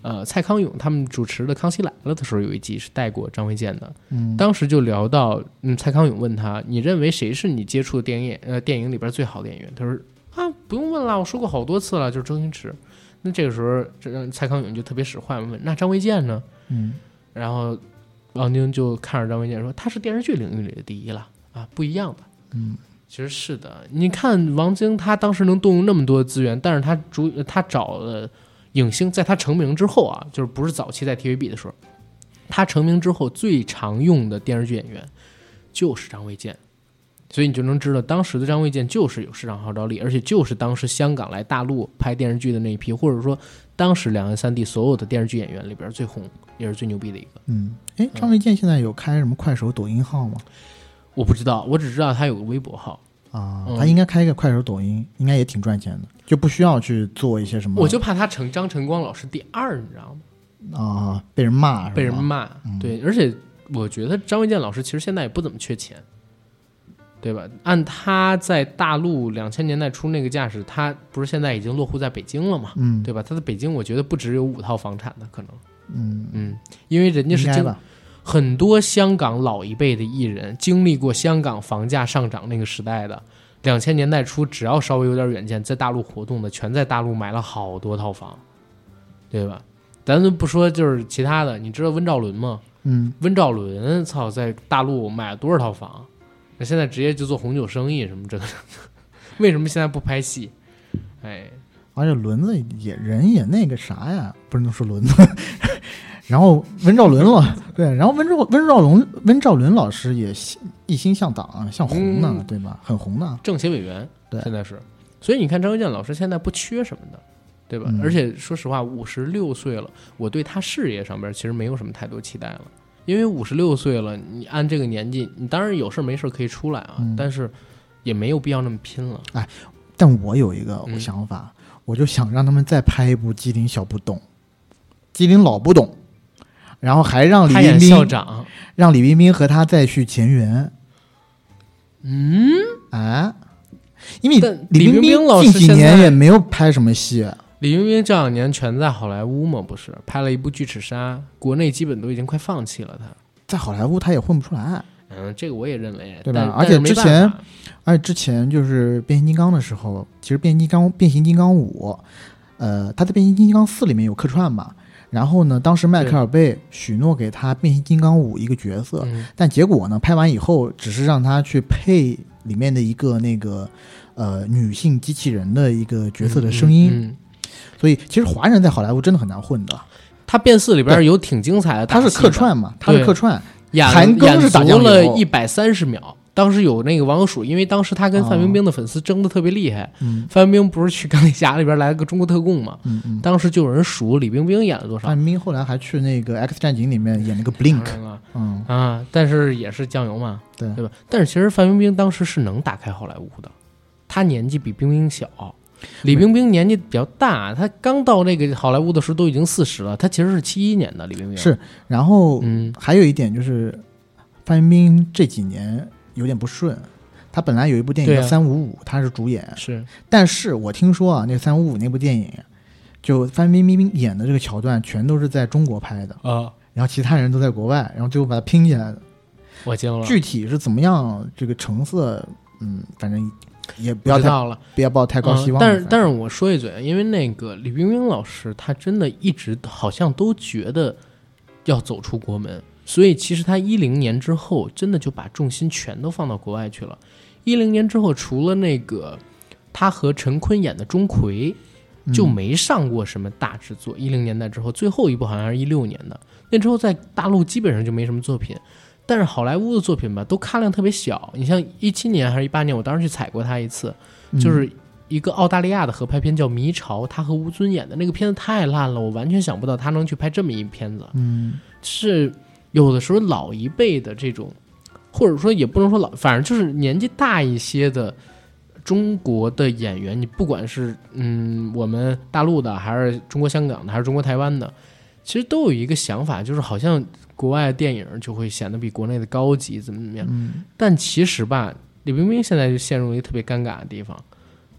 [SPEAKER 1] 呃，蔡康永他们主持的《康熙来了》的时候，有一集是带过张卫健的。
[SPEAKER 2] 嗯，
[SPEAKER 1] 当时就聊到，嗯，蔡康永问他，你认为谁是你接触的电影呃电影里边最好的演员？他说啊，不用问了，我说过好多次了，就是周星驰。那这个时候，这让蔡康永就特别使坏，问那张卫健呢？
[SPEAKER 2] 嗯，
[SPEAKER 1] 然后王晶就看着张卫健说，他是电视剧领域里的第一了啊，不一样的。
[SPEAKER 2] 嗯，
[SPEAKER 1] 其实是的，你看王晶他当时能动用那么多资源，但是他主他找的影星在他成名之后啊，就是不是早期在 TVB 的时候，他成名之后最常用的电视剧演员就是张卫健，所以你就能知道当时的张卫健就是有市场号召力，而且就是当时香港来大陆拍电视剧的那一批，或者说当时两岸三地所有的电视剧演员里边最红也是最牛逼的一个。
[SPEAKER 2] 嗯，哎，张卫健现在有开什么快手、抖音号吗？
[SPEAKER 1] 我不知道，我只知道他有个微博号，
[SPEAKER 2] 啊，
[SPEAKER 1] 嗯
[SPEAKER 2] 他应该开一个快手、抖音，应该也挺赚钱的，就不需要去做一些什么。
[SPEAKER 1] 我就怕他成张晨光老师第二，你知道吗？
[SPEAKER 2] 啊，被人骂是吧，
[SPEAKER 1] 被嗯人骂。对，而且我觉得张卫健老师其实现在也不怎么缺钱，对吧？按他在大陆两千年代初那个价值，他不是现在已经落户在北京了嘛？
[SPEAKER 2] 嗯，
[SPEAKER 1] 对吧？他在北京，我觉得不只有五套房产的可能，
[SPEAKER 2] 嗯，
[SPEAKER 1] 嗯，因为人家
[SPEAKER 2] 应
[SPEAKER 1] 是
[SPEAKER 2] 该
[SPEAKER 1] 经
[SPEAKER 2] 吧？
[SPEAKER 1] 很多香港老一辈的艺人经历过香港房价上涨那个时代的，两千年代初，只要稍微有点远见，在大陆活动的，全在大陆买了好多套房，对吧？咱们不说就是其他的，你知道温兆伦吗？
[SPEAKER 2] 嗯，
[SPEAKER 1] 温兆伦，操，在大陆买了多少套房？那现在直接就做红酒生意什么这个，为什么现在不拍戏？哎，
[SPEAKER 2] 而且轮子也人也那个啥呀，不能说轮子。 然后温兆伦 老对，然后温兆温兆伦温兆伦老师也一心向党向红呢，
[SPEAKER 1] 嗯
[SPEAKER 2] 对吧？很红呢，
[SPEAKER 1] 政协委员，
[SPEAKER 2] 对
[SPEAKER 1] 现在是，所以你看张卫健老师现在不缺什么的，对吧？
[SPEAKER 2] 嗯
[SPEAKER 1] 而且说实话，五十六岁了，我对他事业上边其实没有什么太多期待了，因为五十六岁了，你按这个年纪，你当然有事儿没事儿可以出来啊，
[SPEAKER 2] 嗯
[SPEAKER 1] 但是也没有必要那么拼了。
[SPEAKER 2] 但我有一个
[SPEAKER 1] 嗯
[SPEAKER 2] 想法，我就想让他们再拍一部《机灵小不懂》，机灵老不懂，然后还哦让李
[SPEAKER 1] 他
[SPEAKER 2] 冰
[SPEAKER 1] 演
[SPEAKER 2] 冰
[SPEAKER 1] 校长，
[SPEAKER 2] 让李冰冰和他再续前缘
[SPEAKER 1] 嗯，
[SPEAKER 2] 啊，因为
[SPEAKER 1] 但
[SPEAKER 2] 李
[SPEAKER 1] 李冰冰老师
[SPEAKER 2] 近几
[SPEAKER 1] 现
[SPEAKER 2] 年
[SPEAKER 1] 在
[SPEAKER 2] 也没有拍什么戏，
[SPEAKER 1] 李冰冰这两年全在好莱坞嘛，不是拍了一部《巨齿鲨》，国内基本都已经快放弃了他。
[SPEAKER 2] 在好莱坞他也混不出来。
[SPEAKER 1] 嗯，这个我也认为，
[SPEAKER 2] 对吧
[SPEAKER 1] 但
[SPEAKER 2] 而且
[SPEAKER 1] 但是没
[SPEAKER 2] 之
[SPEAKER 1] 办
[SPEAKER 2] 前
[SPEAKER 1] 法
[SPEAKER 2] 而且之前就是变形金刚的时候，其实变形金刚变形金刚五，呃，他在变形金刚四里面有客串嘛。然后呢，当时迈克尔贝许诺给他变形金刚五一个角色，
[SPEAKER 1] 嗯
[SPEAKER 2] 但结果呢，拍完以后只是让他去配里面的一个那个呃女性机器人的一个角色的声音，
[SPEAKER 1] 嗯嗯嗯
[SPEAKER 2] 所以其实华人在好莱坞真的很难混的。
[SPEAKER 1] 他变四里边有挺精彩的打
[SPEAKER 2] 他
[SPEAKER 1] 戏
[SPEAKER 2] 是
[SPEAKER 1] 的，
[SPEAKER 2] 客串嘛，他是
[SPEAKER 1] 对
[SPEAKER 2] 客串，
[SPEAKER 1] 演了，
[SPEAKER 2] 韩庚是打
[SPEAKER 1] 演
[SPEAKER 2] 酱油
[SPEAKER 1] 足了一百三十秒。当时有那个网友数，因为当时他跟
[SPEAKER 2] 哦
[SPEAKER 1] 范冰冰的粉丝争的特别厉害。
[SPEAKER 2] 嗯
[SPEAKER 1] 范冰冰不是去钢铁侠里边来了个中国特供嘛？
[SPEAKER 2] 嗯嗯。
[SPEAKER 1] 当时就有人数李冰冰演了多少。
[SPEAKER 2] 范冰冰后来还去那个《X 战警》里面演那个
[SPEAKER 1] 当
[SPEAKER 2] Blink，
[SPEAKER 1] 然了
[SPEAKER 2] 嗯，
[SPEAKER 1] 啊，但是也是酱油嘛，
[SPEAKER 2] 对
[SPEAKER 1] 对吧？但是其实范冰冰当时是能打开好莱坞的，她年纪比冰冰小，李冰冰年纪比较大，她刚到那个好莱坞的时候都已经四十了，她其实是七一年的李冰冰。
[SPEAKER 2] 是然后
[SPEAKER 1] 嗯，
[SPEAKER 2] 还有一点就是，范冰冰这几年有点不顺。她本来有一部电影叫
[SPEAKER 1] 对
[SPEAKER 2] 《
[SPEAKER 1] 啊
[SPEAKER 2] 三五五》，她是主演，
[SPEAKER 1] 是
[SPEAKER 2] 但是我听说啊，那《三五五》那部电影，就范冰冰演的这个桥段全都是在中国拍的，
[SPEAKER 1] 啊，
[SPEAKER 2] 然后其他人都在国外，然后最后把它拼起来的。
[SPEAKER 1] 我惊了，
[SPEAKER 2] 具体是怎么样，这个成色，嗯，反正也不
[SPEAKER 1] 不
[SPEAKER 2] 要
[SPEAKER 1] 知
[SPEAKER 2] 太
[SPEAKER 1] 道了。
[SPEAKER 2] 不要抱太高希望、
[SPEAKER 1] 嗯。但是但
[SPEAKER 2] 是，
[SPEAKER 1] 是我说一嘴，因为那个李冰冰老师，她真的一直好像都觉得要走出国门，所以其实她一零年之后真的就把重心全都放到国外去了。一零年之后，除了那个她和陈坤演的钟馗，就
[SPEAKER 2] 嗯
[SPEAKER 1] 没上过什么大制作。一零年代之后，最后一部好像是一六年的，那之后在大陆基本上就没什么作品。但是好莱坞的作品吧，都咖量特别小。你像一七年还是一八年，我当时去采过他一次，
[SPEAKER 2] 嗯
[SPEAKER 1] 就是一个澳大利亚的合拍片叫《迷巢》，他和吴尊演的那个片子太烂了，我完全想不到他能去拍这么一片子。
[SPEAKER 2] 嗯
[SPEAKER 1] 是有的时候老一辈的这种，或者说也不能说老，反正就是年纪大一些的中国的演员，你不管是嗯我们大陆的，还是中国香港的，还是中国台湾的，其实都有一个想法，就是好像国外电影就会显得比国内的高级，怎么怎么样。
[SPEAKER 2] 嗯
[SPEAKER 1] 但其实吧，李冰冰现在就陷入一个特别尴尬的地方，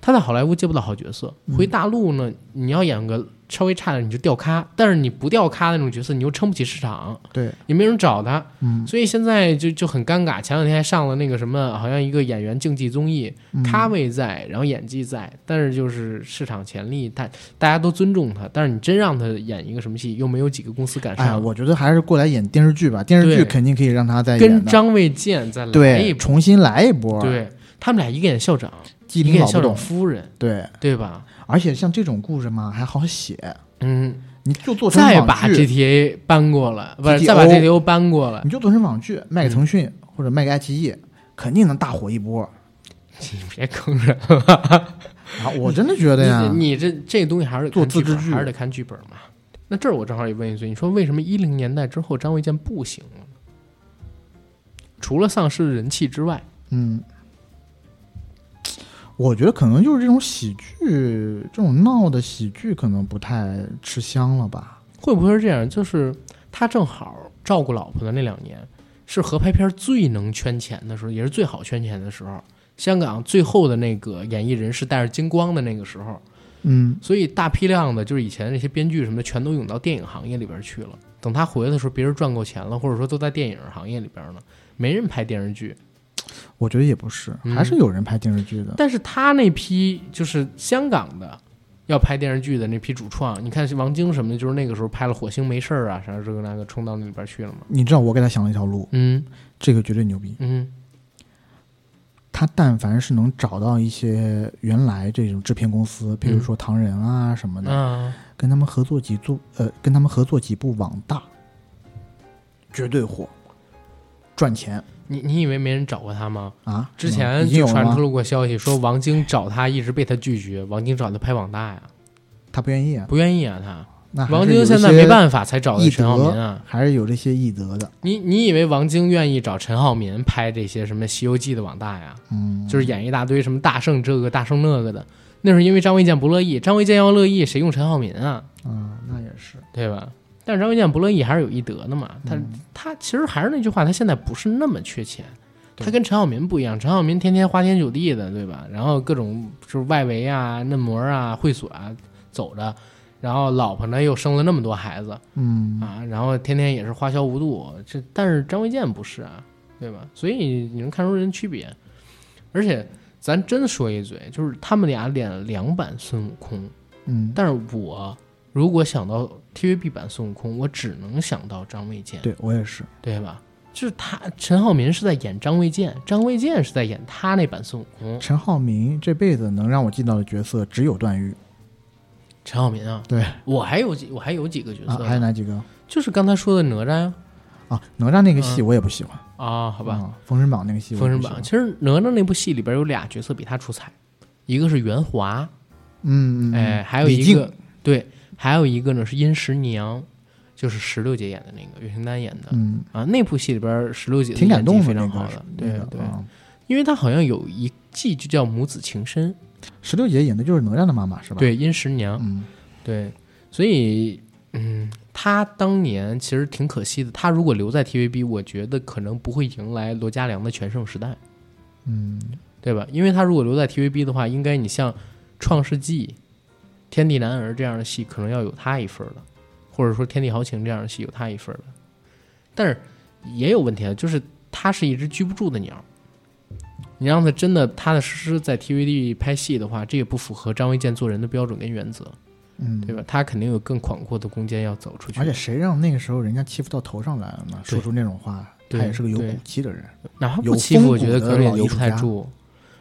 [SPEAKER 1] 她在好莱坞接不到好角色，
[SPEAKER 2] 嗯
[SPEAKER 1] 回大陆呢，你要演个稍微差点你就掉咖，但是你不掉咖那种角色，你又撑不起市场，
[SPEAKER 2] 嗯对，
[SPEAKER 1] 也没人找她，
[SPEAKER 2] 嗯，
[SPEAKER 1] 所以现在就就很尴尬。前两天还上了那个什么，好像一个演员竞技综艺，咖
[SPEAKER 2] 嗯、
[SPEAKER 1] 位在，然后演技在，但是就是市场潜力，大大家都尊重她，但是你真让她演一个什么戏，又没有几个公司敢
[SPEAKER 2] 哎，
[SPEAKER 1] 上。
[SPEAKER 2] 我觉得还是过来演电视剧吧，电视剧
[SPEAKER 1] 对
[SPEAKER 2] 肯定可以让他再演
[SPEAKER 1] 跟
[SPEAKER 2] 的，
[SPEAKER 1] 张卫健再来一
[SPEAKER 2] 对，
[SPEAKER 1] 波，
[SPEAKER 2] 重新来一波，，
[SPEAKER 1] 对他们俩一个演校长，
[SPEAKER 2] 机
[SPEAKER 1] 一个
[SPEAKER 2] 灵
[SPEAKER 1] 演
[SPEAKER 2] 老不
[SPEAKER 1] 校长
[SPEAKER 2] 懂，
[SPEAKER 1] 夫人，
[SPEAKER 2] 对，
[SPEAKER 1] 对吧？
[SPEAKER 2] 而且像这种故事嘛还好写，
[SPEAKER 1] 嗯，
[SPEAKER 2] 你就做成
[SPEAKER 1] 再
[SPEAKER 2] 网
[SPEAKER 1] 把
[SPEAKER 2] 剧，
[SPEAKER 1] GTA 搬过来，不是
[SPEAKER 2] GTO
[SPEAKER 1] 再把 GTO 搬过来
[SPEAKER 2] 你，就做成网剧，
[SPEAKER 1] 嗯
[SPEAKER 2] 卖给腾讯、或者卖给爱奇艺，肯定能大火一波。
[SPEAKER 1] 你 别坑人 了。
[SPEAKER 2] 啊，我真的觉得呀，
[SPEAKER 1] 你你这这东西还是得看
[SPEAKER 2] 做自
[SPEAKER 1] 剧本
[SPEAKER 2] 制剧
[SPEAKER 1] 还是得看剧本嘛。那这儿我正好也问一句，你说为什么一零年代之后张卫健不行了呢？除了丧失人气之外，
[SPEAKER 2] 嗯，我觉得可能就是这种喜剧，这种闹的喜剧可能不太吃香了吧。
[SPEAKER 1] 会不会是这样？就是他正好照顾老婆的那两年，是合拍片最能圈钱的时候，也是最好圈钱的时候。香港最后的那个演艺人是带着金光的那个时候，
[SPEAKER 2] 嗯，
[SPEAKER 1] 所以大批量的就是以前那些编剧什么的，全都涌到电影行业里边去了。等他回来的时候，别人赚够钱了，或者说都在电影行业里边了，没人拍电视剧。
[SPEAKER 2] 我觉得也不是，
[SPEAKER 1] 嗯
[SPEAKER 2] 还是有人拍电视剧的。
[SPEAKER 1] 但是他那批就是香港的要拍电视剧的那批主创，你看王晶什么的，就是那个时候拍了《火星没事儿》啊，啥这个那个，冲到那里边去了嘛。
[SPEAKER 2] 你知道我给他想了一条路，
[SPEAKER 1] 嗯
[SPEAKER 2] 这个绝对牛逼。
[SPEAKER 1] 嗯
[SPEAKER 2] 他但凡是能找到一些原来这种制片公司，比如说唐人啊什么的，
[SPEAKER 1] 啊，
[SPEAKER 2] 跟他们合作几部，呃，跟他们合作几部网大，绝对火，赚钱
[SPEAKER 1] 你你以为没人找过他吗？嗯
[SPEAKER 2] 啊！
[SPEAKER 1] 之
[SPEAKER 2] 是吗
[SPEAKER 1] 前
[SPEAKER 2] 已经
[SPEAKER 1] 就
[SPEAKER 2] 有了
[SPEAKER 1] 传出
[SPEAKER 2] 吗
[SPEAKER 1] 了过消息，说王晶找他一直被他拒绝，王晶找他拍网大呀，
[SPEAKER 2] 他不愿意啊，
[SPEAKER 1] 不愿意啊他。
[SPEAKER 2] 那还
[SPEAKER 1] 王
[SPEAKER 2] 是有
[SPEAKER 1] 晶
[SPEAKER 2] 一
[SPEAKER 1] 现在
[SPEAKER 2] 些
[SPEAKER 1] 没办法才找
[SPEAKER 2] 艺
[SPEAKER 1] 的陈浩民
[SPEAKER 2] 德
[SPEAKER 1] 啊。
[SPEAKER 2] 还是有这些艺德的，
[SPEAKER 1] 你你以为王晶愿意找陈浩民拍这些什么《西游记》的网大呀？
[SPEAKER 2] 嗯，
[SPEAKER 1] 就是演一大堆什么大圣这个大圣那个的。那是因为张卫健不乐意，张卫健要乐意，谁用陈浩民啊？
[SPEAKER 2] 嗯，那也是，
[SPEAKER 1] 对吧？但是张卫健不乐意还是有一德的嘛。他、
[SPEAKER 2] 嗯
[SPEAKER 1] 他其实还是那句话，他现在不是那么缺钱。
[SPEAKER 2] 对
[SPEAKER 1] 他跟陈浩民不一样，陈浩民天天花天酒地的，对吧？然后各种就是外围啊、嫩模啊、会所啊走着，然后老婆呢又生了那么多孩子
[SPEAKER 2] 嗯，
[SPEAKER 1] 啊，然后天天也是花销无度。这但是张卫健不是啊，对吧？所以你能看出人区别。而且咱真说一嘴，就是他们俩演两版孙悟空，
[SPEAKER 2] 嗯，
[SPEAKER 1] 但是我如果想到 TVB 版孙悟空，我只能想到张卫健，
[SPEAKER 2] 对我也是，
[SPEAKER 1] 对吧？就是他，陈浩民是在演张卫健，张卫健是在演他那版孙悟空。
[SPEAKER 2] 陈浩民这辈子能让我记到的角色只有段誉
[SPEAKER 1] 陈浩民啊，
[SPEAKER 2] 对
[SPEAKER 1] 我还有几，我还有几个角
[SPEAKER 2] 啊
[SPEAKER 1] 色，，
[SPEAKER 2] 还有哪几个
[SPEAKER 1] 就是刚才说的哪吒呀、
[SPEAKER 2] 啊？哪吒那个戏我也不喜欢，
[SPEAKER 1] 啊，
[SPEAKER 2] 好
[SPEAKER 1] 好吧，
[SPEAKER 2] 封神榜》那个戏，
[SPEAKER 1] 封神榜》。其，实哪吒那部戏里边有俩角色比他出彩，一个是袁华，
[SPEAKER 2] 嗯嗯，嗯
[SPEAKER 1] 哎，还有
[SPEAKER 2] 李
[SPEAKER 1] 一
[SPEAKER 2] 靖
[SPEAKER 1] 个对，还有一个呢是殷十娘，就是石榴姐演的那个岳仙丹演的。
[SPEAKER 2] 嗯，
[SPEAKER 1] 啊，那部戏里边石榴姐的
[SPEAKER 2] 挺感
[SPEAKER 1] 演技
[SPEAKER 2] 动的
[SPEAKER 1] 非
[SPEAKER 2] 那
[SPEAKER 1] 常
[SPEAKER 2] 个
[SPEAKER 1] 好
[SPEAKER 2] 是
[SPEAKER 1] 的，
[SPEAKER 2] 那
[SPEAKER 1] 对
[SPEAKER 2] 个
[SPEAKER 1] 对，
[SPEAKER 2] 啊
[SPEAKER 1] 因为她好像有一季就叫母子情深，
[SPEAKER 2] 石榴姐演的就是哪吒的妈妈是吧？，
[SPEAKER 1] 对，殷十娘，
[SPEAKER 2] 嗯，
[SPEAKER 1] 对，所以嗯，她当年其实挺可惜的，她如果留在 TVB，我觉得可能不会迎来罗嘉良的全盛时代，
[SPEAKER 2] 嗯，
[SPEAKER 1] 对吧？因为她如果留在 TVB 的话，应该你像《创世纪》《天地男儿》这样的戏，可能要有她一份儿了，或者说《天地豪情》这样的戏有她一份儿了，但是也有问题啊，就是它是一只居不住的鸟。你让它真的踏踏实实在 TVB 拍戏的话，这也不符合张卫健做人的标准跟原则，
[SPEAKER 2] 嗯，
[SPEAKER 1] 对吧？他肯定有更广阔的空间要走出去
[SPEAKER 2] 而。且谁让那个时候人家欺负到头上来了呢？
[SPEAKER 1] 对
[SPEAKER 2] 说出那种话，他
[SPEAKER 1] 对
[SPEAKER 2] 也是个有
[SPEAKER 1] 对嗯
[SPEAKER 2] 骨气的人。
[SPEAKER 1] 哪怕不
[SPEAKER 2] 有
[SPEAKER 1] 欺负，
[SPEAKER 2] 风
[SPEAKER 1] 我觉得
[SPEAKER 2] 骨
[SPEAKER 1] 可
[SPEAKER 2] 的
[SPEAKER 1] 能也
[SPEAKER 2] 老
[SPEAKER 1] 留
[SPEAKER 2] 艺
[SPEAKER 1] 不
[SPEAKER 2] 术
[SPEAKER 1] 太
[SPEAKER 2] 家
[SPEAKER 1] 住。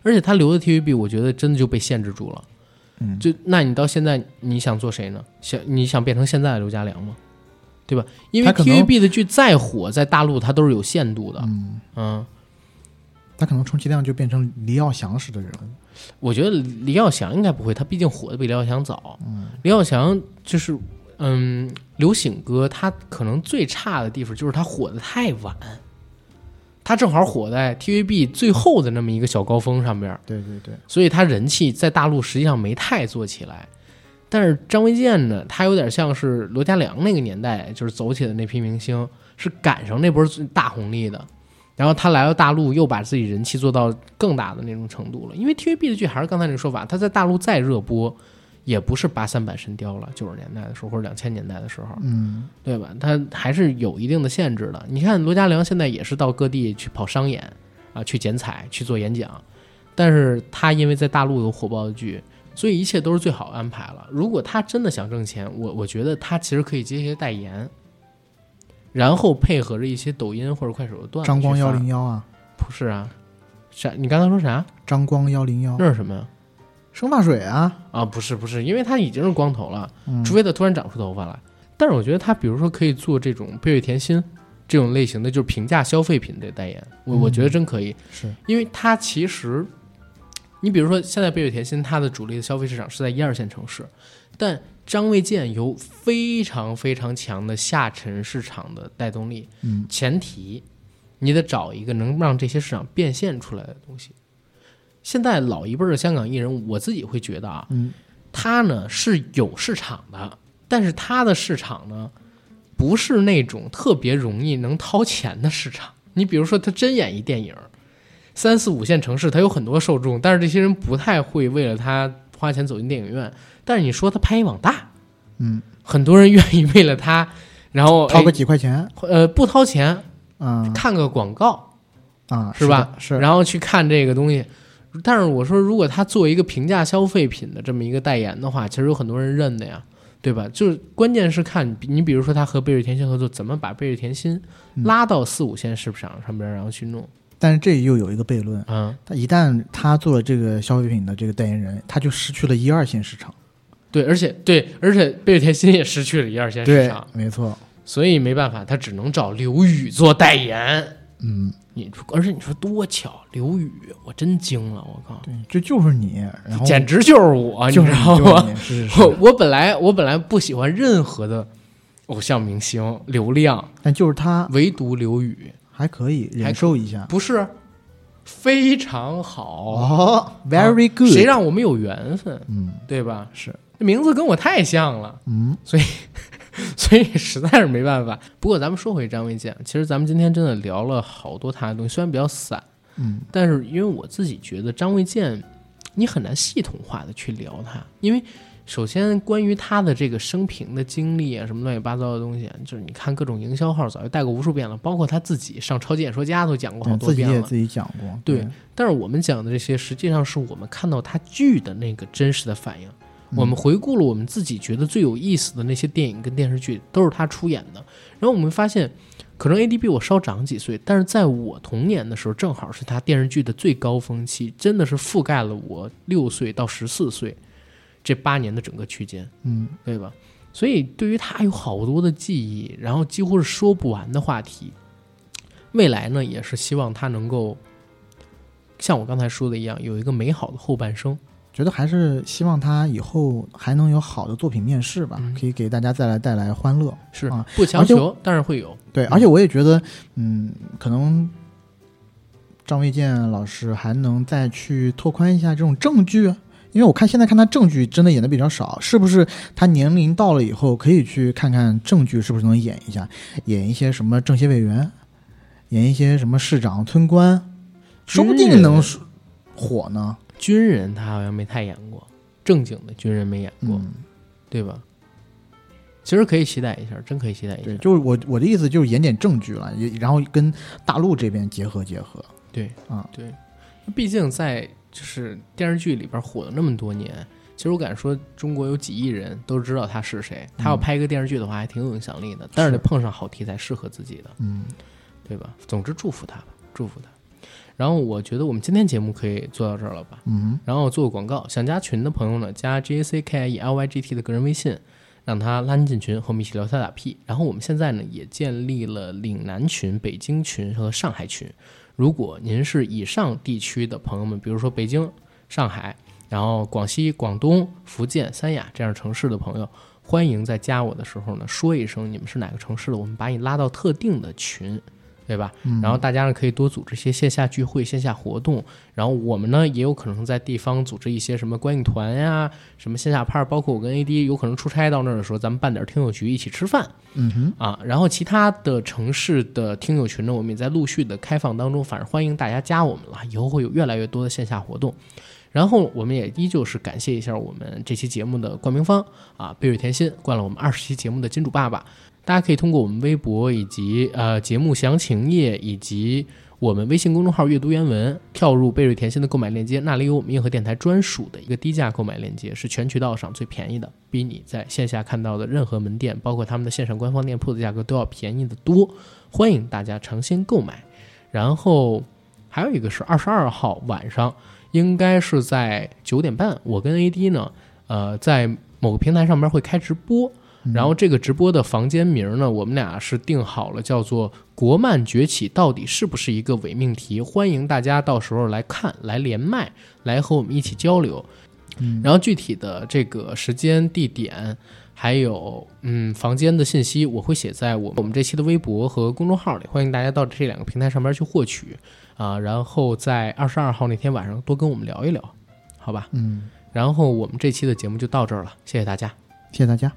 [SPEAKER 1] 而且他留的 TVB，我觉得真的就被限制住了。
[SPEAKER 2] 嗯，
[SPEAKER 1] 就那你到现在，你想做谁呢？想你想变成现在的刘家良吗？对吧？因为
[SPEAKER 2] 他可能
[SPEAKER 1] TVB 的剧再火，在大陆它都是有限度的。
[SPEAKER 2] 嗯，
[SPEAKER 1] 嗯，
[SPEAKER 2] 他可能充其量就变成黎耀祥式的人物。
[SPEAKER 1] 我觉得李耀祥应该不会，他毕竟火的比李耀祥早。李耀祥就是，嗯，刘醒哥他可能最差的地方就是他火的太晚，他正好火在 TVB 最后的那么一个小高峰上边儿，
[SPEAKER 2] 对对对，
[SPEAKER 1] 所以他人气在大陆实际上没太做起来。但是张卫健呢，他有点像是罗嘉良那个年代就是走起的那批明星，是赶上那波最大红利的。然后他来到大陆，又把自己人气做到更大的那种程度了。因为 TVB 的剧还是刚才那个说法，他在大陆再热播，也不是八三版《神雕》了，九十年代的时候或者两千年代的时候，
[SPEAKER 2] 嗯，
[SPEAKER 1] 对吧？它还是有一定的限制的。你看罗嘉良现在也是到各地去跑商演啊，去剪彩，去做演讲，但是他因为在大陆有火爆的剧，所以一切都是最好安排了。如果他真的想挣钱，我我觉得他其实可以接一些代言，然后配合着一些抖音或者快手的段子去发。
[SPEAKER 2] 张光幺零幺啊，
[SPEAKER 1] 不是啊？哦啥？你刚才说啥？
[SPEAKER 2] 张光幺零幺，
[SPEAKER 1] 那是什么呀？
[SPEAKER 2] 生发水啊，
[SPEAKER 1] 啊，不是不是，因为他已经是光头了，
[SPEAKER 2] 嗯
[SPEAKER 1] 除非他突然长出头发来。但是我觉得他，比如说可以做这种贝瑞甜心这种类型的，就是平价消费品的代言，我我觉得真可以，
[SPEAKER 2] 是
[SPEAKER 1] 因为他其实，你比如说现在贝瑞甜心它的主力的消费市场是在一二线城市，但张卫健有非常非常强的下沉市场的带动力，
[SPEAKER 2] 嗯
[SPEAKER 1] 前提你得找一个能让这些市场变现出来的东西。现在老一辈儿的香港艺人，我自己会觉得啊，
[SPEAKER 2] 嗯
[SPEAKER 1] 他呢是有市场的，但是他的市场呢，不是那种特别容易能掏钱的市场，你比如说，他真演一电影，三四五线城市他有很多受众，但是这些人不太会为了他花钱走进电影院。但是你说他拍一网大，
[SPEAKER 2] 嗯，
[SPEAKER 1] 很多人愿意为了他，然后
[SPEAKER 2] 掏个
[SPEAKER 1] 哎
[SPEAKER 2] 几块钱
[SPEAKER 1] 呃不掏钱
[SPEAKER 2] 啊
[SPEAKER 1] 看个广告，
[SPEAKER 2] 啊，
[SPEAKER 1] 是吧
[SPEAKER 2] 的是，
[SPEAKER 1] 然后去看这个东西。但是我说，如果他作为一个平价消费品的这么一个代言的话，其实有很多人认的呀，对吧？就是关键是看你你比如说他和贝瑞甜心合作，怎么把贝瑞甜心
[SPEAKER 2] 嗯
[SPEAKER 1] 拉到四五线市场上边，然后去弄，
[SPEAKER 2] 但是这又有一个悖论，
[SPEAKER 1] 嗯，
[SPEAKER 2] 他一旦他做了这个消费品的这个代言人，他就失去了一二线市场。
[SPEAKER 1] 对，而且对，而且贝瑞甜心也失去了一二线市
[SPEAKER 2] 对
[SPEAKER 1] 场，，
[SPEAKER 2] 没错，
[SPEAKER 1] 所以没办法，他只能找刘宇做代言。
[SPEAKER 2] 嗯，
[SPEAKER 1] 你说而且你说多巧，刘宇，我真惊了，我靠，
[SPEAKER 2] 对，这就是你，然后
[SPEAKER 1] 简直就是我，
[SPEAKER 2] 就是
[SPEAKER 1] 你知道
[SPEAKER 2] 你
[SPEAKER 1] 吗？？
[SPEAKER 2] 就是你是是
[SPEAKER 1] 我
[SPEAKER 2] 是，
[SPEAKER 1] 我本来我本来不喜欢任何的偶像明星流量，
[SPEAKER 2] 但就是他
[SPEAKER 1] 唯独刘宇
[SPEAKER 2] 还可以忍受一下。
[SPEAKER 1] 不是非常好。
[SPEAKER 2] 哦，very good，
[SPEAKER 1] 啊谁让我们有缘分，
[SPEAKER 2] 嗯
[SPEAKER 1] 对吧？
[SPEAKER 2] 是，
[SPEAKER 1] 这名字跟我太像了，
[SPEAKER 2] 嗯，
[SPEAKER 1] 所以实在是没办法。不过咱们说回张卫健，其实咱们今天真的聊了好多他的东西，虽然比较散，
[SPEAKER 2] 嗯，
[SPEAKER 1] 但是因为我自己觉得张卫健，你很难系统化的去聊他，因为首先关于他的这个生平的经历啊，什么乱七八糟的东西啊，就是你看各种营销号早就带过无数遍了，包括他自己上《超级演说家》都讲过好
[SPEAKER 2] 对
[SPEAKER 1] 多
[SPEAKER 2] 自己
[SPEAKER 1] 遍
[SPEAKER 2] 也
[SPEAKER 1] 了。
[SPEAKER 2] 自己讲过，
[SPEAKER 1] 对，但是我们讲的这些，实际上是我们看到他剧的那个真实的反应。我们回顾了我们自己觉得最有意思的那些电影跟电视剧，都是他出演的。然后我们发现，可能 A D B 我稍长几岁，但是在我童年的时候，正好是他电视剧的最高峰期，真的是覆盖了我六岁到十四岁这八年的整个区间，
[SPEAKER 2] 嗯，
[SPEAKER 1] 对吧？所以对于他有好多的记忆，然后几乎是说不完的话题。未来呢，也是希望他能够像我刚才说的一样，有一个美好的后半生。
[SPEAKER 2] 觉得还是希望他以后还能有好的作品面世吧，
[SPEAKER 1] 嗯
[SPEAKER 2] 可以给大家再来带来欢乐。
[SPEAKER 1] 是
[SPEAKER 2] 啊
[SPEAKER 1] 不强求，但是会有。
[SPEAKER 2] 对，
[SPEAKER 1] 嗯
[SPEAKER 2] 而且我也觉得，嗯，可能张卫健老师还能再去拓宽一下这种正剧，因为我看现在看他正剧真的演的比较少，是不是他年龄到了以后可以去看看正剧是不是能演一下，演一些什么政协委员，演一些什么市长、村官，说不定能火呢。
[SPEAKER 1] 军人他好像没太演过，正经的军人没演过，
[SPEAKER 2] 嗯，
[SPEAKER 1] 对吧？其实可以期待一下，真可以期待一下
[SPEAKER 2] 对，。就是我我的意思就是演点正剧了，也然后跟大陆这边结合结合。
[SPEAKER 1] 对，
[SPEAKER 2] 啊
[SPEAKER 1] 对，毕竟在就是电视剧里边火了那么多年，其实我敢说，中国有几亿人都知道他是谁。他要拍一个电视剧的话，还挺有影响力的，但是得碰上好题材，适合自己的。
[SPEAKER 2] 嗯，
[SPEAKER 1] 对吧？总之祝福他吧，祝福他。然后我觉得我们今天节目可以做到这儿了吧？
[SPEAKER 2] 嗯，
[SPEAKER 1] 然后做个广告，想加群的朋友呢，加 J A C K I E L Y G T 的个人微信，让他拉您进群，和我们一起聊天打屁。然后我们现在呢也建立了岭南群、北京群和上海群。如果您是以上地区的朋友们，比如说北京、上海，然后广西、广东、福建、三亚这样城市的朋友，欢迎在加我的时候呢说一声你们是哪个城市的，我们把你拉到特定的群，对吧？然后大家呢可以多组织一些线下聚会、线下活动，然后我们呢也有可能在地方组织一些什么观影团呀、什么线下派儿，包括我跟 AD 有可能出差到那儿的时候，咱们办点儿听友局一起吃饭，
[SPEAKER 2] 嗯哼。
[SPEAKER 1] 啊，然后其他的城市的听友群呢，我们也在陆续的开放当中，反正欢迎大家加我们了，以后会有越来越多的线下活动。然后我们也依旧是感谢一下我们这期节目的冠名方啊，贝瑞甜心冠了我们二十期节目的金主爸爸。大家可以通过我们微博以及呃节目详情页以及我们微信公众号“阅读原文”，跳入贝瑞甜心的购买链接，那里有我们硬核电台专属的一个低价购买链接，是全渠道上最便宜的，比你在线下看到的任何门店，包括他们的线上官方店铺的价格都要便宜的多。欢迎大家尝鲜购买。然后还有一个是二十二号晚上，应该是在九点半，我跟 AD 呢，呃，在某个平台上面会开直播。然后这个直播的房间名呢，我们俩是定好了，叫做“国漫崛起到底是不是一个伪命题”，欢迎大家到时候来看、来连麦、来和我们一起交流。
[SPEAKER 2] 嗯
[SPEAKER 1] 然后具体的这个时间、地点，还有嗯房间的信息，我会写在我我们这期的微博和公众号里，欢迎大家到这两个平台上面去获取啊。然后在二十二号那天晚上多跟我们聊一聊，好吧？
[SPEAKER 2] 嗯，
[SPEAKER 1] 然后我们这期的节目就到这儿了，谢谢大家。
[SPEAKER 2] 谢谢大家，